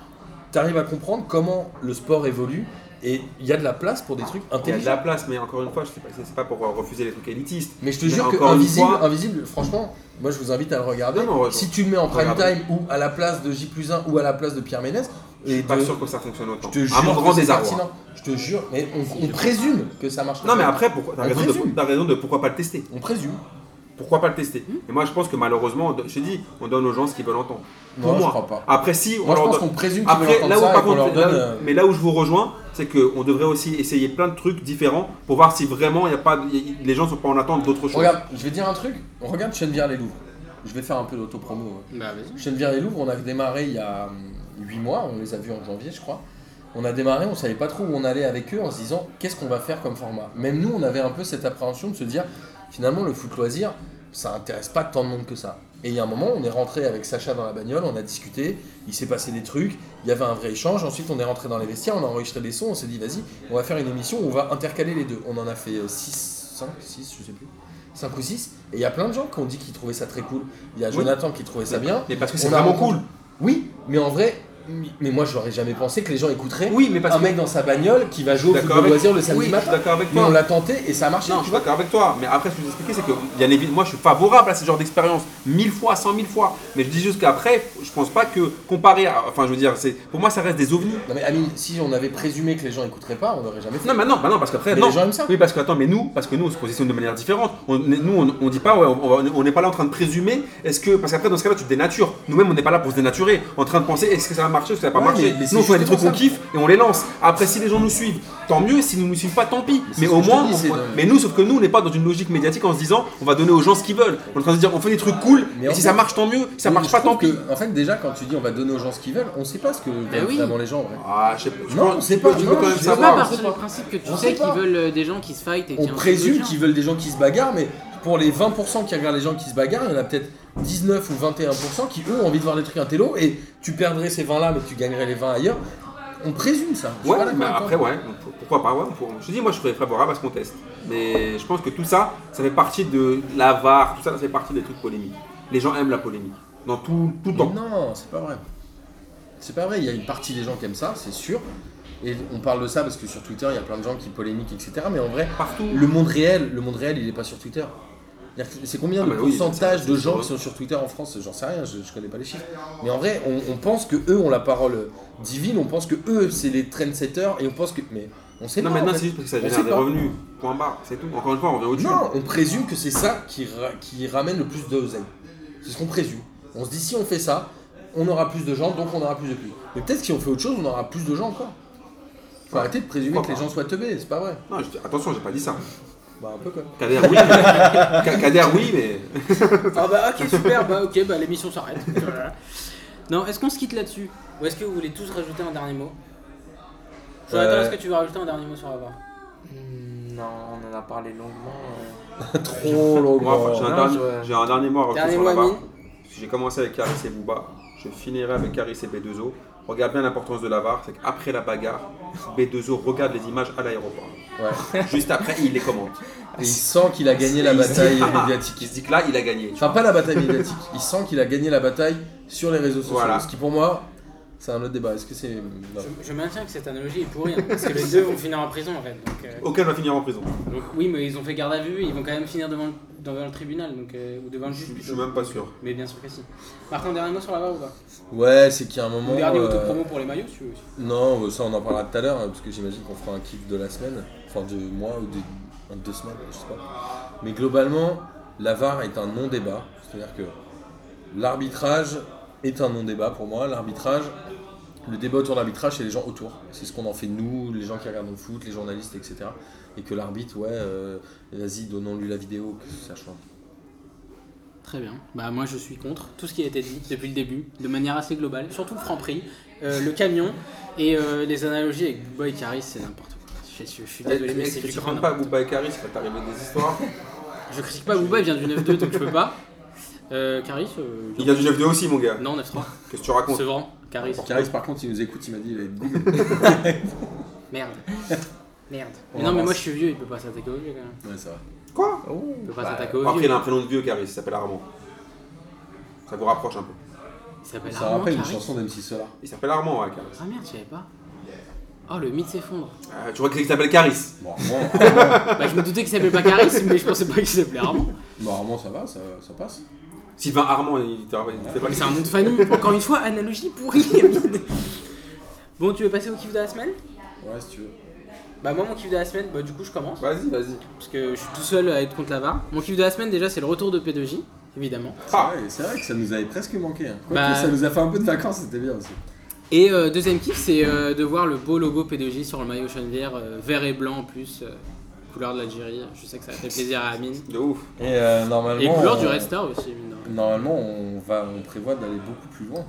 [SPEAKER 2] t'arrives à comprendre comment le sport évolue et il y a de la place pour des trucs
[SPEAKER 3] Il y a de
[SPEAKER 2] intelligents.
[SPEAKER 3] la place, mais encore une fois, je sais pas- c'est c'est pas pour euh, refuser les trucs élitistes.
[SPEAKER 2] Mais je te
[SPEAKER 3] Mais
[SPEAKER 2] jure que
[SPEAKER 3] encore une
[SPEAKER 2] Invisible,
[SPEAKER 3] fois-
[SPEAKER 2] Invisible, franchement, moi je vous invite à le regarder.
[SPEAKER 3] Non, non, ouais,
[SPEAKER 2] si tu le mets en prime
[SPEAKER 3] regarde.
[SPEAKER 2] time ou à la place de J 1 ou à la place de Pierre Ménès,
[SPEAKER 3] Je suis
[SPEAKER 2] et
[SPEAKER 3] pas
[SPEAKER 2] de-
[SPEAKER 3] sûr que ça fonctionne autant.
[SPEAKER 2] je te
[SPEAKER 3] à mon
[SPEAKER 2] jure
[SPEAKER 3] grand
[SPEAKER 2] que c'est
[SPEAKER 3] désarroi.
[SPEAKER 2] pertinent. Je te jure, mais on, on présume que ça marche.
[SPEAKER 3] Non, mais après, pourquoi- t'as
[SPEAKER 2] On
[SPEAKER 3] raison, de-
[SPEAKER 2] présume.
[SPEAKER 3] t'as raison de pourquoi pas le tester.
[SPEAKER 2] On présume.
[SPEAKER 3] Pourquoi pas le tester
[SPEAKER 2] Hum.
[SPEAKER 3] Et moi, je pense que malheureusement, on do- je te dis, on donne aux gens ce qu'ils veulent entendre.
[SPEAKER 2] Non,
[SPEAKER 3] Pour
[SPEAKER 2] je
[SPEAKER 3] moi.
[SPEAKER 2] crois pas.
[SPEAKER 3] Après, si on
[SPEAKER 2] Moi je
[SPEAKER 3] leur
[SPEAKER 2] pense
[SPEAKER 3] donne.
[SPEAKER 2] qu'on présume qu'ils veulent
[SPEAKER 3] Après,
[SPEAKER 2] entendre
[SPEAKER 3] là où,
[SPEAKER 2] ça
[SPEAKER 3] par
[SPEAKER 2] et qu'on leur
[SPEAKER 3] contre, là où-
[SPEAKER 2] donne. euh,
[SPEAKER 3] mais là où je vous rejoins, c'est qu'on devrait aussi essayer plein de trucs différents pour voir si vraiment il y a pas, y- y- les gens sont pas en attente d'autres choses.
[SPEAKER 2] Regarde, je vais dire un truc. On regarde Chenevière les Louvres. Je vais faire un peu d'autopromo. hein. ouais.
[SPEAKER 1] Bah vas-y.
[SPEAKER 2] Chenevière les Louvres, on a démarré il y a 8 mois, on les a vus en janvier je crois. On a démarré, on savait pas trop où on allait avec eux en se disant qu'est-ce qu'on va faire comme format. Même nous, on avait un peu cette appréhension de se dire finalement le foot loisir, ça intéresse pas tant de monde que ça. Et il y a un moment, on est rentré avec Sacha dans la bagnole, on a discuté, il s'est passé des trucs, il y avait un vrai échange. Ensuite, on est rentré dans les vestiaires, on a enregistré des sons, on s'est dit vas-y, on va faire une émission où on va intercaler les deux. On en a fait euh, 6, 5, 6, je sais plus. 5 ou 6, et il y a plein de gens qui ont dit qu'ils trouvaient ça très cool. Il y a
[SPEAKER 3] Oui.
[SPEAKER 2] Jonathan qui trouvait ça bien,
[SPEAKER 3] Mais parce que c'est
[SPEAKER 2] on a
[SPEAKER 3] vraiment
[SPEAKER 2] rencontré-
[SPEAKER 3] cool.
[SPEAKER 2] Oui, mais en vrai, mais moi j'aurais jamais pensé que les gens écouteraient
[SPEAKER 3] Oui, mais parce
[SPEAKER 2] un
[SPEAKER 3] que.
[SPEAKER 2] mec dans sa bagnole qui va jouer au
[SPEAKER 3] D'accord
[SPEAKER 2] football
[SPEAKER 3] avec-
[SPEAKER 2] loisir le samedi
[SPEAKER 3] Oui, je suis
[SPEAKER 2] matin.
[SPEAKER 3] d'accord avec
[SPEAKER 2] Mais
[SPEAKER 3] toi.
[SPEAKER 2] on l'a tenté et ça a marché,
[SPEAKER 3] Non, je
[SPEAKER 2] tu
[SPEAKER 3] suis
[SPEAKER 2] vois.
[SPEAKER 3] d'accord avec toi, mais après ce que je vous expliquais, c'est que bien évidemment, moi je suis favorable à ce genre d'expérience, mille fois, cent mille fois. Mais je dis juste qu'après, je pense pas que comparé à. Enfin, je veux dire, c'est pour moi ça reste des ovnis.
[SPEAKER 2] Non mais Amine, si on avait présumé que les gens écouteraient pas, on n'aurait jamais fait.
[SPEAKER 3] Non, mais non, bah non parce qu'après,
[SPEAKER 2] Mais
[SPEAKER 3] non.
[SPEAKER 2] les gens aiment ça.
[SPEAKER 3] Oui, parce que attends, mais nous, parce que nous on se positionne de manière différente. On, est- nous, on, on dit pas, ouais, on- on on n'est pas là en train de présumer. Est-ce que parce qu'après dans ce cas-là, tu te dénatures. Nous-mêmes, on n'est pas là pour se dénaturer, en train de penser est-ce que ça va marcher ou est-ce que ça va pas
[SPEAKER 2] Ouais, mais-
[SPEAKER 3] marcher.
[SPEAKER 2] mais c'est
[SPEAKER 3] nous, on fait des
[SPEAKER 2] justement
[SPEAKER 3] trucs qu'on
[SPEAKER 2] ça.
[SPEAKER 3] kiffe et on les lance. Après, si les gens nous suivent, tant mieux. Si nous nous suivent pas, tant pis.
[SPEAKER 2] c'est
[SPEAKER 3] Mais
[SPEAKER 2] ce
[SPEAKER 3] au
[SPEAKER 2] que je te
[SPEAKER 3] moins,
[SPEAKER 2] dis,
[SPEAKER 3] on-
[SPEAKER 2] c'est de-
[SPEAKER 3] mais nous, sauf que nous, on n'est pas dans une logique médiatique en se disant, on va donner aux gens ce qu'ils veulent. On est en train de se dire, on fait des trucs cool.
[SPEAKER 2] Mais
[SPEAKER 3] et
[SPEAKER 2] en
[SPEAKER 3] si
[SPEAKER 2] fait-
[SPEAKER 3] ça marche, tant mieux. Si ça
[SPEAKER 2] Oui,
[SPEAKER 3] marche
[SPEAKER 2] je
[SPEAKER 3] pas,
[SPEAKER 2] trouve
[SPEAKER 3] tant pis.
[SPEAKER 2] que, En fait, déjà quand tu dis on va donner aux gens ce qu'ils veulent, on sait pas ce que veulent
[SPEAKER 1] oui.
[SPEAKER 2] vraiment les gens en vrai.
[SPEAKER 3] Ah, je sais pas. Je
[SPEAKER 2] Non,
[SPEAKER 3] pense-
[SPEAKER 2] on sait
[SPEAKER 3] je pense
[SPEAKER 2] pas,
[SPEAKER 3] que tu
[SPEAKER 2] non,
[SPEAKER 3] peux quand même
[SPEAKER 2] je sais
[SPEAKER 1] Pourquoi
[SPEAKER 3] savoir.
[SPEAKER 2] pas.
[SPEAKER 1] partir du principe que tu
[SPEAKER 2] On sait
[SPEAKER 1] sais
[SPEAKER 2] pas.
[SPEAKER 1] qu'ils veulent euh, des gens qui se fight et
[SPEAKER 2] On
[SPEAKER 1] qui
[SPEAKER 2] présume qu'ils veulent des gens qui se bagarrent, mais pour les 20% qui regardent les gens qui se bagarrent, il y en a peut-être 19 ou 21% qui eux ont envie de voir des trucs intello et tu perdrais ces 20 là mais tu gagnerais les 20 ailleurs. On présume ça. Je suis
[SPEAKER 3] Ouais,
[SPEAKER 2] pas d'accord
[SPEAKER 3] mais
[SPEAKER 2] avec toi.
[SPEAKER 3] après, ouais, donc, pour- pourquoi pas, ouais. pour- je te dis, moi, je serais favorable à ce qu'on teste. Mais je pense que tout ça, ça fait partie de la VAR, tout ça, ça fait partie des trucs polémiques. Les gens aiment la polémique. Dans tout, tout le temps.
[SPEAKER 2] Non, c'est pas vrai. C'est pas vrai, il y a une partie des gens qui aiment ça, c'est sûr. Et on parle de ça parce que sur Twitter, il y a plein de gens qui polémiquent, etc. Mais en vrai,
[SPEAKER 3] Partout.
[SPEAKER 2] le monde réel, le monde réel, il est pas sur Twitter. C'est-à-dire que C'est combien
[SPEAKER 3] Ah
[SPEAKER 2] de
[SPEAKER 3] bah oui,
[SPEAKER 2] pourcentage
[SPEAKER 3] c'est-
[SPEAKER 2] de
[SPEAKER 3] c'est
[SPEAKER 2] gens
[SPEAKER 3] sûr.
[SPEAKER 2] qui sont sur Twitter en France J'en sais rien, je, je connais pas les chiffres. Mais en vrai, on, on pense que eux ont la parole divine, on pense que eux, c'est les trendsetters, et on pense que. Mais on sait
[SPEAKER 3] Non,
[SPEAKER 2] pas.
[SPEAKER 3] maintenant,
[SPEAKER 2] en fait.
[SPEAKER 3] c'est juste parce que ça
[SPEAKER 2] On
[SPEAKER 3] génère
[SPEAKER 2] sait
[SPEAKER 3] des
[SPEAKER 2] pas.
[SPEAKER 3] revenus. Point barre, c'est tout. Encore une fois, on revient au dessus
[SPEAKER 2] Non, on présume que c'est ça qui, ra- qui ramène le plus d'oseille. C'est ce qu'on présume. On se dit si on fait ça, on aura plus de gens, donc on aura plus de plus. Mais peut-être que si on fait autre chose, on aura plus de gens encore. Faut arrêter de présumer
[SPEAKER 3] Pourquoi
[SPEAKER 2] que les
[SPEAKER 3] pas
[SPEAKER 2] gens soient teubés, c'est pas vrai.
[SPEAKER 3] Non, je- attention, j'ai pas dit ça.
[SPEAKER 2] Bah, un peu quoi.
[SPEAKER 3] Kader, oui. Ka- Kader, oui, mais.
[SPEAKER 1] Ah bah ok super, bah ok bah l'émission s'arrête. Voilà. Non, est-ce qu'on se quitte là-dessus Ou est-ce que vous voulez tous rajouter un dernier mot Jonathan,
[SPEAKER 2] Euh.
[SPEAKER 1] est-ce que tu veux rajouter un dernier mot sur la barre
[SPEAKER 4] Hmm, Non, on en a parlé longuement. euh.
[SPEAKER 2] Trop long.
[SPEAKER 3] Moi, enfin, j'ai,
[SPEAKER 4] non,
[SPEAKER 3] un
[SPEAKER 4] je
[SPEAKER 3] dernier,
[SPEAKER 4] vois.
[SPEAKER 3] j'ai un dernier mot à rajouter
[SPEAKER 1] Dernier
[SPEAKER 3] sur
[SPEAKER 1] mot
[SPEAKER 3] la barre.
[SPEAKER 1] Amine
[SPEAKER 3] Parce que J'ai commencé avec Caris et Booba, je finirai avec Caris et B2O. Regarde bien l'importance de la VAR, c'est qu'après la bagarre, B2O regarde les images à l'aéroport.
[SPEAKER 2] Ouais.
[SPEAKER 3] Juste après, il les commente.
[SPEAKER 2] Et il sent qu'il a gagné la
[SPEAKER 3] Il se
[SPEAKER 2] bataille
[SPEAKER 3] dit, ah, ah,
[SPEAKER 2] médiatique.
[SPEAKER 3] Il se dit que là, il a gagné.
[SPEAKER 2] Enfin, pas la bataille médiatique. Il sent qu'il a gagné la bataille sur les réseaux sociaux.
[SPEAKER 3] Voilà.
[SPEAKER 2] Ce qui, pour moi, c'est un autre débat. Est-ce que c'est. non.
[SPEAKER 1] je, je maintiens que cette analogie est pourrie, hein, parce que les deux vont finir en prison en fait. Donc, euh,
[SPEAKER 3] Aucun va finir en prison.
[SPEAKER 1] donc, oui, mais ils ont fait garde à vue, ils vont quand même finir devant, le- devant le tribunal, donc, euh, ou devant le
[SPEAKER 3] Je
[SPEAKER 1] juge
[SPEAKER 3] suis- je
[SPEAKER 1] plutôt.
[SPEAKER 3] suis même pas sûr.
[SPEAKER 1] Mais bien sûr que si. Martin, dernier mot sur la barre ou pas
[SPEAKER 2] Ouais, c'est qu'il y a un
[SPEAKER 1] Mon
[SPEAKER 2] moment.
[SPEAKER 1] dernier
[SPEAKER 2] euh,
[SPEAKER 1] autopromo pour les maillots si tu veux aussi.
[SPEAKER 2] Non, euh, ça on en parlera tout à l'heure, hein, parce que j'imagine qu'on fera un kiff de la semaine, enfin de mois ou de enfin, de deux semaines, je sais pas. Mais globalement, la VAR est un non-débat, c'est-à-dire que l'arbitrage est un non-débat pour moi. L'arbitrage, le débat autour de l'arbitrage, c'est les gens autour. C'est ce qu'on en fait nous, les gens qui regardent le foot, les journalistes, etc. Et que l'arbitre, ouais, euh, vas-y, donnons-lui la vidéo, que ça change.
[SPEAKER 1] Très bien. Bah moi je suis contre tout ce qui a été dit depuis le début, de manière assez globale, surtout le Franprix, euh, le camion et euh, les analogies avec Boy Caris, c'est n'importe quoi. Je, je- je suis désolé, mais
[SPEAKER 3] Est-ce
[SPEAKER 1] c'est
[SPEAKER 3] que
[SPEAKER 1] du
[SPEAKER 3] Eh, tu
[SPEAKER 1] grand.
[SPEAKER 3] comptes pas Booba et Caris, va t'arriver des histoires
[SPEAKER 1] Je critique pas Booba, il vient du 9-2 donc je peux pas. Euh, Caris, euh,
[SPEAKER 3] Il y a du Ah 9-2 aussi, mon gars.
[SPEAKER 1] Non, 9-3.
[SPEAKER 3] Qu'est-ce que tu racontes
[SPEAKER 1] Sevran, Caris.
[SPEAKER 2] Caris, par contre, il nous écoute, il m'a dit, il va être goût.
[SPEAKER 1] Merde. Merde.
[SPEAKER 2] On
[SPEAKER 1] Mais non, mais moi
[SPEAKER 2] avance.
[SPEAKER 1] je suis vieux, il peut pas s'attaquer au vieux quand même.
[SPEAKER 2] Ouais, ça va.
[SPEAKER 3] Quoi
[SPEAKER 1] Il peut pas
[SPEAKER 2] Bah,
[SPEAKER 1] s'attaquer au
[SPEAKER 3] Après, il
[SPEAKER 1] vieux.
[SPEAKER 3] a un prénom de vieux, Caris, il s'appelle Armand. Ça vous rapproche un peu.
[SPEAKER 1] Il s'appelle
[SPEAKER 2] Ça
[SPEAKER 1] Armand
[SPEAKER 2] rappelle une
[SPEAKER 1] Caris.
[SPEAKER 2] chanson d'M6 Solar.
[SPEAKER 3] Il s'appelle Armand, ouais, Caris.
[SPEAKER 1] Ah merde, je savais pas. Oh, le mythe s'effondre.
[SPEAKER 3] Ah, tu vois qu'il s'appelle Caris.
[SPEAKER 2] Bon, hein. Armand,
[SPEAKER 1] bah, je me doutais qu'il s'appelait pas Caris, mais je pensais pas qu'il s'appelait Armand.
[SPEAKER 2] bon, Armand, ça va, ça, ça passe.
[SPEAKER 3] Sylvain Armand, il te rappelle- il te fait pas
[SPEAKER 1] Mais c'est un nom de famille. Encore une fois, analogie pourrie. bon, tu veux passer au kiff de la semaine
[SPEAKER 2] Ouais, si tu veux.
[SPEAKER 1] Bah moi, mon kiff de la semaine, bah du coup, je commence.
[SPEAKER 3] Vas-y, vas-y.
[SPEAKER 1] Parce que je suis tout seul à être contre la VAR. Mon kiff de la semaine, déjà, c'est le retour de P2J, évidemment.
[SPEAKER 3] Ah.
[SPEAKER 2] Ouais, c'est vrai que ça nous avait presque manqué. hein. Quoique,
[SPEAKER 1] Bah-
[SPEAKER 2] ça nous a fait un peu de vacances, c'était bien aussi.
[SPEAKER 1] Et euh, deuxième kiff, c'est euh, de voir le beau logo P2J sur le maillot Chenevière, euh, vert et blanc en plus, euh, couleur de l'Algérie. Je sais que ça fait plaisir à Amine.
[SPEAKER 3] De ouf.
[SPEAKER 2] Et euh,
[SPEAKER 1] Et
[SPEAKER 2] normalement.
[SPEAKER 1] couleur
[SPEAKER 2] on-
[SPEAKER 1] du Red Star aussi, mine de rien.
[SPEAKER 2] Normalement, on, va, on prévoit d'aller beaucoup plus loin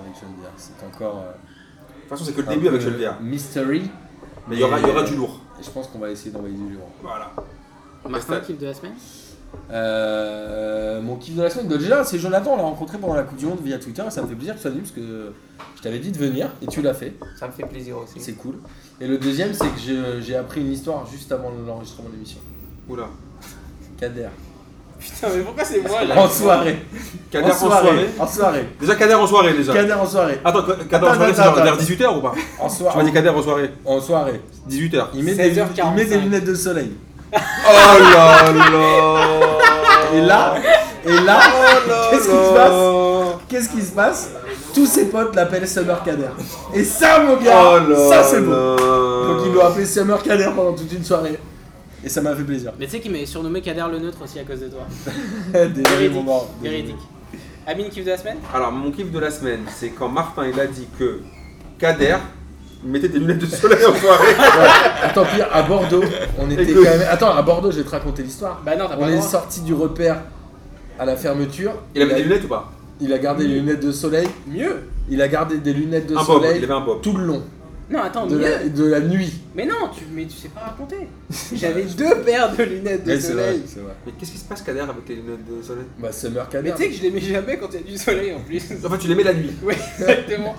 [SPEAKER 2] avec Genevière. C'est encore. euh,
[SPEAKER 3] De toute façon, c'est que le
[SPEAKER 2] un
[SPEAKER 3] début
[SPEAKER 2] peu
[SPEAKER 3] avec Chelvia.
[SPEAKER 2] Mystery.
[SPEAKER 3] Ah, Mais il y aura, il y aura
[SPEAKER 2] euh,
[SPEAKER 3] du lourd.
[SPEAKER 2] et Je pense qu'on va essayer d'envoyer du lourd.
[SPEAKER 3] Voilà.
[SPEAKER 1] Martin,
[SPEAKER 3] Restez-
[SPEAKER 1] kiff de la semaine
[SPEAKER 2] Euh, mon kiff de la semaine, bah, déjà, c'est Jonathan, on l'a rencontré pendant la Coupe du Monde via Twitter et ça me fait plaisir que tu sois venu parce que je t'avais dit de venir et tu l'as fait.
[SPEAKER 4] Ça me fait plaisir aussi.
[SPEAKER 2] C'est cool. Et le deuxième, c'est que je- j'ai appris une histoire juste avant l'enregistrement de l'émission.
[SPEAKER 3] Oula.
[SPEAKER 2] Kader.
[SPEAKER 1] Putain, mais pourquoi c'est moi
[SPEAKER 2] En soirée.
[SPEAKER 3] Kader en soirée.
[SPEAKER 2] En soirée.
[SPEAKER 3] Déjà Kader en soirée déjà.
[SPEAKER 2] Kader en soirée.
[SPEAKER 3] Attends, Ka- Kader en
[SPEAKER 2] Attends,
[SPEAKER 3] soirée, c'est
[SPEAKER 2] attends,
[SPEAKER 3] genre vers
[SPEAKER 2] attends.
[SPEAKER 3] 18h ou pas
[SPEAKER 2] En
[SPEAKER 3] Tu m'as
[SPEAKER 2] soirée.
[SPEAKER 3] dit Kader en soirée.
[SPEAKER 2] En soirée.
[SPEAKER 3] 18h.
[SPEAKER 2] Il met, des, lunettes- il
[SPEAKER 1] 16h45.
[SPEAKER 2] met des lunettes de soleil.
[SPEAKER 3] Oh là là
[SPEAKER 2] Et là,
[SPEAKER 3] Oh.
[SPEAKER 2] et là, qu'est-ce qui se
[SPEAKER 3] passe
[SPEAKER 2] qu'est-ce qui se passe Tous ses potes l'appellent Summer Kader. Et ça, mon gars,
[SPEAKER 3] Oh là
[SPEAKER 2] ça c'est bon.
[SPEAKER 3] bon.
[SPEAKER 2] Donc ils l'ont appelé Summer Kader pendant toute une soirée. Et ça m'a fait plaisir.
[SPEAKER 1] Mais tu sais qu'il m'avait surnommé Kader le neutre aussi à cause de toi.
[SPEAKER 2] Désolé, mon
[SPEAKER 1] Véridique.
[SPEAKER 2] mort. Désolé.
[SPEAKER 1] Véridique. Amine, kiff de la semaine
[SPEAKER 3] Alors mon kiff de la semaine, c'est quand Martin il a dit que Kader mettait des lunettes de soleil en soirée.
[SPEAKER 2] Tant pis, à Bordeaux, on était
[SPEAKER 3] Écoute.
[SPEAKER 2] quand même. Attends, à Bordeaux, je vais te raconter l'histoire.
[SPEAKER 1] Bah non, t'as pas
[SPEAKER 2] On
[SPEAKER 1] le
[SPEAKER 2] est
[SPEAKER 1] droit.
[SPEAKER 2] sorti du repère à la fermeture.
[SPEAKER 3] Il avait des lunettes ou pas
[SPEAKER 2] il a gardé les lunettes de soleil.
[SPEAKER 1] Mieux
[SPEAKER 2] Il a gardé des lunettes de
[SPEAKER 3] Un bob, il
[SPEAKER 2] soleil
[SPEAKER 3] avait un bob.
[SPEAKER 2] tout le long
[SPEAKER 1] Non, attends,
[SPEAKER 2] de
[SPEAKER 1] mieux
[SPEAKER 2] la, de la nuit.
[SPEAKER 1] Mais non, tu, mais tu sais pas raconter. J'avais deux paires de lunettes de
[SPEAKER 2] Ouais, c'est vrai,
[SPEAKER 1] soleil.
[SPEAKER 2] c'est vrai.
[SPEAKER 3] Mais qu'est-ce qui se passe Kader avec les lunettes de soleil
[SPEAKER 2] Bah, Summer
[SPEAKER 1] Mais
[SPEAKER 2] Cadet.
[SPEAKER 1] tu sais que je les mets jamais quand il y a du soleil en plus.
[SPEAKER 3] Enfin tu les mets la nuit.
[SPEAKER 1] oui, exactement.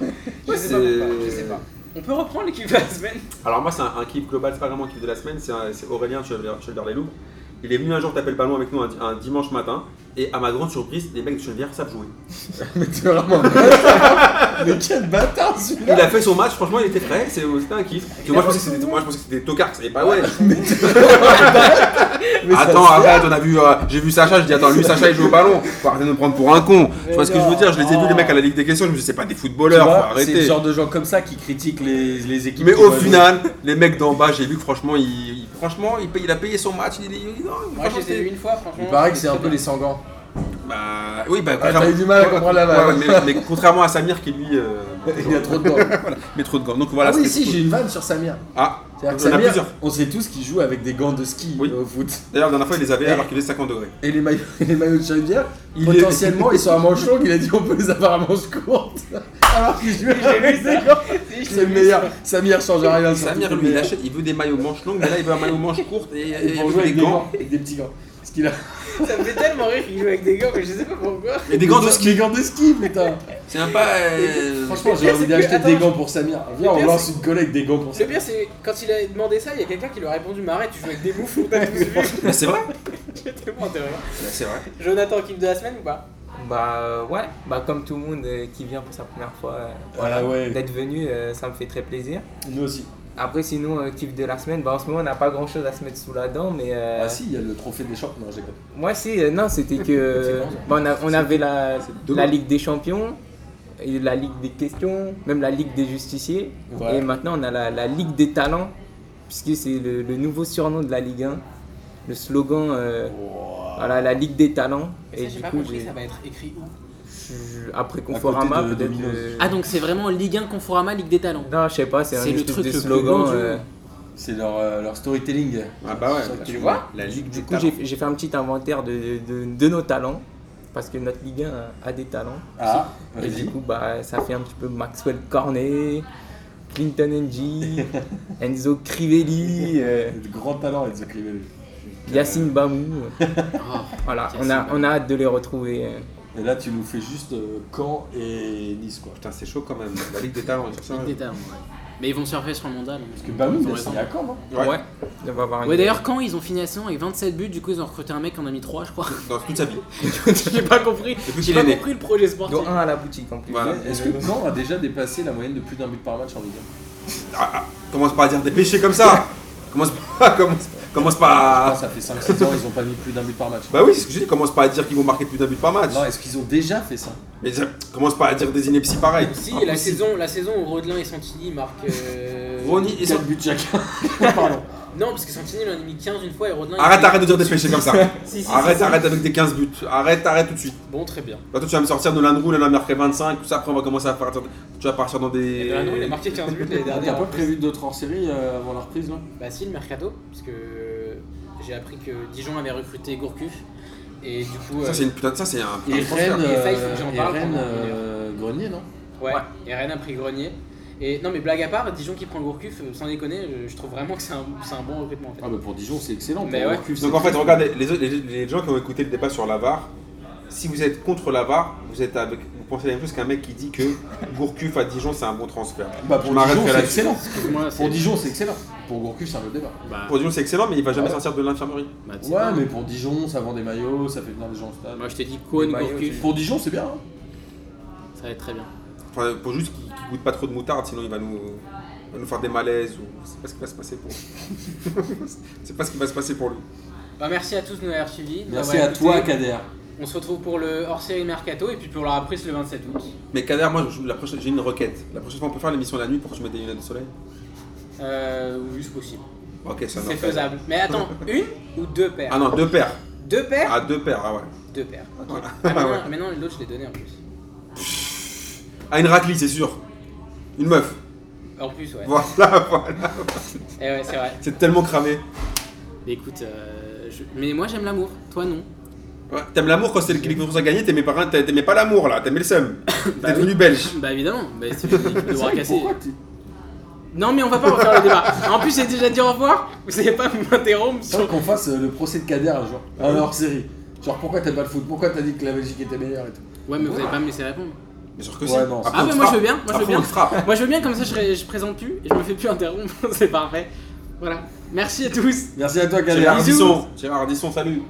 [SPEAKER 1] Je
[SPEAKER 3] Ouais,
[SPEAKER 1] sais pas pourquoi, je
[SPEAKER 3] c'est-
[SPEAKER 1] sais pas. On peut reprendre l'équipe de la semaine
[SPEAKER 3] Alors moi c'est un, un kiff global, c'est pas vraiment un kiff de la semaine, c'est un- c'est Aurélien de Chenevière les Loups. Il est venu un jour taper le ballon avec nous un, di- un dimanche matin et à ma grande surprise, les mecs de Chenevière savent jouer.
[SPEAKER 2] Mais t'es vraiment un bâtard. Mais quel bâtard
[SPEAKER 3] Il
[SPEAKER 2] celui-là
[SPEAKER 3] a fait son match, franchement il était prêt, c'est- c'était un kiff. Parce que moi je pensais que c'était moi, je pensais que c'était des tocards, c'est pas ouais.
[SPEAKER 2] Mais ça
[SPEAKER 3] attends,
[SPEAKER 2] se
[SPEAKER 3] arrête, on a vu, euh, j'ai vu Sacha, je dis attends, lui Sacha il joue au ballon, faut arrêter de me prendre pour un con. Tu vois ce que je veux dire, je les ai vus les mecs à la Ligue des questions, je me dis c'est pas des
[SPEAKER 2] Tu
[SPEAKER 3] footballeurs,
[SPEAKER 2] vois,
[SPEAKER 3] faut
[SPEAKER 2] C'est le
[SPEAKER 3] arrêter.
[SPEAKER 2] genre de gens comme ça qui critiquent les, les équipes.
[SPEAKER 3] Mais
[SPEAKER 2] qui
[SPEAKER 3] au
[SPEAKER 2] vont
[SPEAKER 3] final, les mecs d'en bas, j'ai vu que franchement, il, il- franchement, il, paye- il a payé son match. Il, il- non,
[SPEAKER 1] Moi,
[SPEAKER 3] franchement,
[SPEAKER 1] je les ai
[SPEAKER 3] c'était-
[SPEAKER 1] vus une fois, franchement.
[SPEAKER 2] jouer. Il paraît que c'est un peu les
[SPEAKER 1] bien.
[SPEAKER 2] sangants.
[SPEAKER 3] Bah oui, bah
[SPEAKER 2] Ah, t'as eu du mal à comprendre la
[SPEAKER 3] Ouais,
[SPEAKER 2] vanne.
[SPEAKER 3] ouais, mais, mais contrairement à Samir qui lui, euh,
[SPEAKER 2] Il y a trop de temps.
[SPEAKER 3] Voilà, mais trop de gants. Donc voilà,
[SPEAKER 2] ah oui,
[SPEAKER 3] c'était
[SPEAKER 2] si,
[SPEAKER 3] tout.
[SPEAKER 2] j'ai une vanne sur Samir.
[SPEAKER 3] Ah,
[SPEAKER 2] C'est-à-dire que
[SPEAKER 3] On en a
[SPEAKER 2] Samir,
[SPEAKER 3] plusieurs.
[SPEAKER 2] on sait tous qu'il joue avec des gants de ski euh,
[SPEAKER 3] Oui.
[SPEAKER 2] au foot.
[SPEAKER 3] d'ailleurs, la dernière fois, il les avait
[SPEAKER 2] Eh.
[SPEAKER 3] alors qu'il faisait 50 degrés.
[SPEAKER 2] Et les maillots, et les maillots de Chavière,
[SPEAKER 10] Il est-
[SPEAKER 2] potentiellement, ils sont à manche longue. Il a dit on peut les avoir à manche courte. Alors qu'il jouait avec des gants. C'est le meilleur. Samir change rien. surtout
[SPEAKER 3] Samir,
[SPEAKER 2] que
[SPEAKER 3] lui,
[SPEAKER 2] Ah, le
[SPEAKER 3] il
[SPEAKER 2] meilleur.
[SPEAKER 3] achète, il veut des maillots manches longues, mais là, il veut un maillot manche courte et, et-
[SPEAKER 2] Et pour jouer
[SPEAKER 3] et des
[SPEAKER 2] avec des
[SPEAKER 3] gants.
[SPEAKER 2] gants, avec des petits gants. Parce qu'il a
[SPEAKER 1] Ça me fait tellement rire qu'il joue avec des gants, mais je sais pas pourquoi.
[SPEAKER 3] Et des gants de ski.
[SPEAKER 2] Des gants de ski, putain.
[SPEAKER 3] C'est un pas. euh,
[SPEAKER 2] Franchement,
[SPEAKER 1] Le
[SPEAKER 2] j'ai
[SPEAKER 1] pire,
[SPEAKER 2] envie
[SPEAKER 1] c'est
[SPEAKER 2] d'acheter
[SPEAKER 1] que-
[SPEAKER 2] des
[SPEAKER 1] attends,
[SPEAKER 2] gants pour Samir. Viens, on
[SPEAKER 1] pire,
[SPEAKER 2] lance une collègue des gants pour
[SPEAKER 1] Le
[SPEAKER 2] Samir.
[SPEAKER 1] pire, c'est quand il a demandé ça, il y a quelqu'un qui lui a répondu Mais arrête, tu joues avec des moufles ou pas tous vu
[SPEAKER 3] Mais c'est vrai.
[SPEAKER 1] J'étais mort de rire.
[SPEAKER 3] Mais C'est vrai.
[SPEAKER 1] Jonathan, équipe de la semaine ou pas
[SPEAKER 4] Bah euh, ouais, bah comme tout le monde euh, qui vient pour sa première fois, euh,
[SPEAKER 2] Voilà, ouais.
[SPEAKER 4] d'être venu, euh, ça me fait très plaisir.
[SPEAKER 2] Nous aussi.
[SPEAKER 4] Après sinon, euh, kiff de la semaine, bah en ce moment on n'a pas grand chose à se mettre sous la dent, mais... euh,
[SPEAKER 2] Ah si, il y a le trophée des champs. Non, j'ai pas.
[SPEAKER 4] Moi si, euh, non c'était que... euh, bah, on, a- on avait la, la Ligue des Champions, et la Ligue des Questions, même la Ligue des Justiciers,
[SPEAKER 2] Ouais.
[SPEAKER 4] et maintenant on a la, la Ligue des Talents, puisque c'est le, le nouveau surnom de la Ligue 1, le slogan, euh,
[SPEAKER 2] Ah. Oh,
[SPEAKER 4] voilà, la Ligue des Talents.
[SPEAKER 1] Ça, j'ai pas compris,
[SPEAKER 4] j'ai-
[SPEAKER 1] ça va être écrit où
[SPEAKER 4] je- après Conforama
[SPEAKER 2] de
[SPEAKER 4] peut-être...
[SPEAKER 2] Domino's.
[SPEAKER 4] euh,
[SPEAKER 1] Ah, donc c'est vraiment Ligue 1 Conforama, Ligue des Talents.
[SPEAKER 4] Non, je sais pas, c'est un
[SPEAKER 1] C'est le
[SPEAKER 4] espèce
[SPEAKER 1] truc le
[SPEAKER 4] de
[SPEAKER 1] plus hein.
[SPEAKER 4] slogan.
[SPEAKER 1] long du
[SPEAKER 4] euh,
[SPEAKER 1] monde.
[SPEAKER 2] C'est leur, euh, leur storytelling.
[SPEAKER 3] Ah bah ouais.
[SPEAKER 2] Tu vois
[SPEAKER 3] La ligue
[SPEAKER 4] Du
[SPEAKER 3] du
[SPEAKER 4] coup,
[SPEAKER 3] coup.
[SPEAKER 4] j'ai j'ai fait un petit inventaire de, de- de nos talents, parce que notre Ligue 1 a, a des talents.
[SPEAKER 2] Ah,
[SPEAKER 4] Et du
[SPEAKER 2] vas-y.
[SPEAKER 4] coup, bah, ça fait un petit peu Maxwell Cornet, Clinton Ng, Enzo Crivelli, euh,
[SPEAKER 2] De grands talents, Enzo Cleveland.
[SPEAKER 4] Yacine Bamou.
[SPEAKER 2] Ah,
[SPEAKER 1] Oh,
[SPEAKER 4] Voilà, on a, on a hâte de les retrouver. euh.
[SPEAKER 2] Et là, tu nous fais juste euh, Caen et Nice, quoi.
[SPEAKER 3] Putain, c'est chaud quand même. La ligue des talents. ils sont-
[SPEAKER 1] Ligue des Talents, ouais. Mais ils vont surfer sur le mondial. hein.
[SPEAKER 2] Parce que Bamou,
[SPEAKER 1] Ils ont
[SPEAKER 2] il a
[SPEAKER 1] raison.
[SPEAKER 2] signé à Caen, hein. non
[SPEAKER 3] Ouais.
[SPEAKER 4] On va avoir une-
[SPEAKER 1] Ouais, d'ailleurs, quand ils ont fini la saison avec 27 buts, du coup, ils ont recruté un mec, on a mis 3, je crois.
[SPEAKER 3] Dans toute sa vie.
[SPEAKER 1] j'ai pas compris.
[SPEAKER 3] Depuis
[SPEAKER 1] J'ai
[SPEAKER 3] qu'il
[SPEAKER 1] pas
[SPEAKER 3] est né.
[SPEAKER 1] compris le projet
[SPEAKER 4] dont
[SPEAKER 1] sportif.
[SPEAKER 4] un à la boutique en plus.
[SPEAKER 3] Voilà.
[SPEAKER 2] Est-ce que Caen a déjà dépassé la moyenne de plus d'un but par match en Ligue
[SPEAKER 3] Commence pas à dire des péchés comme ça. Commence pas. Commence, commence
[SPEAKER 2] 1
[SPEAKER 3] pas. à-
[SPEAKER 2] Ça fait 5-6 ans, ils ont pas mis plus d'un but par match.
[SPEAKER 3] Ah. Bah oui, c'est ce que je dis. Commence pas à dire qu'ils vont marquer plus d'un but par match.
[SPEAKER 2] Non, est-ce qu'ils ont déjà fait ça
[SPEAKER 3] Mais ça- commence pas à dire des inepties pareilles. Ah,
[SPEAKER 1] Si,
[SPEAKER 3] Impossible.
[SPEAKER 1] la saison, la saison où Rodelin et Santini marquent. euh,
[SPEAKER 3] Ronny et son-
[SPEAKER 2] 4 buts chacun. Pardon.
[SPEAKER 1] Non, parce que Santini il en a mis 15 une fois et Rodelin. il en a
[SPEAKER 3] Arrête,
[SPEAKER 1] mis-
[SPEAKER 3] arrête de dire des péchés comme ça.
[SPEAKER 1] Si, si, si,
[SPEAKER 3] Arrête,
[SPEAKER 1] si.
[SPEAKER 3] arrête avec tes 15 buts. Arrête, arrête tout de suite.
[SPEAKER 1] Bon, très bien.
[SPEAKER 3] Bah, toi, tu vas me sortir de Landrew, la après 25, tout ça, après on va commencer à partir. Tu vas partir dans des.
[SPEAKER 1] Ah non, il a marqué 15 buts l'année
[SPEAKER 2] T'as
[SPEAKER 1] dernière.
[SPEAKER 2] pas prévu d'autres hors série euh, avant la reprise, là
[SPEAKER 1] Bah si, le mercato, parce que j'ai appris que Dijon avait recruté Gourcuff. Et du coup... euh,
[SPEAKER 3] Ça, c'est une putain de ça, c'est un.
[SPEAKER 2] Et
[SPEAKER 1] transfert.
[SPEAKER 2] Rennes,
[SPEAKER 1] Et ça, il faut que
[SPEAKER 2] euh,
[SPEAKER 1] j'en
[SPEAKER 2] et
[SPEAKER 1] parle
[SPEAKER 2] Rennes,
[SPEAKER 1] pendant une
[SPEAKER 2] euh, Grenier, non
[SPEAKER 1] ouais, et Rennes a pris Grenier. Et non mais blague à part, Dijon qui prend Gourcuff, euh, sans déconner, je, je trouve vraiment que c'est un, c'est un bon recrutement en fait.
[SPEAKER 2] Ah bah pour Dijon, c'est excellent.
[SPEAKER 1] Mais
[SPEAKER 2] Pour
[SPEAKER 1] ouais.
[SPEAKER 2] Gourcuff,
[SPEAKER 3] Donc
[SPEAKER 2] c'est
[SPEAKER 3] en fait,
[SPEAKER 2] très-
[SPEAKER 3] regardez, les, autres- les, les gens qui ont écouté le débat sur la VAR, si vous êtes contre la VAR, vous, êtes avec, vous pensez la même chose qu'un mec qui dit que Gourcuff à Dijon, c'est un bon transfert.
[SPEAKER 2] Bah pour
[SPEAKER 3] Je m'arrête
[SPEAKER 2] Dijon, c'est
[SPEAKER 3] là-dessus.
[SPEAKER 2] excellent.
[SPEAKER 1] Excuse-moi, c'est-
[SPEAKER 2] Pour Dijon, c'est excellent. Pour Gourcuff, c'est un autre débat.
[SPEAKER 1] Bah,
[SPEAKER 3] Pour Dijon, c'est excellent, mais il va jamais
[SPEAKER 2] Ah Ouais.
[SPEAKER 3] sortir de l'infirmerie.
[SPEAKER 1] bah, tu sais
[SPEAKER 2] Ouais,
[SPEAKER 1] pas.
[SPEAKER 2] mais pour Dijon, ça vend des maillots, ça fait venir des gens au stade.
[SPEAKER 1] Moi je te dis Cohn,
[SPEAKER 4] Les maillots,
[SPEAKER 1] Gourcuff,
[SPEAKER 2] Pour Dijon, c'est bien. hein.
[SPEAKER 1] ça va être très bien.
[SPEAKER 3] Enfin, pour juste qu'il qu'il goûte pas trop de moutarde, sinon il va nous, il va nous faire des malaises ou c'est pas ce qui va se passer pour. c'est pas ce qui va se passer pour lui.
[SPEAKER 1] Bah merci à tous de nous avoir suivis. de nous
[SPEAKER 2] Merci
[SPEAKER 1] avoir
[SPEAKER 2] à toi,
[SPEAKER 1] écoutés.
[SPEAKER 2] Kader.
[SPEAKER 1] On se retrouve pour le hors-série mercato et puis pour la reprise le 27 août.
[SPEAKER 3] Mais Kader, moi, je- la prochaine- j'ai une requête. La prochaine fois, on peut faire l'émission la nuit pour que je mette des lunettes de soleil.
[SPEAKER 1] Euh, oui, c'est possible.
[SPEAKER 3] Ok, ça
[SPEAKER 1] C'est
[SPEAKER 3] marche.
[SPEAKER 1] faisable. Mais attends, une ou deux paires
[SPEAKER 3] Ah non, deux paires.
[SPEAKER 1] Deux paires
[SPEAKER 3] Ah, deux paires, ah ouais.
[SPEAKER 1] Deux paires.
[SPEAKER 3] Ouais.
[SPEAKER 1] Ah, mais,
[SPEAKER 3] Ah,
[SPEAKER 1] non,
[SPEAKER 3] ouais.
[SPEAKER 1] mais non, l'autre je l'ai donné en plus.
[SPEAKER 3] Ah, une raclie, c'est sûr. Une meuf.
[SPEAKER 1] En plus, ouais.
[SPEAKER 3] Voilà, voilà.
[SPEAKER 1] Eh ouais, c'est vrai.
[SPEAKER 3] C'est tellement cramé.
[SPEAKER 1] Mais Bah, écoute, euh, je- mais moi j'aime l'amour, toi non.
[SPEAKER 3] Ouais, T'aimes l'amour quand c'est le clic pour à gagner, t'aimais pas, t'a- t'aimais pas l'amour là, t'aimais le seum.
[SPEAKER 1] Bah
[SPEAKER 3] T'es devenu belge.
[SPEAKER 1] Bah évidemment, bah, c'est fini, tu devras casser.
[SPEAKER 2] Pourquoi tu-
[SPEAKER 1] Non mais on va pas refaire le débat. En plus j'ai déjà dit au revoir, vous savez pas m'interrompre
[SPEAKER 2] Faudrait
[SPEAKER 1] sur...
[SPEAKER 2] qu'on fasse euh, le procès de Kader un jour, un hors série. Genre pourquoi t'aimes pas le foot Pourquoi t'as dit que la Belgique était meilleure et tout
[SPEAKER 1] Ouais mais vous allez pas me laisser répondre.
[SPEAKER 3] Bien sûr que
[SPEAKER 2] Ouais,
[SPEAKER 3] si.
[SPEAKER 2] non,
[SPEAKER 3] Après,
[SPEAKER 1] Ah
[SPEAKER 3] on
[SPEAKER 1] bah moi
[SPEAKER 3] te
[SPEAKER 1] je
[SPEAKER 3] frappe.
[SPEAKER 1] veux bien, moi je veux
[SPEAKER 3] Après,
[SPEAKER 1] bien.
[SPEAKER 3] on te frappe.
[SPEAKER 1] Moi je veux bien comme ça je, ré- je présente plus et je me fais plus interrompre, c'est parfait. Voilà. Merci à tous.
[SPEAKER 2] Merci à toi Kader.
[SPEAKER 3] Gérard Disson, Gérard Disson, salut.